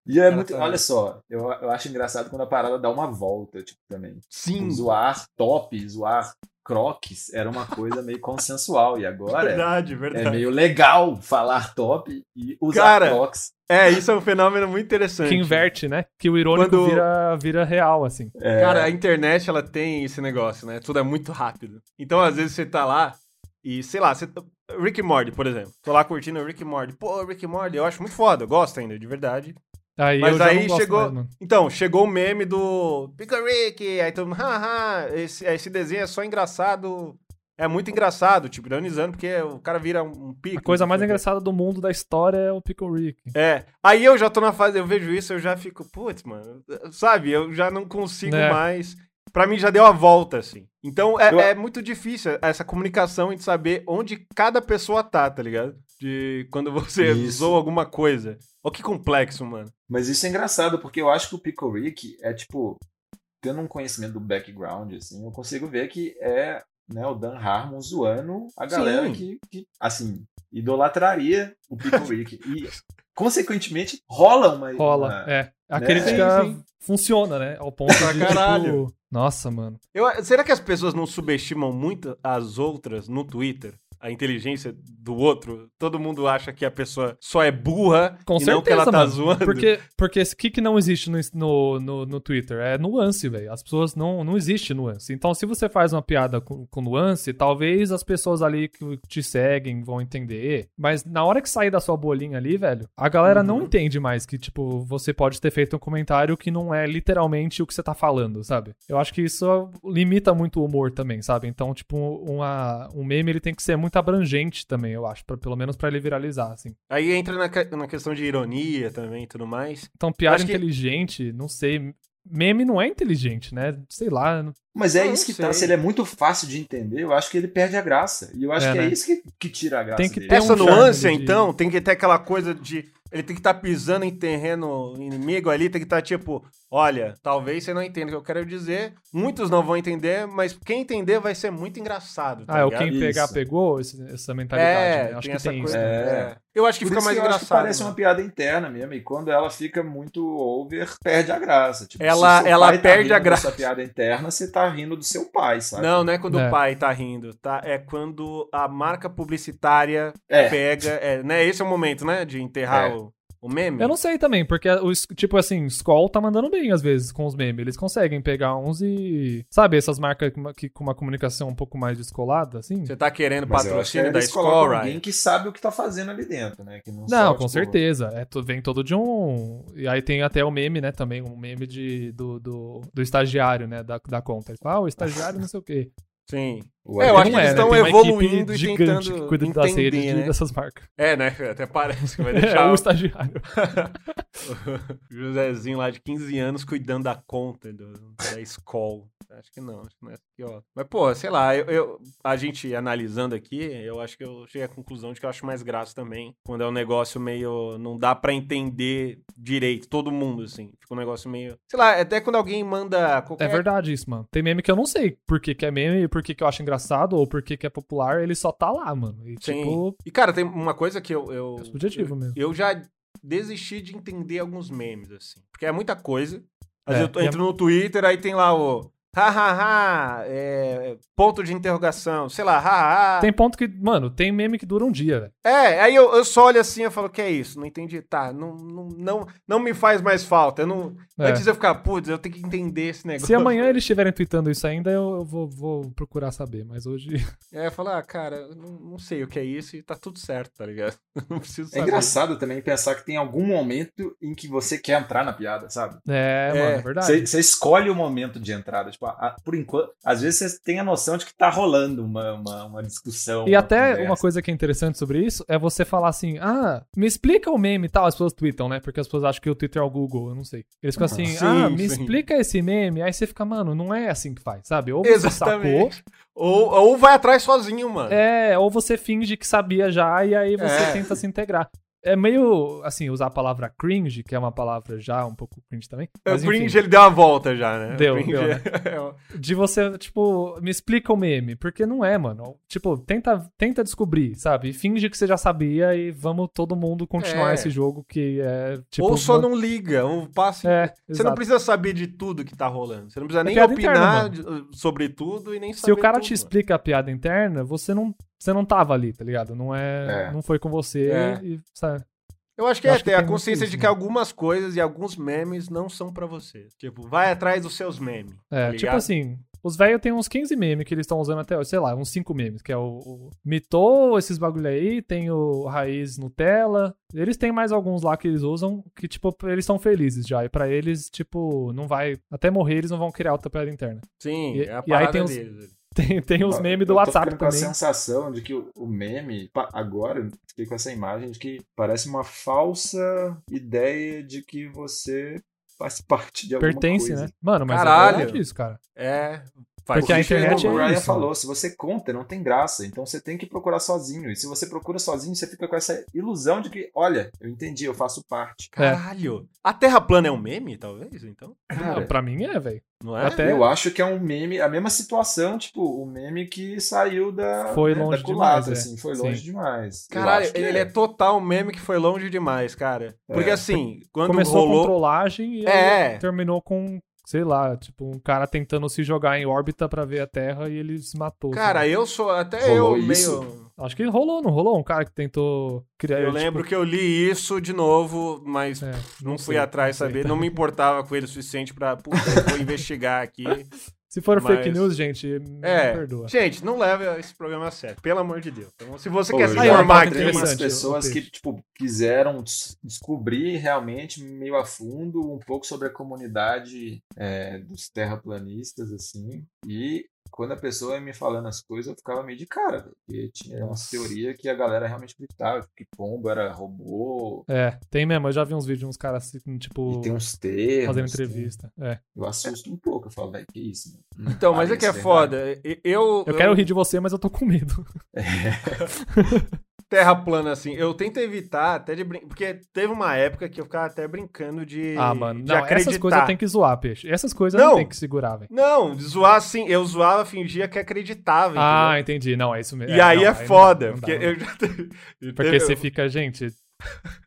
Speaker 3: E é
Speaker 1: Cara,
Speaker 3: muito.
Speaker 1: tá-
Speaker 3: Olha só, eu, eu acho engraçado quando a parada dá uma volta, tipo, também.
Speaker 1: Sim,
Speaker 3: Zoar top, zoar croques era uma coisa meio consensual. E agora
Speaker 1: verdade,
Speaker 3: é, é
Speaker 1: verdade.
Speaker 3: meio legal falar top e usar
Speaker 1: Cara,
Speaker 3: crocs.
Speaker 1: É, isso é um fenômeno muito interessante.
Speaker 2: que inverte, né? Que o irônico
Speaker 1: Quando-
Speaker 2: vira, vira real, assim.
Speaker 3: É,
Speaker 1: Cara, a internet, ela tem esse negócio, né? Tudo é muito rápido. Então, às vezes, você tá lá e, sei lá, você... tá, Rick and Morty, por exemplo. Tô lá curtindo o Rick and Morty. Pô, Rick and Morty, eu acho muito foda. Eu gosto ainda, de verdade.
Speaker 2: Aí
Speaker 1: Mas
Speaker 2: eu já
Speaker 1: aí
Speaker 2: não gosto
Speaker 1: chegou-
Speaker 2: mais, mano.
Speaker 1: Então, chegou o meme do Pica Rick, aí todo mundo, haha, esse, esse desenho é só engraçado, é muito engraçado, tipo, ironizando, porque o cara vira um, um pico.
Speaker 2: A coisa
Speaker 1: não
Speaker 2: mais
Speaker 1: sei o quê.
Speaker 2: engraçada do mundo da história é o Pickle Rick.
Speaker 1: É, aí eu já tô na fase, eu vejo isso, eu já fico, putz, mano, sabe, eu já não consigo
Speaker 2: Né.
Speaker 1: mais. Pra mim já deu a volta, assim. Então é,
Speaker 3: Eu-
Speaker 1: é muito difícil essa comunicação de saber onde cada pessoa tá, tá ligado? De quando você
Speaker 3: Isso.
Speaker 1: usou alguma coisa. Ó, que complexo, mano.
Speaker 3: Mas isso é engraçado, porque eu acho que o Pickle Rick é tipo, tendo um conhecimento do background, assim, eu consigo ver que é né, o Dan Harmon zoando a galera
Speaker 1: Sim.
Speaker 3: que, que, assim, idolatraria o Pickle Rick. E, consequentemente, rola uma.
Speaker 2: Rola,
Speaker 3: uma-
Speaker 2: é. A
Speaker 3: né?
Speaker 2: crítica
Speaker 1: Sim, sim.
Speaker 2: funciona, né? Ao ponto
Speaker 1: Pra
Speaker 2: de,
Speaker 1: caralho.
Speaker 2: tipo... Nossa, mano.
Speaker 1: Eu- será que as pessoas não subestimam muito as outras no Twitter? A inteligência do outro? Todo mundo acha que a pessoa só é burra
Speaker 2: Com
Speaker 1: e
Speaker 2: certeza,
Speaker 1: não que ela tá
Speaker 2: mano.
Speaker 1: zoando.
Speaker 2: Porque, porque o que, que não existe no, no, no, no Twitter? É nuance, velho. As pessoas não... Não existe nuance. Então, se você faz uma piada com, com nuance, talvez as pessoas ali que te seguem vão entender. Mas na hora que sair da sua bolinha ali, velho, a galera não
Speaker 1: Uhum.
Speaker 2: entende mais que, tipo, você pode ter feito um comentário que não é literalmente o que você tá falando, sabe? Eu acho que isso limita muito o humor também, sabe? Então, tipo, uma, um meme ele tem que ser muito abrangente também, eu acho, pra, pelo menos pra ele viralizar, assim.
Speaker 1: Aí entra na, que- na questão de ironia também e tudo mais.
Speaker 2: Então, piada
Speaker 1: Acho que-
Speaker 2: inteligente, não sei. Meme não é inteligente, né? Sei lá. não-
Speaker 3: Mas é
Speaker 1: Não
Speaker 3: isso que
Speaker 1: sei.
Speaker 3: tá. Se ele é muito fácil de entender, eu acho que ele perde a graça. E eu acho
Speaker 2: É,
Speaker 3: que
Speaker 2: né?
Speaker 3: é isso que, que tira a graça
Speaker 2: Tem que
Speaker 3: dele.
Speaker 2: ter
Speaker 1: Essa
Speaker 2: um charme
Speaker 1: nuance,
Speaker 2: ali de-
Speaker 1: então, tem que ter aquela coisa de. Ele tem que estar pisando em terreno inimigo ali, tem que estar tipo, olha, talvez você não entenda o que eu quero dizer, muitos não vão entender, mas quem entender vai ser muito engraçado. tá
Speaker 2: ah, é o
Speaker 1: ligado?
Speaker 2: quem pegar
Speaker 3: Isso.
Speaker 2: pegou, esse- essa
Speaker 1: É,
Speaker 2: mentalidade. né? Acho
Speaker 1: tem
Speaker 2: que
Speaker 1: essa
Speaker 2: tem
Speaker 1: coisa.
Speaker 2: isso. né?
Speaker 1: é. Eu acho que
Speaker 3: Por
Speaker 1: fica
Speaker 3: isso
Speaker 1: mais
Speaker 3: que eu acho que
Speaker 1: engraçado. né?
Speaker 3: parece
Speaker 1: mano.
Speaker 3: uma piada interna mesmo. E quando ela fica muito over, perde a graça. Tipo,
Speaker 1: Ela-
Speaker 3: se seu
Speaker 1: ela
Speaker 3: pai tá
Speaker 1: perde
Speaker 3: rindo
Speaker 1: a graça.
Speaker 3: Dessa piada interna, você tá rindo do seu pai, sabe?
Speaker 1: Não, não é quando
Speaker 2: É.
Speaker 1: o pai tá rindo, tá? É quando a marca publicitária
Speaker 3: É.
Speaker 1: pega. é, né? Esse é o momento, né? De enterrar
Speaker 3: É.
Speaker 1: o, o meme.
Speaker 2: Eu não sei também, porque, o, es- tipo assim, o Skoll tá mandando bem às vezes com os memes. Eles conseguem pegar uns e. Sabe, essas marcas com uma, que- com uma comunicação um pouco mais descolada, assim?
Speaker 1: Você tá querendo
Speaker 3: Mas eu acho que é
Speaker 1: patrocínio
Speaker 3: eles
Speaker 1: da
Speaker 3: colocam
Speaker 1: Score,
Speaker 3: alguém que sabe o que tá fazendo ali dentro, né? Que não,
Speaker 2: Não,
Speaker 3: só,
Speaker 2: com
Speaker 3: tipo,
Speaker 2: certeza. É, tu- vem todo de um. E aí tem até o meme, né, também. Um meme de, do, do, do estagiário, né, da, da conta. Ele fala, Ah, o estagiário não sei o quê.
Speaker 1: Sim.
Speaker 3: o
Speaker 1: É, eu
Speaker 3: Adriano-
Speaker 1: acho que
Speaker 2: Não
Speaker 1: eles
Speaker 2: né?
Speaker 1: tão
Speaker 2: Tem uma equipe
Speaker 1: evoluindo e
Speaker 2: gigante
Speaker 1: tentando
Speaker 2: que cuida das
Speaker 1: entender,
Speaker 2: redes de-
Speaker 1: né?
Speaker 2: dessas marcas.
Speaker 1: É, né? Até parece que vai
Speaker 2: É
Speaker 1: deixar
Speaker 2: o
Speaker 1: o
Speaker 2: estagiário.
Speaker 1: o Josézinho um lá de 15 anos cuidando da conta do- da escola. Acho que não, acho que não é isso aqui, ó. Mas, pô, sei lá, eu, eu- a gente analisando aqui, eu acho que eu cheguei à conclusão de que eu acho mais graça também. Quando é um negócio meio. Não dá pra entender direito, todo mundo, assim. Fica um negócio meio. Sei lá, é até quando alguém manda.
Speaker 2: É
Speaker 1: Qualquer...
Speaker 2: verdade isso, mano. Tem meme que eu não sei por que, que é meme, por que, que eu acho engraçado, ou por que, que é popular, ele só tá lá, mano. E
Speaker 1: Sim.
Speaker 2: tipo,
Speaker 1: E, cara, tem uma coisa que eu. eu
Speaker 2: é subjetivo mesmo.
Speaker 1: Eu já desisti de entender alguns memes, assim. Porque é muita coisa. Às
Speaker 2: É,
Speaker 1: vezes eu
Speaker 2: e é-
Speaker 1: entro no Twitter, aí tem lá o hahaha, é, ponto de interrogação, sei lá, hahaha.
Speaker 2: Tem ponto que, mano, tem meme que dura um dia, velho.
Speaker 1: É, aí eu, eu só olho assim e falo, que é isso? Não entendi. Tá, não, não, não, não me faz mais falta. Eu não,
Speaker 2: É.
Speaker 1: Antes eu ficar, putz, eu tenho que entender esse negócio.
Speaker 2: Se amanhã eles estiverem tweetando isso ainda, eu, eu vou, vou procurar saber. Mas hoje.
Speaker 1: É, eu falo, ah, cara, eu não, não sei o que é isso e tá tudo certo, tá ligado? Não preciso
Speaker 3: É
Speaker 1: saber.
Speaker 3: engraçado também pensar que tem algum momento em que você quer entrar na piada, sabe?
Speaker 2: É,
Speaker 1: É,
Speaker 2: mano, é verdade.
Speaker 3: Você você escolhe o momento de entrada. Tipo, a- a- por enquanto, às vezes você tem a noção de que tá rolando uma, uma, uma discussão.
Speaker 2: E até uma
Speaker 3: conversa.
Speaker 2: coisa que é interessante sobre isso é você falar assim: ah, me explica o meme e tal. As pessoas tweetam, né? Porque as pessoas acham que o Twitter é o Google, eu não sei. Eles ficam assim:
Speaker 1: Sim,
Speaker 2: ah, me
Speaker 1: sim.
Speaker 2: explica esse meme. Aí você fica, mano, não é assim que faz, sabe? Ou você sacou,
Speaker 1: Exatamente. Ou, ou vai atrás sozinho, mano.
Speaker 2: é, ou você finge que sabia já e aí você
Speaker 1: É.
Speaker 2: tenta se integrar. É meio, assim, usar a palavra cringe, que é uma palavra já um pouco cringe também.
Speaker 1: o
Speaker 2: mas enfim.
Speaker 1: É, Cringe, ele deu a volta já, né? O
Speaker 2: Deu,
Speaker 1: Cringe
Speaker 2: deu, né?
Speaker 1: é- é-
Speaker 2: De você, tipo, me explica o meme. Porque não é, mano. Tipo, tenta, tenta descobrir, sabe? E finge que você já sabia e vamos todo mundo continuar
Speaker 1: É.
Speaker 2: esse jogo que é, tipo...
Speaker 1: ou só
Speaker 2: uma-
Speaker 1: não liga, um passe.
Speaker 2: É,
Speaker 1: Você não
Speaker 2: exato. É
Speaker 1: precisa saber de tudo que tá rolando. Você não precisa nem
Speaker 2: piada
Speaker 1: opinar
Speaker 2: interna,
Speaker 1: de- uh, sobre tudo e nem saber
Speaker 2: Se o cara
Speaker 1: tudo,
Speaker 2: te
Speaker 1: mano.
Speaker 2: explica a piada interna, você não, você não tava ali, tá ligado? Não é...
Speaker 3: É.
Speaker 2: Não foi com você
Speaker 1: É.
Speaker 2: e... Sabe?
Speaker 1: Eu acho que
Speaker 2: Eu
Speaker 1: é
Speaker 2: acho que
Speaker 1: ter a
Speaker 2: tem muito
Speaker 1: consciência
Speaker 2: isso,
Speaker 1: de
Speaker 2: né?
Speaker 1: que algumas coisas e alguns memes não são pra você. Tipo, vai atrás dos seus memes.
Speaker 2: É,
Speaker 1: tá
Speaker 2: tipo
Speaker 1: ligado?
Speaker 2: assim... Os velhos têm uns 15 memes que eles estão usando até hoje, sei lá, uns 5 memes, que é o, o Mitou, esses bagulho aí, tem o Raiz Nutella. Eles têm mais alguns lá que eles usam que, tipo, eles são felizes já. E pra eles, tipo, não vai. Até morrer, eles não vão criar outra piada interna.
Speaker 1: Sim,
Speaker 2: E-
Speaker 1: é
Speaker 2: e
Speaker 1: a
Speaker 2: aí
Speaker 1: parada
Speaker 2: tem os-
Speaker 1: deles.
Speaker 2: Tem, tem os
Speaker 3: Eu-
Speaker 2: memes do
Speaker 3: eu tô
Speaker 2: WhatsApp
Speaker 3: ficando com a
Speaker 2: também.
Speaker 3: sensação de que o, o meme, pa- agora, eu fiquei com essa imagem de que parece uma falsa ideia de que você faz parte de um alguma
Speaker 2: Pertence,
Speaker 3: coisa.
Speaker 2: né? Mano, mas
Speaker 1: Caralho.
Speaker 2: é verdade isso, cara.
Speaker 1: É.
Speaker 2: Porque a
Speaker 3: Porque
Speaker 1: sentido,
Speaker 2: internet
Speaker 3: como
Speaker 2: é
Speaker 3: o
Speaker 1: mano.
Speaker 3: Ryan
Speaker 2: isso,
Speaker 3: falou, se você conta, não tem graça. Então você tem que procurar sozinho. E se você procura sozinho, você fica com essa ilusão de que, olha, eu entendi, eu faço parte.
Speaker 2: É.
Speaker 1: Caralho. A Terra plana é um meme, talvez, então?
Speaker 2: Não,
Speaker 3: Cara,
Speaker 2: pra mim é, velho.
Speaker 1: Não é?
Speaker 2: Até-
Speaker 3: eu acho que é um meme, a mesma situação, tipo, o meme que saiu da,
Speaker 2: Foi
Speaker 3: né,
Speaker 2: longe
Speaker 3: da culata,
Speaker 2: demais, é.
Speaker 3: assim, foi
Speaker 2: Sim.
Speaker 3: longe demais. Eu
Speaker 1: Caralho,
Speaker 3: acho que
Speaker 1: ele é. total meme que foi longe demais, cara. Porque
Speaker 3: É.
Speaker 1: assim, quando
Speaker 2: Começou com
Speaker 1: rolou.
Speaker 2: trollagem e
Speaker 1: É.
Speaker 2: aí terminou com, sei lá, tipo, um cara tentando se jogar em órbita pra ver a Terra e ele se matou. assim.
Speaker 1: Cara,
Speaker 2: sabe?
Speaker 1: eu sou. Até
Speaker 3: Rolou
Speaker 1: eu
Speaker 3: isso?
Speaker 1: meio.
Speaker 2: Acho que rolou, não rolou? Um cara que tentou criar.
Speaker 1: Eu
Speaker 2: tipo,
Speaker 1: lembro que eu li isso de novo, mas
Speaker 2: É,
Speaker 1: não, fui
Speaker 2: sei,
Speaker 1: atrás
Speaker 2: não sei.
Speaker 1: saber. Não me importava com ele o suficiente pra. Puta, eu vou investigar aqui.
Speaker 2: Se for fake
Speaker 1: Mas-
Speaker 2: news, gente, me
Speaker 1: É.
Speaker 2: perdoa.
Speaker 1: Gente, não leve esse programa a sério, pelo amor de Deus. Então, se você
Speaker 3: Pô,
Speaker 1: quer
Speaker 3: eu
Speaker 1: se
Speaker 3: já
Speaker 2: aí, ó,
Speaker 1: informar
Speaker 2: ponto
Speaker 1: aqui,
Speaker 3: encontrei umas
Speaker 2: interessante,
Speaker 3: pessoas
Speaker 2: ô,
Speaker 3: que, tipo, quiseram des- descobrir realmente meio a fundo um pouco sobre a comunidade é, dos terraplanistas, assim, e quando a pessoa ia me falando as coisas, eu ficava meio de cara, velho, porque tinha umas
Speaker 2: Nossa.
Speaker 3: teorias que a galera realmente acreditava, que pombo era robô,
Speaker 2: É, tem mesmo. Eu já vi uns vídeos de uns caras, assim,
Speaker 3: e
Speaker 2: tipo,
Speaker 3: tem um assim. uns termos.
Speaker 2: fazendo
Speaker 3: tem-
Speaker 2: entrevista. É.
Speaker 3: Eu assusto um pouco, eu falo, velho, que isso, mano?
Speaker 1: Então, mas é
Speaker 3: Parece
Speaker 1: que é
Speaker 3: verdade.
Speaker 1: foda. E- Eu,
Speaker 2: Eu quero rir de você, mas eu tô com medo.
Speaker 1: terra plana, assim. Eu tento evitar até de brincar. Porque teve uma época que eu ficava até brincando de.
Speaker 2: Ah, mano.
Speaker 1: de
Speaker 2: Não, essas coisas tem que zoar, peixe. Essas coisas não,
Speaker 1: Não.
Speaker 2: tem que segurar, velho.
Speaker 1: Não, zoar assim. Eu zoava, fingia que acreditava.
Speaker 2: Ah,
Speaker 1: entendeu?
Speaker 2: entendi. Não, é isso mesmo.
Speaker 1: E aí
Speaker 2: não,
Speaker 1: é
Speaker 2: não
Speaker 1: foda.
Speaker 2: dá, não dá,
Speaker 1: porque
Speaker 2: não dá.
Speaker 1: eu já teve-
Speaker 2: Porque
Speaker 1: eu-
Speaker 2: você fica, gente.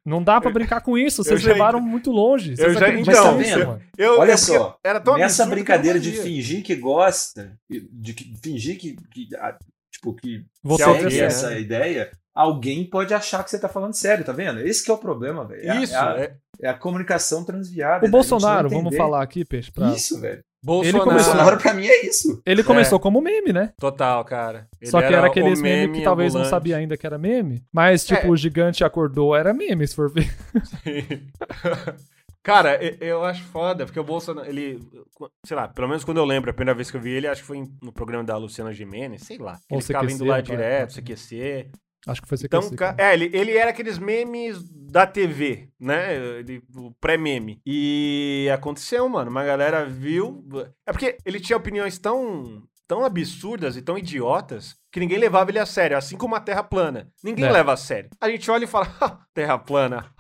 Speaker 2: Não dá pra brincar com isso. Vocês
Speaker 1: já
Speaker 2: levaram muito longe. Vocês
Speaker 1: eu já-
Speaker 2: acreditam
Speaker 1: então,
Speaker 2: nisso,
Speaker 3: você-
Speaker 2: mano?
Speaker 1: eu-
Speaker 3: Olha
Speaker 1: é porque
Speaker 3: só,
Speaker 1: Era tão
Speaker 3: Nessa
Speaker 1: absurdo que eu
Speaker 3: brincadeira
Speaker 1: não
Speaker 3: de
Speaker 1: fazia.
Speaker 3: fingir que gosta, de que, fingir que, que, ah, tipo, que
Speaker 2: Você
Speaker 1: alguém-
Speaker 3: segue
Speaker 2: cresceu.
Speaker 3: essa ideia, alguém pode achar que você tá falando sério, tá vendo? Esse que é o problema, velho. É,
Speaker 1: Isso,
Speaker 3: a- é, a-
Speaker 1: é,
Speaker 3: é a comunicação transviada.
Speaker 2: O
Speaker 3: né? A gente não
Speaker 2: Bolsonaro, vamos
Speaker 3: entender.
Speaker 2: falar aqui, peixe. pra- Ah.
Speaker 3: Isso, velho.
Speaker 1: Bolsonaro.
Speaker 3: O
Speaker 2: começou-
Speaker 3: Bolsonaro pra mim é isso.
Speaker 2: Ele começou como meme, né?
Speaker 1: Total, cara. Ele
Speaker 2: Só que era, aqueles
Speaker 1: o
Speaker 2: meme, que talvez não
Speaker 1: ambulante.
Speaker 2: sabia ainda que era meme. Mas, tipo,
Speaker 1: É.
Speaker 2: o gigante acordou, era meme, se for ver.
Speaker 1: Cara, e- eu acho foda, porque o Bolsonaro, ele, sei lá, pelo menos quando eu lembro, a primeira vez que eu vi ele, acho que foi em- no programa da Luciana Gimenez, sei lá.
Speaker 2: Ou
Speaker 1: Ele ficava
Speaker 2: CQC,
Speaker 1: indo lá
Speaker 2: né,
Speaker 1: direto,
Speaker 2: pai?
Speaker 1: CQC.
Speaker 2: Acho que foi você que
Speaker 1: Então, ca- é, ele, ele era aqueles memes da TV, né? Ele, o pré-meme. E aconteceu, mano. Uma galera viu. É porque ele tinha opiniões tão, tão absurdas e tão idiotas que ninguém levava ele a sério, assim como a Terra plana. Ninguém
Speaker 2: É.
Speaker 1: leva a sério. A gente olha e fala, "Ha, Terra plana,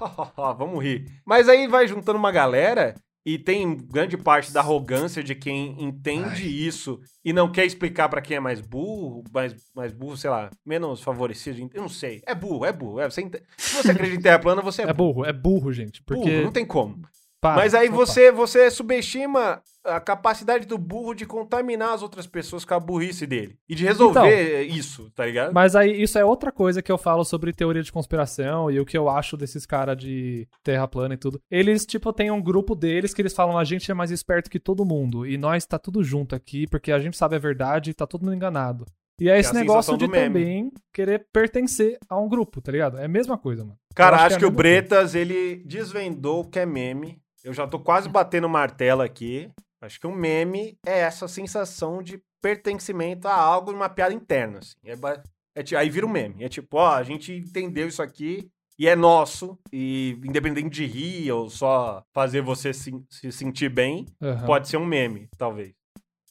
Speaker 1: vamos rir. Mas aí vai juntando uma galera. E tem grande parte da arrogância de quem entende isso e não quer explicar pra quem é mais burro, mais, mais burro, sei lá, menos favorecido, eu não sei. É burro, é burro. é, você ente- Se você acredita em terra plana, você é,
Speaker 2: É burro, é burro, gente.
Speaker 1: burro,
Speaker 2: Porque
Speaker 1: não tem como.
Speaker 2: Para,
Speaker 1: Mas aí
Speaker 2: opa.
Speaker 1: você, você subestima a capacidade do burro de contaminar as outras pessoas com a burrice dele. E de resolver
Speaker 2: Então,
Speaker 1: isso, tá ligado?
Speaker 2: Mas aí isso é outra coisa que eu falo sobre teoria de conspiração e o que eu acho desses caras de terra plana e tudo. Eles, tipo, tem um grupo deles que eles falam: a gente é mais esperto que todo mundo e nós tá tudo junto aqui porque a gente sabe a verdade e tá todo mundo enganado. E é
Speaker 1: a
Speaker 2: esse
Speaker 1: sensação
Speaker 2: negócio de
Speaker 1: do meme.
Speaker 2: também querer pertencer a um grupo, tá ligado? É a mesma coisa, mano.
Speaker 1: Cara,
Speaker 2: eu
Speaker 1: acho,
Speaker 2: acho
Speaker 1: que,
Speaker 2: que
Speaker 1: o
Speaker 2: é a mesma coisa.
Speaker 1: Bretas, ele desvendou o que é meme. Eu já tô quase batendo o martelo aqui. Acho que um meme é essa sensação de pertencimento a algo, uma piada interna, assim. É, ba- é ti- aí vira um meme. É tipo, ó, a gente entendeu isso aqui e é nosso. E independente de rir ou só fazer você se, se sentir bem,
Speaker 2: Aham.
Speaker 1: pode ser um meme, talvez.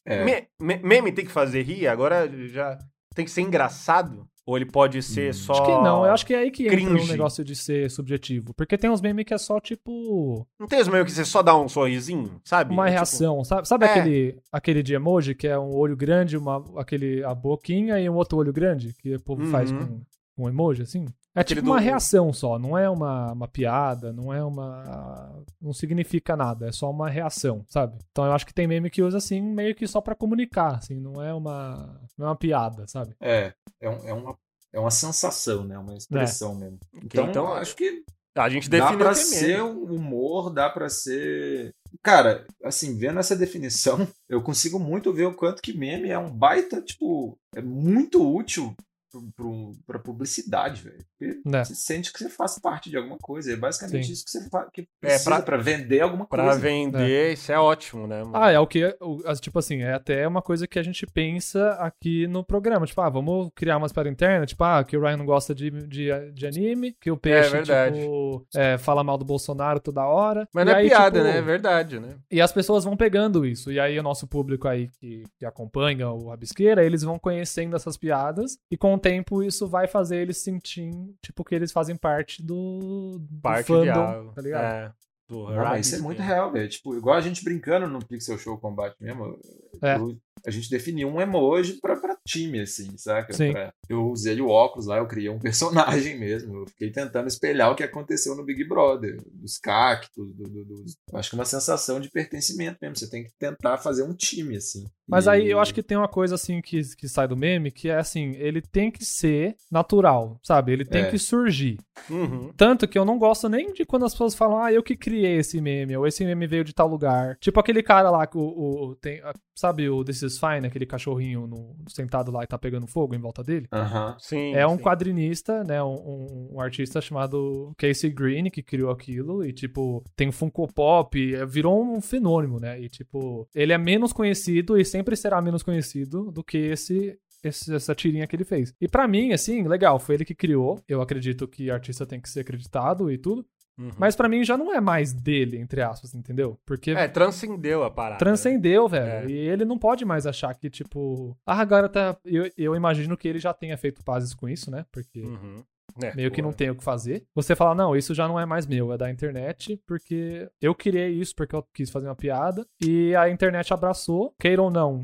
Speaker 3: É,
Speaker 1: Me- me- meme tem que fazer rir? Agora já tem que ser engraçado? Ou ele pode ser
Speaker 3: Hum.
Speaker 1: só.
Speaker 2: Acho que não, eu acho que é aí que entra o
Speaker 1: Cringe.
Speaker 2: negócio de ser subjetivo. Porque tem uns memes que é só, tipo,
Speaker 1: Não tem os memes que você só dá um sorrisinho, sabe?
Speaker 2: uma
Speaker 1: É tipo-
Speaker 2: reação. Sabe, sabe
Speaker 1: É.
Speaker 2: aquele, aquele de emoji que é um olho grande, uma, aquele, a boquinha e um outro olho grande que o povo
Speaker 1: Uhum.
Speaker 2: faz com um emoji, assim? É
Speaker 1: Aquele
Speaker 2: tipo uma
Speaker 1: do-
Speaker 2: reação só, não é uma, uma piada, não é uma. Não significa nada, é só uma reação, sabe? Então eu acho que tem meme que usa assim, meio que só pra comunicar, assim, não é uma, não é uma piada, sabe?
Speaker 3: é, é, um- é uma, é uma sensação, né? Uma
Speaker 2: É.
Speaker 3: expressão mesmo. Então,
Speaker 1: então,
Speaker 3: acho que
Speaker 1: A gente
Speaker 3: dá
Speaker 1: definiu o
Speaker 3: pra
Speaker 1: que é meme.
Speaker 3: ser um humor, dá pra ser. Cara, assim, vendo essa definição, eu consigo muito ver o quanto que meme é um baita, tipo, é muito útil pro- pro- pra publicidade, velho. Porque
Speaker 2: Né?
Speaker 3: Você sente que você faz parte de alguma coisa. É basicamente
Speaker 2: Sim.
Speaker 3: isso que você faz, que
Speaker 1: É,
Speaker 3: precisa
Speaker 1: pra-
Speaker 3: pra, vender alguma
Speaker 1: Pra
Speaker 3: coisa.
Speaker 1: vender, isso é ótimo, né, mano?
Speaker 2: Ah, é o que. o- as- Tipo assim, é até uma coisa que a gente pensa aqui no programa. Tipo, ah, vamos criar umas para interna. Tipo, ah, que o Ryan não gosta de, de, de anime, que o Peixe,
Speaker 1: É verdade.
Speaker 2: tipo, é, fala mal do Bolsonaro toda hora.
Speaker 1: Mas
Speaker 2: E
Speaker 1: não é
Speaker 2: aí,
Speaker 1: piada,
Speaker 2: tipo,
Speaker 1: né? É verdade, né?
Speaker 2: E as pessoas vão pegando isso. E aí o nosso público aí que, que acompanha o Rabisqueira, eles vão conhecendo essas piadas. E com o tempo isso vai fazer eles sentirem, tipo, que eles fazem parte do, do
Speaker 1: Parte de
Speaker 2: fandom,
Speaker 1: algo.
Speaker 2: tá ligado?
Speaker 1: É. Do
Speaker 3: Não, mas isso é
Speaker 1: né?
Speaker 3: muito real, velho. Tipo, igual a gente brincando no Pixel Show Combat mesmo.
Speaker 2: É.
Speaker 3: eu- a gente definiu um emoji pra, pra time, assim, saca?
Speaker 2: Sim.
Speaker 3: Pra- eu usei o óculos lá, eu criei um personagem mesmo. Eu fiquei tentando espelhar o que aconteceu no Big Brother. Dos cactos, do, do- dos- eu Acho que é uma sensação de pertencimento mesmo. Você tem que tentar fazer um time, assim.
Speaker 2: Mas
Speaker 3: E-
Speaker 2: aí eu acho que tem uma coisa assim que, que sai do meme, que é assim, ele tem que ser natural, sabe? Ele tem
Speaker 3: É.
Speaker 2: que surgir.
Speaker 1: Uhum.
Speaker 2: Tanto que eu não gosto nem de quando as pessoas falam, ah, eu que criei esse meme, ou esse meme veio de tal lugar. Tipo aquele cara lá, que o, o- o- tem, a- sabe o This is Fine, aquele cachorrinho no- sentado lá e tá pegando fogo em volta dele?
Speaker 3: Aham.
Speaker 1: Sim.
Speaker 2: É um
Speaker 1: sim.
Speaker 2: quadrinista, né? Um, um- um artista chamado Casey Green que criou aquilo e, tipo, tem o Funko Pop, é, virou um fenômeno, né? E, tipo, ele é menos conhecido e sempre será menos conhecido do que esse. esse- Essa tirinha que ele fez. E pra mim, assim, legal, foi ele que criou. Eu acredito que artista tem que ser acreditado e tudo.
Speaker 1: Uhum.
Speaker 2: Mas pra mim já não é mais dele, entre aspas, entendeu? Porque
Speaker 1: É, transcendeu a parada. né?
Speaker 2: Transcendeu,
Speaker 1: É.
Speaker 2: velho. E ele não pode mais achar que, tipo. Ah, agora tá. Eu, eu imagino que ele já tenha feito pazes com isso, né? Porque
Speaker 1: Uhum. É,
Speaker 2: meio que
Speaker 1: pô,
Speaker 2: não tem o que fazer. Você fala, não, isso já não é mais meu, é da internet, porque eu criei isso, porque eu quis fazer uma piada. E a internet abraçou, queira ou não.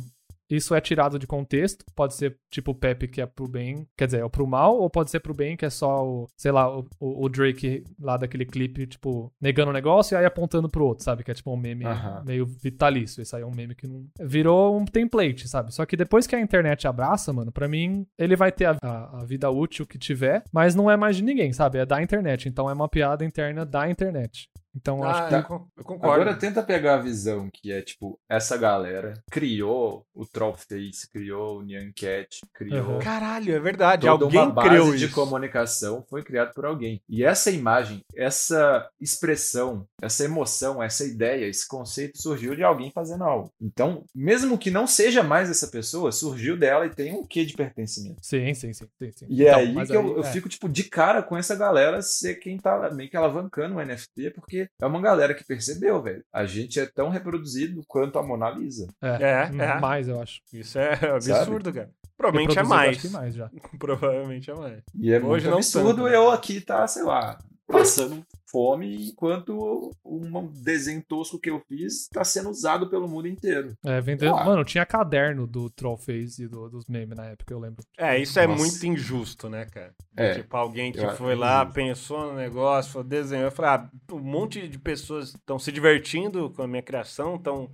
Speaker 2: Isso é tirado de contexto, pode ser tipo o Pepe que é pro bem, quer dizer, é pro mal, ou pode ser pro bem que é só o, sei lá, o, o- o Drake lá daquele clipe, tipo, negando o negócio e aí apontando pro outro, sabe? Que é tipo um meme
Speaker 3: Aham.
Speaker 2: meio vitalício. Isso aí é um meme que não. Virou um template, sabe? Só que depois que a internet abraça, mano, pra mim, ele vai ter a, a- a vida útil que tiver, mas não é mais de ninguém, sabe? É da internet. Então é uma piada interna da internet. Então eu acho
Speaker 1: Ah,
Speaker 3: é.
Speaker 2: que.
Speaker 1: eu con- eu concordo.
Speaker 3: Tá. Agora tenta pegar a visão que é tipo, essa galera criou o Trollface, criou o Nyan Cat, criou
Speaker 2: Aham.
Speaker 1: Caralho, é verdade.
Speaker 3: toda
Speaker 1: Alguém
Speaker 3: uma base
Speaker 1: criou
Speaker 3: de
Speaker 1: isso.
Speaker 3: comunicação foi criado por alguém. E essa imagem, essa expressão, essa emoção, essa ideia, esse conceito surgiu de alguém fazendo algo. Então, mesmo que não seja mais essa pessoa, surgiu dela e tem um quê de pertencimento.
Speaker 2: Sim, sim, sim, sim, sim.
Speaker 3: E é
Speaker 2: Então,
Speaker 3: aí
Speaker 2: mas
Speaker 3: que eu, eu
Speaker 2: é.
Speaker 3: fico, tipo, de cara com essa galera ser quem tá meio que alavancando o NFT, porque é uma galera que percebeu, velho. A gente é tão reproduzido quanto a Mona Lisa. né?
Speaker 1: É, é.
Speaker 2: Uhum. Mais, eu acho.
Speaker 1: Isso é absurdo, cara. Provavelmente é
Speaker 2: Reproduzido, eu
Speaker 1: mais.
Speaker 2: acho que mais já.
Speaker 1: Provavelmente é mais.
Speaker 3: E é
Speaker 1: Hoje
Speaker 3: muito
Speaker 1: não
Speaker 3: absurdo
Speaker 1: tanto, né?
Speaker 3: eu aqui tá, sei lá, passando fome, enquanto um desenho tosco que eu fiz está sendo usado pelo mundo inteiro.
Speaker 2: É, vendendo.
Speaker 3: Ah.
Speaker 2: Mano, tinha caderno do Trollface e do- dos memes na época, eu lembro.
Speaker 1: É, isso é
Speaker 3: Hum, Nossa.
Speaker 1: muito injusto, né, cara?
Speaker 3: É.
Speaker 1: Tipo, alguém que
Speaker 3: Eu acho
Speaker 1: foi lá,
Speaker 3: injusto.
Speaker 1: pensou no negócio, falou, desenhou, falou, ah, um monte de pessoas estão se divertindo com a minha criação, estão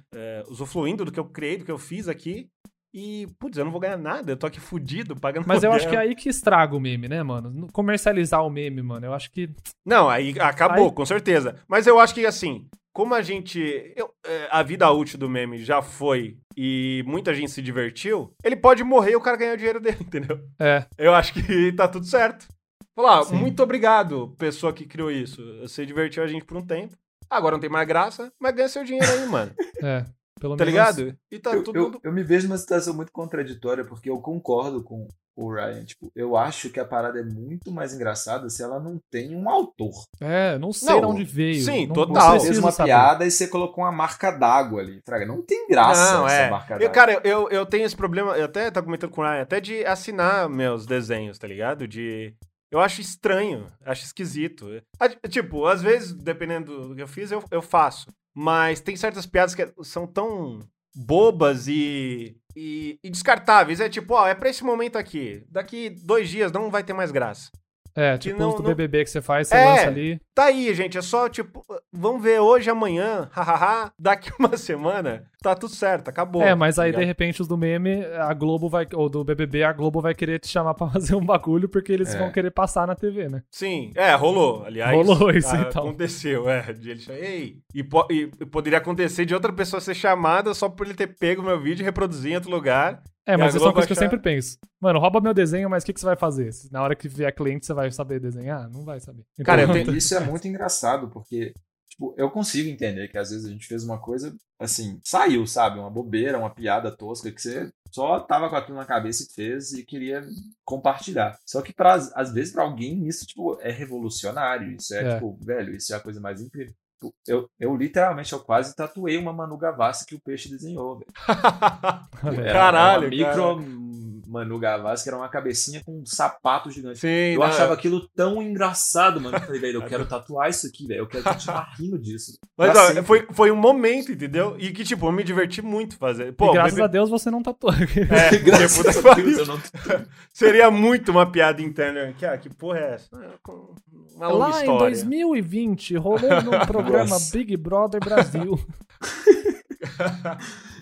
Speaker 1: usufruindo do que eu criei, do que eu fiz aqui, e, putz, eu não vou ganhar nada, eu tô aqui fudido, pagando
Speaker 2: Mas eu
Speaker 1: aluguel.
Speaker 2: acho que é aí que estraga o meme, né, mano? No- Comercializar o meme, mano, eu acho que.
Speaker 1: Não, aí acabou,
Speaker 2: Aí-
Speaker 1: com certeza. Mas eu acho que assim, como a gente. eu- é, a vida útil do meme já foi e muita gente se divertiu, ele pode morrer e o cara ganhar o dinheiro dele, entendeu?
Speaker 2: É,
Speaker 1: Eu acho que tá tudo certo. Falar,
Speaker 2: Sim.
Speaker 1: muito obrigado, pessoa que criou isso. Você divertiu a gente por um tempo. Agora não tem mais graça, mas ganha seu dinheiro aí, mano.
Speaker 2: é. Pelo
Speaker 1: tá
Speaker 2: menos.
Speaker 1: ligado? E tá
Speaker 3: Eu,
Speaker 1: tudo.
Speaker 3: eu, eu me vejo numa situação muito contraditória, porque eu concordo com o Ryan. Tipo, eu acho que a parada é muito mais engraçada se ela não tem um autor.
Speaker 2: É, não sei
Speaker 1: Não,
Speaker 2: de onde veio.
Speaker 1: sim,
Speaker 2: não,
Speaker 1: total.
Speaker 2: Não
Speaker 3: Você fez
Speaker 2: preciso
Speaker 3: uma
Speaker 2: saber.
Speaker 3: piada e você colocou uma marca d'água ali. Fraga, não tem graça
Speaker 1: não,
Speaker 3: essa
Speaker 1: é.
Speaker 3: marca
Speaker 1: Eu,
Speaker 3: d'água.
Speaker 1: cara, eu, eu tenho esse problema, eu até tava comentando com o Ryan, até de assinar meus desenhos, tá ligado? De. Eu acho estranho, acho esquisito. Ah, Tipo, às vezes, dependendo do que eu fiz, eu, eu faço. Mas tem certas piadas que são tão bobas e, e, e descartáveis. É tipo, ó, é pra esse momento aqui. Daqui dois dias não vai ter mais graça.
Speaker 2: É, tipo
Speaker 1: não-
Speaker 2: os do
Speaker 1: não-
Speaker 2: BBB que você faz, você
Speaker 1: É.
Speaker 2: lança ali.
Speaker 1: Tá aí, gente. É só, tipo, vamos ver hoje, amanhã, hahaha. Daqui uma semana, tá tudo certo, acabou.
Speaker 2: é, mas
Speaker 1: Tá
Speaker 2: aí
Speaker 1: ligado?
Speaker 2: de repente os do meme, a Globo vai. Ou do BBB, a Globo vai querer te chamar pra fazer um bagulho porque eles
Speaker 3: É.
Speaker 2: vão querer passar na TV, né?
Speaker 1: Sim, é, rolou, aliás.
Speaker 2: Rolou isso,
Speaker 1: ah,
Speaker 2: então.
Speaker 1: Aconteceu, é. de Ele chamar, Ei, e, po- e poderia acontecer de outra pessoa ser chamada só por ele ter pego meu vídeo e reproduzir em outro lugar. E
Speaker 2: É, mas
Speaker 1: a
Speaker 2: isso é uma
Speaker 1: Globo
Speaker 2: coisa que eu
Speaker 1: achar-
Speaker 2: sempre penso. Mano, rouba meu desenho, mas o que, que você vai fazer? Se Na hora que vier cliente, você vai saber desenhar? Não vai saber. Então,
Speaker 1: Cara, eu
Speaker 3: Então,
Speaker 1: tenho-
Speaker 3: Isso é muito engraçado, porque tipo, eu consigo entender que às vezes a gente fez uma coisa, assim, saiu, sabe? Uma bobeira, uma piada tosca que você só tava com aquilo na cabeça e fez e queria compartilhar. Só que pra, às vezes pra alguém isso, tipo, é revolucionário. Isso é,
Speaker 2: É.
Speaker 3: tipo, velho, isso é a coisa mais incrível. Tipo, Eu, eu literalmente, eu quase tatuei uma Manu Gavassi que o peixe desenhou, velho.
Speaker 2: É
Speaker 3: Era- era
Speaker 1: Caralho,
Speaker 3: uma
Speaker 1: cara.
Speaker 3: micro Manu Gavassi, que era uma cabecinha com um sapato gigante.
Speaker 1: Sim,
Speaker 3: Eu
Speaker 1: não,
Speaker 3: achava aquilo tão engraçado, mano. Eu falei, velho, eu quero tatuar isso aqui, velho. Eu quero continuar rindo disso.
Speaker 1: Mas
Speaker 3: pra
Speaker 1: ó,
Speaker 3: sempre.
Speaker 1: foi, foi um momento, entendeu? E que, tipo, eu me diverti muito fazer. Pô,
Speaker 2: e graças
Speaker 1: bebê-
Speaker 2: a Deus você não tá tatuou.
Speaker 1: É, porque,
Speaker 3: Graças
Speaker 1: puta que
Speaker 3: a Deus,
Speaker 1: pariu.
Speaker 3: eu não
Speaker 1: Seria muito uma piada interna. Que, ah, que porra é essa? Ah, com- Uma longa
Speaker 2: É Lá em
Speaker 1: história.
Speaker 2: 2020, rolou no programa
Speaker 3: Nossa.
Speaker 2: Big Brother Brasil.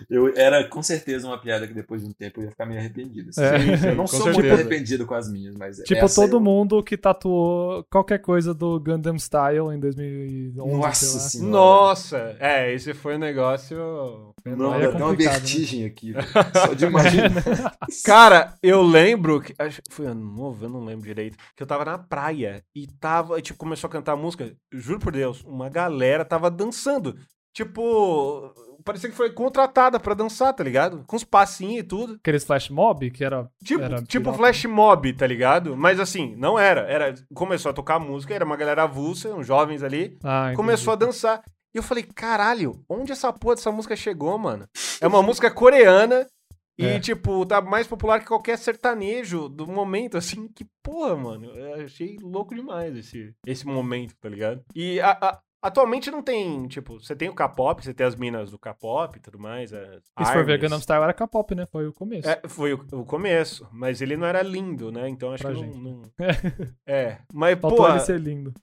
Speaker 3: Eu era com certeza uma piada que depois de um tempo eu ia ficar meio arrependido. assim.
Speaker 2: É.
Speaker 1: Sim, sim,
Speaker 3: eu não
Speaker 1: com
Speaker 3: sou muito
Speaker 1: certeza.
Speaker 3: arrependido com as minhas, mas. é,
Speaker 1: É
Speaker 2: tipo,
Speaker 1: assim
Speaker 3: essa
Speaker 2: todo
Speaker 3: eu-
Speaker 2: mundo que tatuou qualquer coisa do Gundam Style em 2011.
Speaker 3: Nossa
Speaker 2: sei lá.
Speaker 3: senhora.
Speaker 1: Nossa, é, esse foi um negócio
Speaker 3: Não,
Speaker 2: Aí é
Speaker 3: dá até uma
Speaker 2: complicado,
Speaker 3: vertigem aqui. velho. Só de imaginar.
Speaker 1: Cara, eu lembro que. Acho, que foi ano novo, eu não lembro direito. Que eu tava na praia e tava. E, tipo, começou a cantar música. Juro por Deus, uma galera tava dançando. Tipo, parecia que foi contratada pra dançar, tá ligado? Com os passinhos e tudo.
Speaker 2: Aqueles flash mob, que era.
Speaker 1: Tipo,
Speaker 2: Era
Speaker 1: tipo
Speaker 2: pirata.
Speaker 1: flash mob, tá ligado? Mas assim, não era. Era começou a tocar música, era uma galera avulsa, uns jovens ali.
Speaker 2: Ah, entendi.
Speaker 1: Começou a dançar. E eu falei, caralho, onde essa porra dessa música chegou, mano? É uma música coreana e,
Speaker 2: É.
Speaker 1: tipo, tá mais popular que qualquer sertanejo do momento, assim. Que porra, mano. Eu achei louco demais esse, esse momento, tá ligado? E a- a- atualmente não tem, tipo, você tem o K-pop, você tem as minas do K-pop e tudo mais. As
Speaker 2: E se for ver
Speaker 1: ARMYs.
Speaker 2: Gundam Style, era K-pop, né? Foi o começo.
Speaker 1: É, foi o, o começo, mas ele não era lindo, né? Então acho
Speaker 2: Pra
Speaker 1: que não-
Speaker 2: gente.
Speaker 1: não, É, mas, pô.
Speaker 2: Faltou ele ser lindo.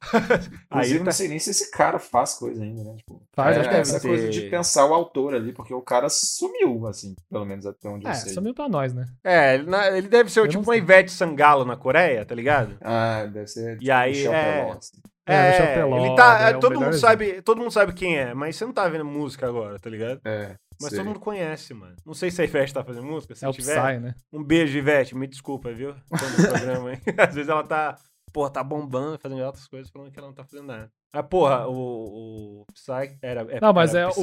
Speaker 1: Aí
Speaker 3: Inclusive, eu
Speaker 1: tá-
Speaker 3: não sei nem se esse cara faz coisa ainda, né? Tipo,
Speaker 2: Faz,
Speaker 3: é,
Speaker 2: acho que Ah, deve
Speaker 3: essa
Speaker 1: ter.
Speaker 3: coisa de pensar o autor ali, porque o cara sumiu, assim, pelo menos até onde
Speaker 2: É,
Speaker 3: eu sei.
Speaker 2: sumiu pra nós, né?
Speaker 1: É, ele na- ele deve ser
Speaker 2: Eu
Speaker 1: tipo
Speaker 2: não
Speaker 1: uma
Speaker 2: sei.
Speaker 1: Ivete Sangalo na Coreia, tá ligado?
Speaker 3: Ah, deve ser.
Speaker 1: E aí,
Speaker 3: Michel
Speaker 1: é,
Speaker 3: Teló, assim.
Speaker 2: É, Michel Teló,
Speaker 1: ele tá,
Speaker 2: né, é o
Speaker 1: todo
Speaker 2: melhor
Speaker 1: mundo
Speaker 2: exemplo.
Speaker 1: sabe, todo mundo sabe quem é, mas você não tá vendo música agora, tá ligado?
Speaker 3: É,
Speaker 1: Mas
Speaker 3: sei.
Speaker 1: todo mundo conhece, mano. Não sei se a Ivete tá fazendo música, se
Speaker 2: é o
Speaker 1: tiver.
Speaker 2: Psy, né?
Speaker 1: Um beijo, Ivete, me desculpa, viu? Quando o programa, hein? Às vezes ela tá, porra, tá bombando, fazendo outras coisas, falando que ela não tá fazendo nada. Ah, porra, o, o Psy era é-
Speaker 2: Não, mas
Speaker 1: era
Speaker 2: é o,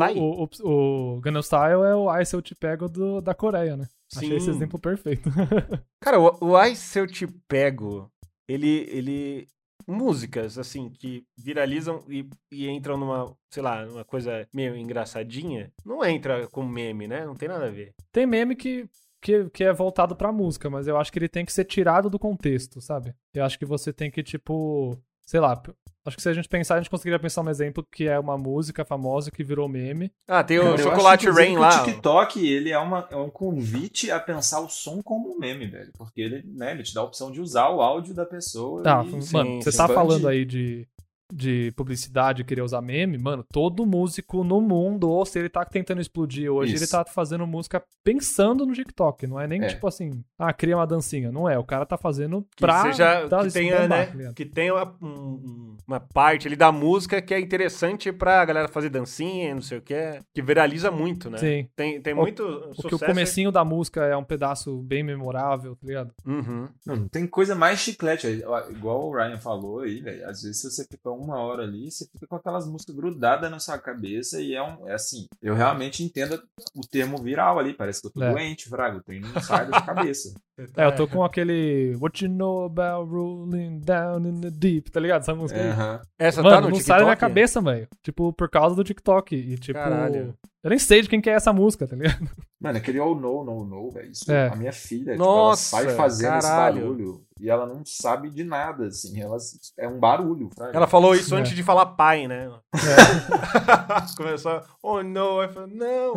Speaker 1: Psy?
Speaker 2: o, o, o Gangnam Style é o Ai Se Eu Te Pego do, da Coreia, né? Achei esse
Speaker 1: Sim.
Speaker 2: exemplo perfeito.
Speaker 1: Cara, o, o Ai Se Eu Te Pego, ele. ele músicas, assim, que viralizam e, e entram numa, sei lá, numa coisa meio engraçadinha, não entra com meme, né? Não tem nada a ver.
Speaker 2: Tem meme que, que, que é voltado pra música, mas eu acho que ele tem que ser tirado do contexto, sabe? Eu acho que você tem que, tipo, sei lá, p- Acho que se a gente pensar, a gente conseguiria pensar um exemplo que é uma música famosa que virou meme.
Speaker 1: Ah, tem
Speaker 3: Cara,
Speaker 1: o
Speaker 3: eu
Speaker 1: Chocolate
Speaker 3: acho, inclusive,
Speaker 1: Rain
Speaker 3: que
Speaker 1: lá.
Speaker 3: O TikTok, ele é, uma, é um convite a pensar o som como um meme, velho. Porque ele, né, ele te dá a opção de usar o áudio da pessoa.
Speaker 2: Tá,
Speaker 3: e-
Speaker 2: mano,
Speaker 1: sim,
Speaker 2: você
Speaker 1: sim.
Speaker 2: tá
Speaker 3: Band-
Speaker 2: falando aí de, de publicidade, querer usar meme, mano, todo músico no mundo, ou se ele tá tentando explodir hoje,
Speaker 3: Isso.
Speaker 2: ele tá fazendo música pensando no TikTok, não é nem
Speaker 3: É.
Speaker 2: tipo assim, ah, cria uma dancinha, não é, o cara tá fazendo
Speaker 1: Que
Speaker 2: pra
Speaker 1: seja,
Speaker 2: dar
Speaker 1: que
Speaker 2: isso
Speaker 1: tenha,
Speaker 2: bombar,
Speaker 1: né,
Speaker 2: tá ligado?
Speaker 1: que tenha uma, um- uma parte ali da música que é interessante pra galera fazer dancinha, não sei o que, que viraliza muito, né?
Speaker 2: Sim,
Speaker 1: Tem, tem
Speaker 2: O-
Speaker 1: muito
Speaker 2: porque
Speaker 1: sucesso. é
Speaker 2: o comecinho da música é um pedaço bem memorável, tá ligado?
Speaker 1: Uhum.
Speaker 3: Não, não tem coisa mais chiclete. aí. Ó, Igual o Ryan falou aí, velho. Às vezes, se você fica uma hora ali, você fica com aquelas músicas grudadas na sua cabeça e é um. É assim, eu realmente entendo o termo viral ali. Parece que eu tô
Speaker 2: É.
Speaker 3: doente, Frago. O trem não sai da cabeça.
Speaker 2: É, eu tô com aquele What you know about rolling down in the deep, tá ligado? Essa
Speaker 1: É.
Speaker 2: música aí.
Speaker 3: Aham.
Speaker 1: Essa
Speaker 2: Mano,
Speaker 1: tá no
Speaker 2: não
Speaker 1: TikTok?
Speaker 2: sai da minha cabeça, velho. Tipo, por causa do TikTok. E, tipo,
Speaker 1: Caralho.
Speaker 2: eu nem sei de quem que é essa música, tá ligado?
Speaker 3: Mano, aquele oh no, no, no, velho. Isso,
Speaker 2: É.
Speaker 3: a minha filha,
Speaker 1: Nossa,
Speaker 3: tipo, ela sai fazendo
Speaker 1: caralho.
Speaker 3: esse barulho e ela não sabe de nada, assim. Ela, é um barulho, fraga.
Speaker 1: Ela falou isso
Speaker 2: É.
Speaker 1: antes de falar pai, né? Começou, oh no, eu falei, não.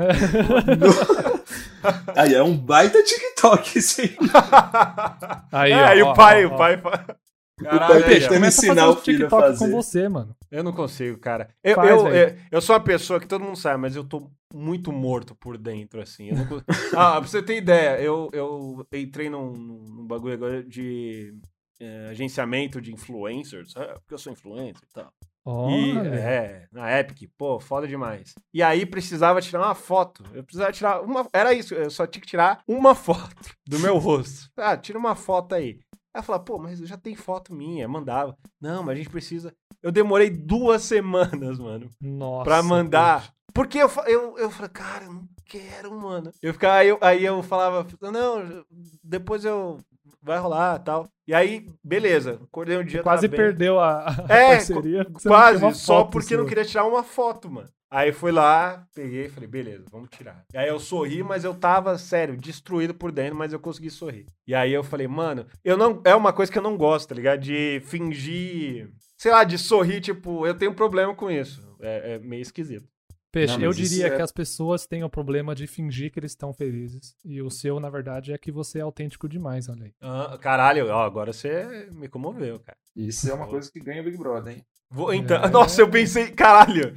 Speaker 3: Aí é um baita TikTok isso aí.
Speaker 2: Aí,
Speaker 1: é,
Speaker 2: ó,
Speaker 1: e
Speaker 2: ó,
Speaker 1: o pai,
Speaker 2: ó,
Speaker 1: o
Speaker 2: ó.
Speaker 1: pai. fa-
Speaker 3: pai
Speaker 1: Caralho, aí,
Speaker 2: Peixe,
Speaker 1: ó.
Speaker 3: tentando
Speaker 2: começa a fazer
Speaker 3: ensinar o
Speaker 2: os
Speaker 3: filho a
Speaker 2: TikTok com
Speaker 3: fazer.
Speaker 2: você, mano.
Speaker 1: Eu não consigo, cara. Eu,
Speaker 2: Faz,
Speaker 1: eu,
Speaker 2: velho.
Speaker 1: eu, eu sou uma pessoa que todo mundo sabe, mas eu tô muito morto por dentro, assim. Eu não cons- ah, pra você ter ideia, eu, eu entrei num, num num bagulho agora de eh, agenciamento de influencers, ah, porque eu sou influencer e tal. E,
Speaker 2: Olha.
Speaker 1: é, na Epic, pô, foda demais. E aí precisava tirar uma foto. Eu precisava tirar uma. Era isso, eu só tinha que tirar uma foto do meu rosto. Ah, tira uma foto aí. Ela falava, pô, mas já tem foto minha, mandava. Não, mas a gente precisa. Eu demorei duas semanas, mano,
Speaker 2: Nossa.
Speaker 1: pra mandar.
Speaker 2: peixe.
Speaker 1: Porque eu, fa- eu, eu falei, cara, eu não quero, mano. Eu ficava, aí eu, aí eu falava, não, depois eu. Vai rolar tal. E aí, beleza, acordei um dia.
Speaker 2: Quase
Speaker 1: tava bem.
Speaker 2: perdeu a, a
Speaker 1: É,
Speaker 2: parceria. porque você não tem uma
Speaker 1: Quase, só
Speaker 2: foto
Speaker 1: porque
Speaker 2: sua.
Speaker 1: não queria tirar uma foto, mano. Aí fui lá, peguei e falei, beleza, vamos tirar. E aí eu sorri, mas eu tava, sério, destruído por dentro, mas eu consegui sorrir. E aí eu falei, mano, eu não. É uma coisa que eu não gosto, tá ligado? De fingir. Sei lá, de sorrir, tipo, eu tenho um problema com isso. É, é meio esquisito.
Speaker 2: Peixe,
Speaker 3: Não,
Speaker 2: eu
Speaker 3: mas isso
Speaker 2: diria
Speaker 3: é-
Speaker 2: que as pessoas têm o problema de fingir que eles estão felizes. E o seu, na verdade, é que você é autêntico demais, olha aí.
Speaker 1: Ah, caralho, ó, agora você me comoveu, cara.
Speaker 3: Isso é uma coisa que ganha o Big Brother, hein?
Speaker 1: Vou, então,
Speaker 2: É.
Speaker 1: Nossa, eu pensei, caralho.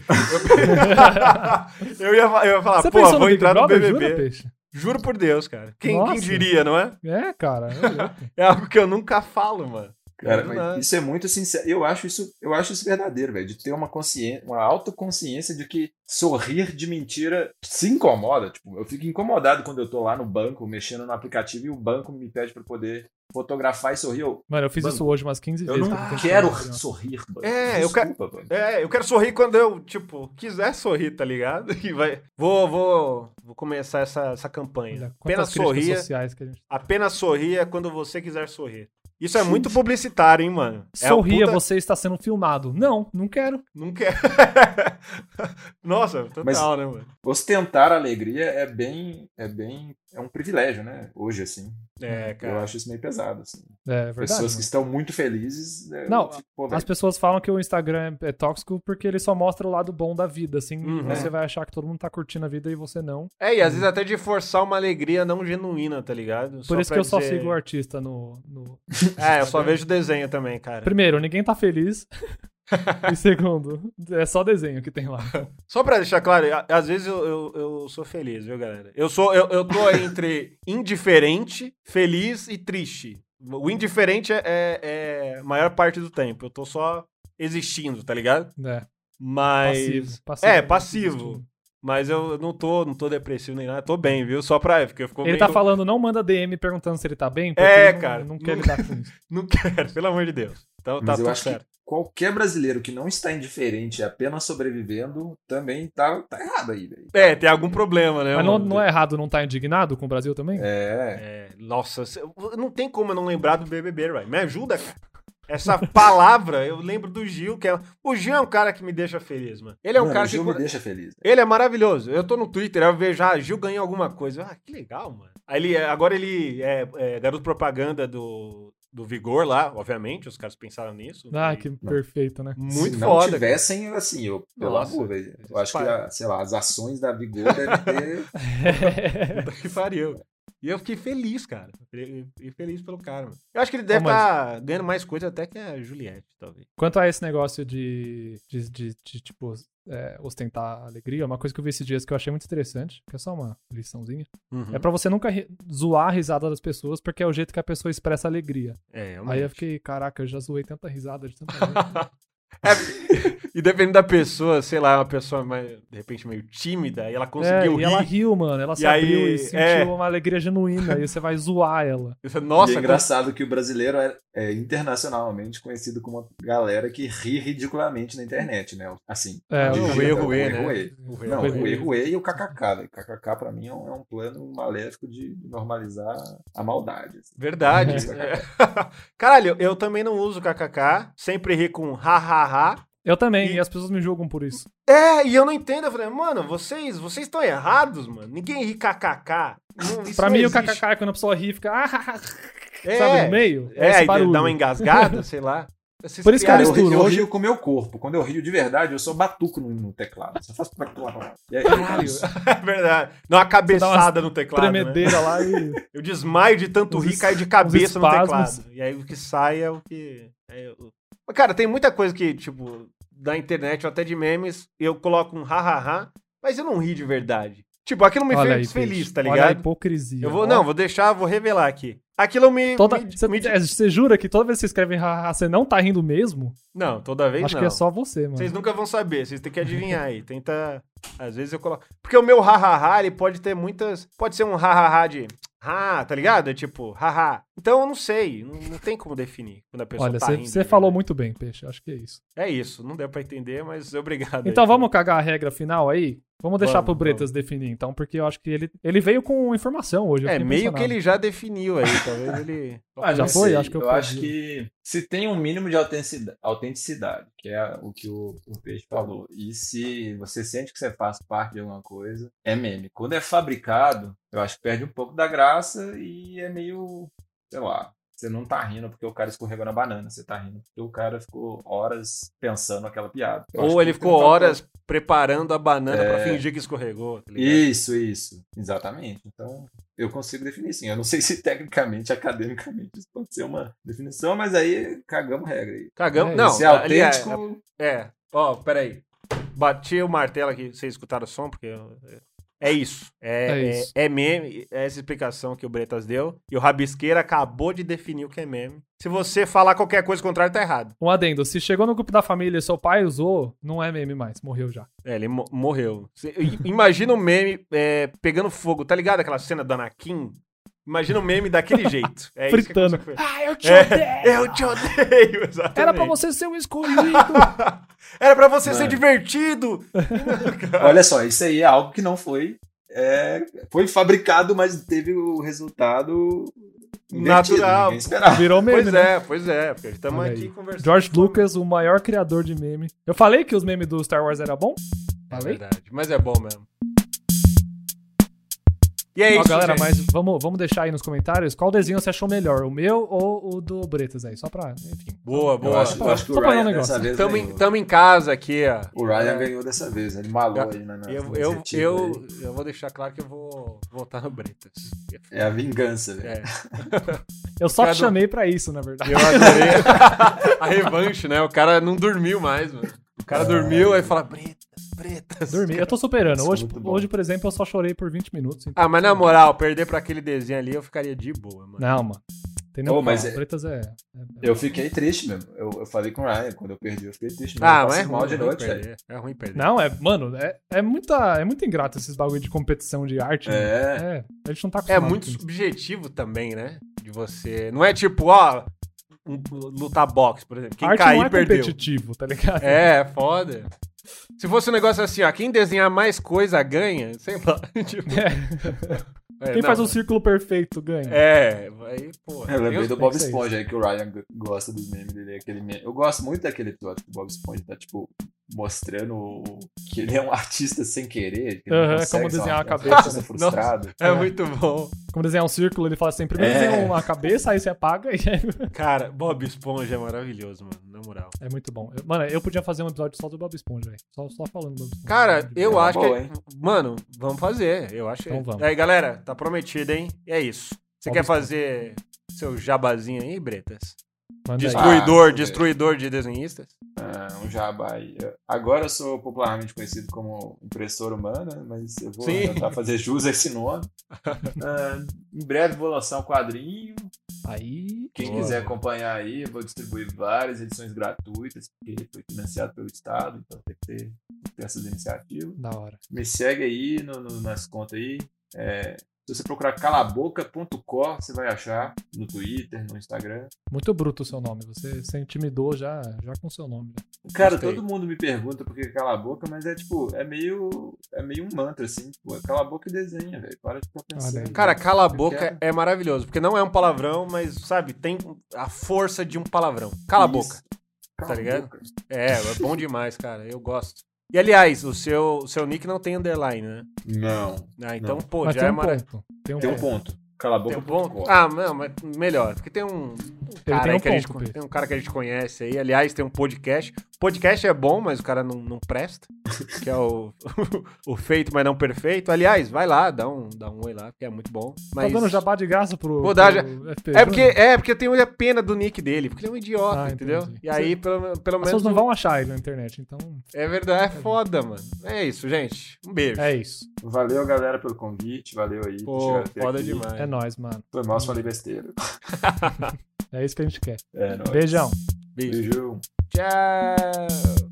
Speaker 1: Eu, eu ia, fa- eu ia falar,
Speaker 2: você
Speaker 1: Ah, pô, vou
Speaker 2: pensou no Big
Speaker 1: entrar
Speaker 2: Brother,
Speaker 1: no
Speaker 2: jura,
Speaker 1: BBB.
Speaker 2: peixe?
Speaker 1: Juro por Deus, cara. Quem, quem
Speaker 2: Nossa.
Speaker 1: diria, não é?
Speaker 2: É, cara. eu-
Speaker 1: É algo que eu nunca falo, mano.
Speaker 3: Cara,
Speaker 1: É
Speaker 3: mas
Speaker 1: verdade.
Speaker 3: isso é muito sincero. Eu acho isso, eu acho isso verdadeiro, velho. De ter uma consciência, uma autoconsciência de que sorrir de mentira se incomoda. Tipo, eu fico incomodado quando eu tô lá no banco, mexendo no aplicativo, e o banco me pede pra poder fotografar e sorrir. Eu,
Speaker 2: Mano, eu fiz
Speaker 3: Mano,
Speaker 2: isso hoje umas 15
Speaker 3: eu
Speaker 2: vezes.
Speaker 3: não
Speaker 1: tá
Speaker 2: porque tem
Speaker 3: quero
Speaker 2: que fazer, ó.
Speaker 3: sorrir, banco.
Speaker 1: né? É, eu quero-
Speaker 3: Desculpa, banco.
Speaker 1: É, eu quero sorrir quando eu, tipo, quiser sorrir, tá ligado? E vai... Vou, vou, vou começar essa, essa campanha.
Speaker 2: Olha,
Speaker 1: apenas
Speaker 2: quantas críticas
Speaker 1: sorria,
Speaker 2: sociais que a gente
Speaker 1: apenas sorria quando você quiser sorrir. Isso é muito publicitário, hein, mano? É o
Speaker 2: Sorria,
Speaker 1: puta-
Speaker 2: você está sendo filmado. Não, não quero.
Speaker 1: Não quer. Nossa, total,
Speaker 3: Mas-
Speaker 1: né, mano?
Speaker 3: Ostentar alegria é bem, é bem, é um privilégio, né? Hoje, assim.
Speaker 1: É,
Speaker 3: Eu
Speaker 1: cara. né?
Speaker 3: acho isso meio pesado, assim.
Speaker 2: É verdade.
Speaker 3: Pessoas que
Speaker 2: mano.
Speaker 3: estão muito felizes. né,
Speaker 2: Não,
Speaker 3: eu fico, pô,
Speaker 2: As
Speaker 3: velho,
Speaker 2: pessoas falam que o Instagram é tóxico porque ele só mostra o lado bom da vida, assim.
Speaker 1: Uhum.
Speaker 2: Você vai achar que todo mundo tá curtindo a vida e você não.
Speaker 1: É, e às vezes até de forçar uma alegria não genuína, tá ligado?
Speaker 2: Por isso que eu só sigo o né?
Speaker 1: o
Speaker 2: artista no, no-
Speaker 1: É, eu só vejo desenho também, cara.
Speaker 2: Primeiro, ninguém tá feliz. e segundo, é só desenho que tem lá.
Speaker 1: Só pra deixar claro, a- às vezes eu, eu, eu sou feliz, viu, galera? Eu sou eu, eu tô entre indiferente, feliz e triste. O indiferente é, é, é a maior parte do tempo. Eu tô só existindo, tá ligado?
Speaker 2: É,
Speaker 1: Mas.
Speaker 2: passivo,
Speaker 1: É, passivo. Mas eu não tô, não tô depressivo nem nada, eu tô bem, viu? Só pra. Porque eu fico
Speaker 2: Ele
Speaker 1: meio-
Speaker 2: tá falando, não manda DM perguntando se ele tá bem, porque
Speaker 1: É,
Speaker 2: ele não,
Speaker 1: cara,
Speaker 2: não quer
Speaker 1: não-
Speaker 2: lidar com isso.
Speaker 1: Não quero, pelo amor de Deus. Então tá
Speaker 3: Mas eu
Speaker 1: tudo
Speaker 3: acho que-
Speaker 1: certo.
Speaker 3: qualquer brasileiro que não está indiferente e apenas sobrevivendo também tá, tá errado aí, velho.
Speaker 1: É, tem algum problema, né?
Speaker 2: Mas não,
Speaker 1: mano?
Speaker 2: não é errado não tá indignado com o Brasil também?
Speaker 3: É.
Speaker 1: É, nossa, se- eu- não tem como eu não lembrar do BBB, Ryan. Me ajuda, cara. Essa palavra, eu lembro do Gil, que é. O Gil é um cara que me deixa feliz, mano. Ele é um
Speaker 3: Mano,
Speaker 1: cara
Speaker 3: o Gil
Speaker 1: que.
Speaker 3: me deixa feliz. né?
Speaker 1: Ele é maravilhoso. Eu tô no Twitter, eu vejo, ah, Gil ganhou alguma coisa. Ah, que legal, mano. Aí ele, agora ele é, é garoto propaganda do, do Vigor lá, obviamente, os caras pensaram nisso.
Speaker 2: Ah,
Speaker 1: e-
Speaker 2: que perfeito, né?
Speaker 1: Muito
Speaker 3: Se não
Speaker 1: foda. cara.
Speaker 3: tivessem, assim, eu, pelo
Speaker 1: Nossa,
Speaker 3: amor, velho.
Speaker 1: esses
Speaker 3: Eu acho que,
Speaker 1: pais.
Speaker 3: a- sei lá, as ações da Vigor devem ter.
Speaker 1: Puta que pariu. E eu fiquei feliz, cara. Fiquei fiquei feliz pelo cara, mano. Eu acho que ele
Speaker 2: Ô,
Speaker 1: deve
Speaker 2: mas-
Speaker 1: estar ganhando mais coisa até que a Juliette, talvez.
Speaker 2: Quanto a esse negócio de, de, de- de, tipo, é, ostentar alegria, uma coisa que eu vi esses dias que eu achei muito interessante, que é só uma liçãozinha,
Speaker 1: Hum.
Speaker 2: é pra você nunca ri- zoar a risada das pessoas, porque é o jeito que a pessoa expressa alegria.
Speaker 1: É, realmente.
Speaker 2: Aí eu fiquei, caraca, eu já zoei tanta risada de tanta gente.
Speaker 1: É, e dependendo da pessoa, sei lá, uma pessoa mais, de repente meio tímida, e ela
Speaker 2: É,
Speaker 1: conseguiu
Speaker 2: e
Speaker 1: rir.
Speaker 2: ela riu, mano. Ela
Speaker 1: E
Speaker 2: se abriu
Speaker 1: aí,
Speaker 2: e sentiu
Speaker 1: é.
Speaker 2: uma alegria genuína. e você vai zoar ela.
Speaker 1: Eu falei,
Speaker 3: e
Speaker 1: Nossa,
Speaker 3: é engraçado que o brasileiro é, é internacionalmente conhecido como uma galera que ri ridiculamente na internet, né? Assim.
Speaker 2: É,
Speaker 1: o
Speaker 3: digita,
Speaker 1: erro,
Speaker 3: o
Speaker 1: é,
Speaker 3: erro,
Speaker 1: né?
Speaker 3: é.
Speaker 1: como-
Speaker 3: Não,
Speaker 2: Erro,
Speaker 3: o
Speaker 2: é.
Speaker 3: erro é e o kkk, velho. kkk pra mim é um, é um plano maléfico de normalizar a maldade. assim.
Speaker 1: Verdade.
Speaker 3: É.
Speaker 1: Caralho, eu também não uso kkk, sempre ri com hahaha.
Speaker 2: Eu também,
Speaker 1: E-
Speaker 2: e... as pessoas me julgam por isso.
Speaker 1: É, e eu não entendo, eu falei, mano, vocês, vocês estão errados, mano. Ninguém ri kkk. Não, isso
Speaker 2: pra
Speaker 1: não
Speaker 2: mim, o
Speaker 1: existe.
Speaker 2: kkk é quando a pessoa ri e fica, ah, ah, ah",
Speaker 1: é,
Speaker 2: sabe, no meio.
Speaker 1: É,
Speaker 2: esse
Speaker 1: aí
Speaker 2: barulho.
Speaker 1: dá uma engasgada, sei lá. Essas
Speaker 2: Por isso que
Speaker 3: Cara,
Speaker 1: piadas-
Speaker 3: eu, rio, eu
Speaker 2: misturou.
Speaker 3: rio com o meu corpo. Quando eu rio de verdade, eu só batuco no, no teclado. Só faço. blá, blá, blá. E aí,
Speaker 2: Caralho.
Speaker 1: É verdade. Dá uma cabeçada no teclado. né?
Speaker 2: tremedeira lá e.
Speaker 1: Eu desmaio de tanto
Speaker 2: Os
Speaker 1: rir,
Speaker 2: es-
Speaker 1: cai de cabeça no
Speaker 2: espasmos.
Speaker 1: teclado. E aí o que sai é o que. é o- Mas, Cara, tem muita coisa que, tipo, da internet ou até de memes, eu coloco um hahaha, mas eu não ri de verdade. Tipo, aquilo me
Speaker 2: Olha
Speaker 1: fez
Speaker 2: aí,
Speaker 1: feliz,
Speaker 2: bicho.
Speaker 1: tá
Speaker 2: Olha a
Speaker 1: ligado?
Speaker 2: hipocrisia.
Speaker 1: Eu vou, não, vou deixar, vou revelar aqui. Aquilo me.
Speaker 2: Toda,
Speaker 1: me-
Speaker 2: você,
Speaker 1: me-
Speaker 2: é, você jura que toda vez que você escreve haha, você não tá rindo mesmo?
Speaker 1: Não, toda vez
Speaker 2: Acho
Speaker 1: não.
Speaker 2: que é só você, mano.
Speaker 1: Vocês nunca vão saber, vocês têm que adivinhar aí. Tenta. Às vezes eu coloco. Porque o meu hahaha, ele pode ter muitas. Pode ser um hahaha de. Ah, tá ligado? É tipo, haha. Então eu não sei, não, não tem como definir quando a pessoa
Speaker 2: Olha,
Speaker 1: tá
Speaker 2: você
Speaker 1: rindo.
Speaker 2: você
Speaker 1: de
Speaker 2: falou
Speaker 1: verdade.
Speaker 2: muito bem, Peixe. Acho que é isso.
Speaker 1: É isso, não deu pra entender, mas obrigado. aí
Speaker 2: Então
Speaker 1: por-
Speaker 2: vamos cagar a regra final aí? Vamos deixar
Speaker 1: Vamos,
Speaker 2: pro Bretas definir, então, porque eu acho que ele, ele veio com informação hoje. eu
Speaker 1: É,
Speaker 2: fiquei
Speaker 1: meio
Speaker 2: impressionado.
Speaker 1: que ele já definiu aí, talvez ele.
Speaker 2: Ah, já
Speaker 3: não
Speaker 2: foi?
Speaker 3: sei.
Speaker 2: Acho que eu
Speaker 3: eu acho
Speaker 2: perdi.
Speaker 3: que se tem um mínimo de autenticidade, autenticidade, que é o que o, o Peixe falou, e se você sente que você faz parte de alguma coisa, é meme. Quando é fabricado, eu acho que perde um pouco da graça e é meio, sei lá, você não tá rindo porque o cara escorregou na banana, você tá rindo porque o cara ficou horas pensando aquela piada. Eu acho
Speaker 1: Ou
Speaker 3: que
Speaker 1: ele
Speaker 3: tem
Speaker 1: ficou
Speaker 3: um fator-
Speaker 1: horas preparando a banana pra
Speaker 3: É.
Speaker 1: fingir que escorregou. tá ligado?
Speaker 3: Isso, isso, exatamente. Então, eu consigo definir sim. Eu não sei se tecnicamente, academicamente, isso pode ser uma definição, mas aí cagamos regra aí.
Speaker 1: Cagamos.
Speaker 2: É,
Speaker 1: não,
Speaker 3: se é
Speaker 1: aliás,
Speaker 3: autêntico,
Speaker 1: É. Ó, peraí. Bati o martelo aqui. Vocês escutaram o som? Porque. eu- É isso. É,
Speaker 2: É
Speaker 1: é,
Speaker 2: isso.
Speaker 1: é meme. É essa explicação que o Bretas deu. E o Rabisqueira acabou de definir o que é meme. Se você falar qualquer coisa contrária, tá errado.
Speaker 2: Um adendo, se chegou no grupo da família e seu pai usou, não é meme mais, morreu já.
Speaker 1: É, ele mo- morreu. Cê- i- imagina o meme é, pegando fogo. Tá ligado aquela cena do Anakin? Imagina o meme daquele jeito. É isso que
Speaker 2: Fritando.
Speaker 1: aconteceu com ele.
Speaker 2: Ah, eu te
Speaker 1: É, eu te odeio, exatamente.
Speaker 2: Era pra você ser o escolhido.
Speaker 1: Era pra você ser
Speaker 3: Mano.
Speaker 1: divertido.
Speaker 3: Olha só, isso aí é algo que não foi. é, foi fabricado, mas teve o resultado invertido,
Speaker 1: Natural.
Speaker 3: Ninguém esperava.
Speaker 2: Virou meme,
Speaker 1: pois
Speaker 2: né?
Speaker 1: é, pois é. Porque estamos
Speaker 2: Olha
Speaker 1: aqui
Speaker 2: aí.
Speaker 1: conversando.
Speaker 2: George
Speaker 1: sobre-
Speaker 2: Lucas, o maior criador de meme. Eu falei que os memes do Star Wars era bom?
Speaker 1: É
Speaker 2: Falei?
Speaker 1: verdade, mas é bom mesmo. E é
Speaker 2: Ó,
Speaker 1: isso,
Speaker 2: galera,
Speaker 1: gente.
Speaker 2: mas vamos, vamos deixar aí nos comentários qual desenho você achou melhor, o meu ou o do Bretas aí, só pra, enfim.
Speaker 1: Boa,
Speaker 3: Eu
Speaker 1: boa. um
Speaker 3: acho, eu acho que o
Speaker 2: Só pra
Speaker 3: Ryan
Speaker 2: olhar o
Speaker 3: dessa
Speaker 2: negócio.
Speaker 3: vez.
Speaker 1: Tamo em,
Speaker 3: ganhou.
Speaker 1: tamo em casa aqui, ó.
Speaker 3: O Ryan
Speaker 1: É.
Speaker 3: ganhou dessa vez, ele malou aí na, na
Speaker 1: Eu,
Speaker 3: na
Speaker 1: eu,
Speaker 3: iniciativa
Speaker 1: eu,
Speaker 3: aí.
Speaker 1: eu vou deixar claro que eu vou voltar no Bretas.
Speaker 3: É a vingança, velho.
Speaker 1: É.
Speaker 2: Eu só
Speaker 1: Cada
Speaker 2: te
Speaker 1: um-
Speaker 2: chamei pra isso, na verdade.
Speaker 1: Eu adorei a revanche, né? O cara não dormiu mais, mano. O
Speaker 3: É.
Speaker 1: cara dormiu, aí fala, Bretas, Bretas.
Speaker 2: Dormi. Eu tô superando.
Speaker 3: Isso é
Speaker 2: Hoje,
Speaker 3: muito bom.
Speaker 2: hoje, por exemplo, eu só chorei por 20 minutos. então-
Speaker 1: Ah, mas na moral, perder pra aquele desenho ali, eu ficaria de boa, mano.
Speaker 2: Não, mano. Tem nem
Speaker 3: Ô,
Speaker 2: o que
Speaker 3: mas
Speaker 2: falar.
Speaker 3: é-
Speaker 2: Bretas é. é-
Speaker 3: Eu fiquei triste mesmo. Eu, eu falei com o Ryan, quando eu perdi, eu fiquei triste. mesmo.
Speaker 1: Ah,
Speaker 3: eu
Speaker 1: mas é
Speaker 3: passei mal
Speaker 1: ruim,
Speaker 3: de
Speaker 1: é ruim
Speaker 3: noite, velho.
Speaker 1: perder. É ruim perder.
Speaker 2: Não, é. Mano, é, é, muita, é muito ingrato esses bagulho de competição de arte. né?
Speaker 3: É.
Speaker 2: É, a gente não tá
Speaker 1: É
Speaker 2: acostumado
Speaker 1: muito
Speaker 2: com isso.
Speaker 1: subjetivo também, né? De você. Não é tipo, ó, um- lutar boxe, por exemplo. Quem
Speaker 2: arte
Speaker 1: cair
Speaker 2: não é
Speaker 1: perdeu.
Speaker 2: competitivo, tá ligado?
Speaker 1: É, é foda. Se fosse um negócio assim, ó, quem desenhar mais coisa ganha, sei lá. tipo,
Speaker 2: É.
Speaker 1: é,
Speaker 2: Quem
Speaker 1: não,
Speaker 2: faz um círculo perfeito ganha.
Speaker 1: É, aí, pô.
Speaker 3: Eu lembrei do Bob
Speaker 2: tem que é ser
Speaker 3: Esponja aí que o Ryan g- gosta dos memes dele. Aquele meme. Eu gosto muito daquele episódio que o Bob Esponja tá, tipo, mostrando o- que ele é um artista sem querer. Que
Speaker 2: Aham,
Speaker 3: não consegue
Speaker 2: como
Speaker 3: ser um
Speaker 2: desenhar a
Speaker 3: artista
Speaker 2: cabeça. né?
Speaker 3: frustrado.
Speaker 1: É, muito bom.
Speaker 2: Como desenhar um círculo, ele fala assim: primeiro
Speaker 3: É.
Speaker 2: desenha uma cabeça, aí você apaga e aí-
Speaker 1: Cara, Bob Esponja é maravilhoso, mano. Na moral.
Speaker 2: É muito bom. Eu- Mano, eu podia fazer um episódio só do Bob Esponja, velho. Só, só falando do Bob Esponja. é
Speaker 1: Cara, eu
Speaker 3: boa,
Speaker 1: acho que.
Speaker 3: hein?
Speaker 1: Mano, vamos fazer. Eu acho.
Speaker 2: Então vamos.
Speaker 1: Aí, galera, tá prometido, hein? É isso. Você
Speaker 2: Bob
Speaker 1: quer
Speaker 2: Esponja.
Speaker 1: fazer seu jabazinho aí, Bretas?
Speaker 2: Manda aí.
Speaker 1: Destruidor,
Speaker 3: Ah,
Speaker 1: destruidor de desenhistas?
Speaker 3: Ah, um jabá aí. Eu- Agora eu sou popularmente conhecido como impressora humana, mas eu vou
Speaker 1: Sim.
Speaker 3: tentar fazer jus a esse nome. Ah, em breve vou lançar um quadrinho.
Speaker 2: Aí.
Speaker 3: Quem
Speaker 1: Boa.
Speaker 3: quiser acompanhar aí, eu vou distribuir várias edições gratuitas, porque ele foi financiado pelo Estado, então tem que ter, tem que ter essas iniciativas.
Speaker 2: Da hora.
Speaker 3: Me segue aí no- no- nas contas aí. É, se você procurar calaboca.com, você vai achar no Twitter, no Instagram.
Speaker 2: Muito bruto o seu nome. Você se intimidou já, já com o seu nome. né?
Speaker 3: Cara,
Speaker 1: Gostei.
Speaker 3: todo mundo me pergunta por que cala a boca, mas é tipo, é meio, é meio um mantra, assim. Tipo, é cala a boca e desenha, velho. Para de ficar
Speaker 2: Olha
Speaker 3: pensando.
Speaker 2: aí.
Speaker 1: Cara, cala a
Speaker 3: Eu
Speaker 1: boca
Speaker 3: quero.
Speaker 1: é maravilhoso, porque não é um palavrão, mas, sabe, tem a força de um palavrão. Cala a boca.
Speaker 3: Isso. Cala
Speaker 1: tá
Speaker 3: a
Speaker 1: ligado?
Speaker 3: boca.
Speaker 1: É, é bom demais, cara. Eu gosto. E aliás, o seu, o seu nick não tem underline, né?
Speaker 3: Não.
Speaker 1: Ah, então,
Speaker 3: Não.
Speaker 1: pô,
Speaker 2: Mas
Speaker 1: já
Speaker 2: tem
Speaker 1: é
Speaker 2: um
Speaker 1: maravilhoso.
Speaker 2: ponto. Tem um
Speaker 3: Tem um
Speaker 2: ponto.
Speaker 3: ponto. Cala a boca.
Speaker 1: É. Tem um ponto?
Speaker 3: ponto.
Speaker 1: Ah, não, mas melhor. Porque tem um, um
Speaker 2: Ele
Speaker 1: cara
Speaker 2: tem
Speaker 1: aí
Speaker 2: um
Speaker 1: que a gente,
Speaker 2: ponto,
Speaker 1: con-
Speaker 2: Pedro.
Speaker 1: tem um cara que a gente conhece aí. Aliás, tem um podcast. Podcast é bom, mas o cara não, não presta. Que é o, o feito, mas não perfeito. Aliás, vai lá, dá um, dá um oi lá, que é muito bom. Mas...
Speaker 2: Tá dando jabá de graça pro.
Speaker 1: Vou dar
Speaker 2: pro FP
Speaker 1: É porque,
Speaker 2: Júnior?
Speaker 1: é porque eu tenho a pena do nick dele, porque ele é um idiota,
Speaker 2: tá Ah,
Speaker 1: entendeu?
Speaker 2: entendi.
Speaker 1: E aí, pelo, pelo
Speaker 2: As
Speaker 1: menos.
Speaker 2: pessoas não vão achar ele na internet, então.
Speaker 1: É verdade, é foda, mano. É isso, gente. Um beijo.
Speaker 2: É isso.
Speaker 3: Valeu, galera, pelo convite. Valeu aí. por
Speaker 1: Pô,
Speaker 3: chegar até
Speaker 1: foda
Speaker 3: aqui.
Speaker 1: demais.
Speaker 2: É nóis, mano.
Speaker 3: Foi mal, se falei besteira.
Speaker 2: É isso que a gente quer.
Speaker 3: É, nóis.
Speaker 2: Beijão.
Speaker 1: Beijo.
Speaker 3: Beijão.
Speaker 1: Tchau.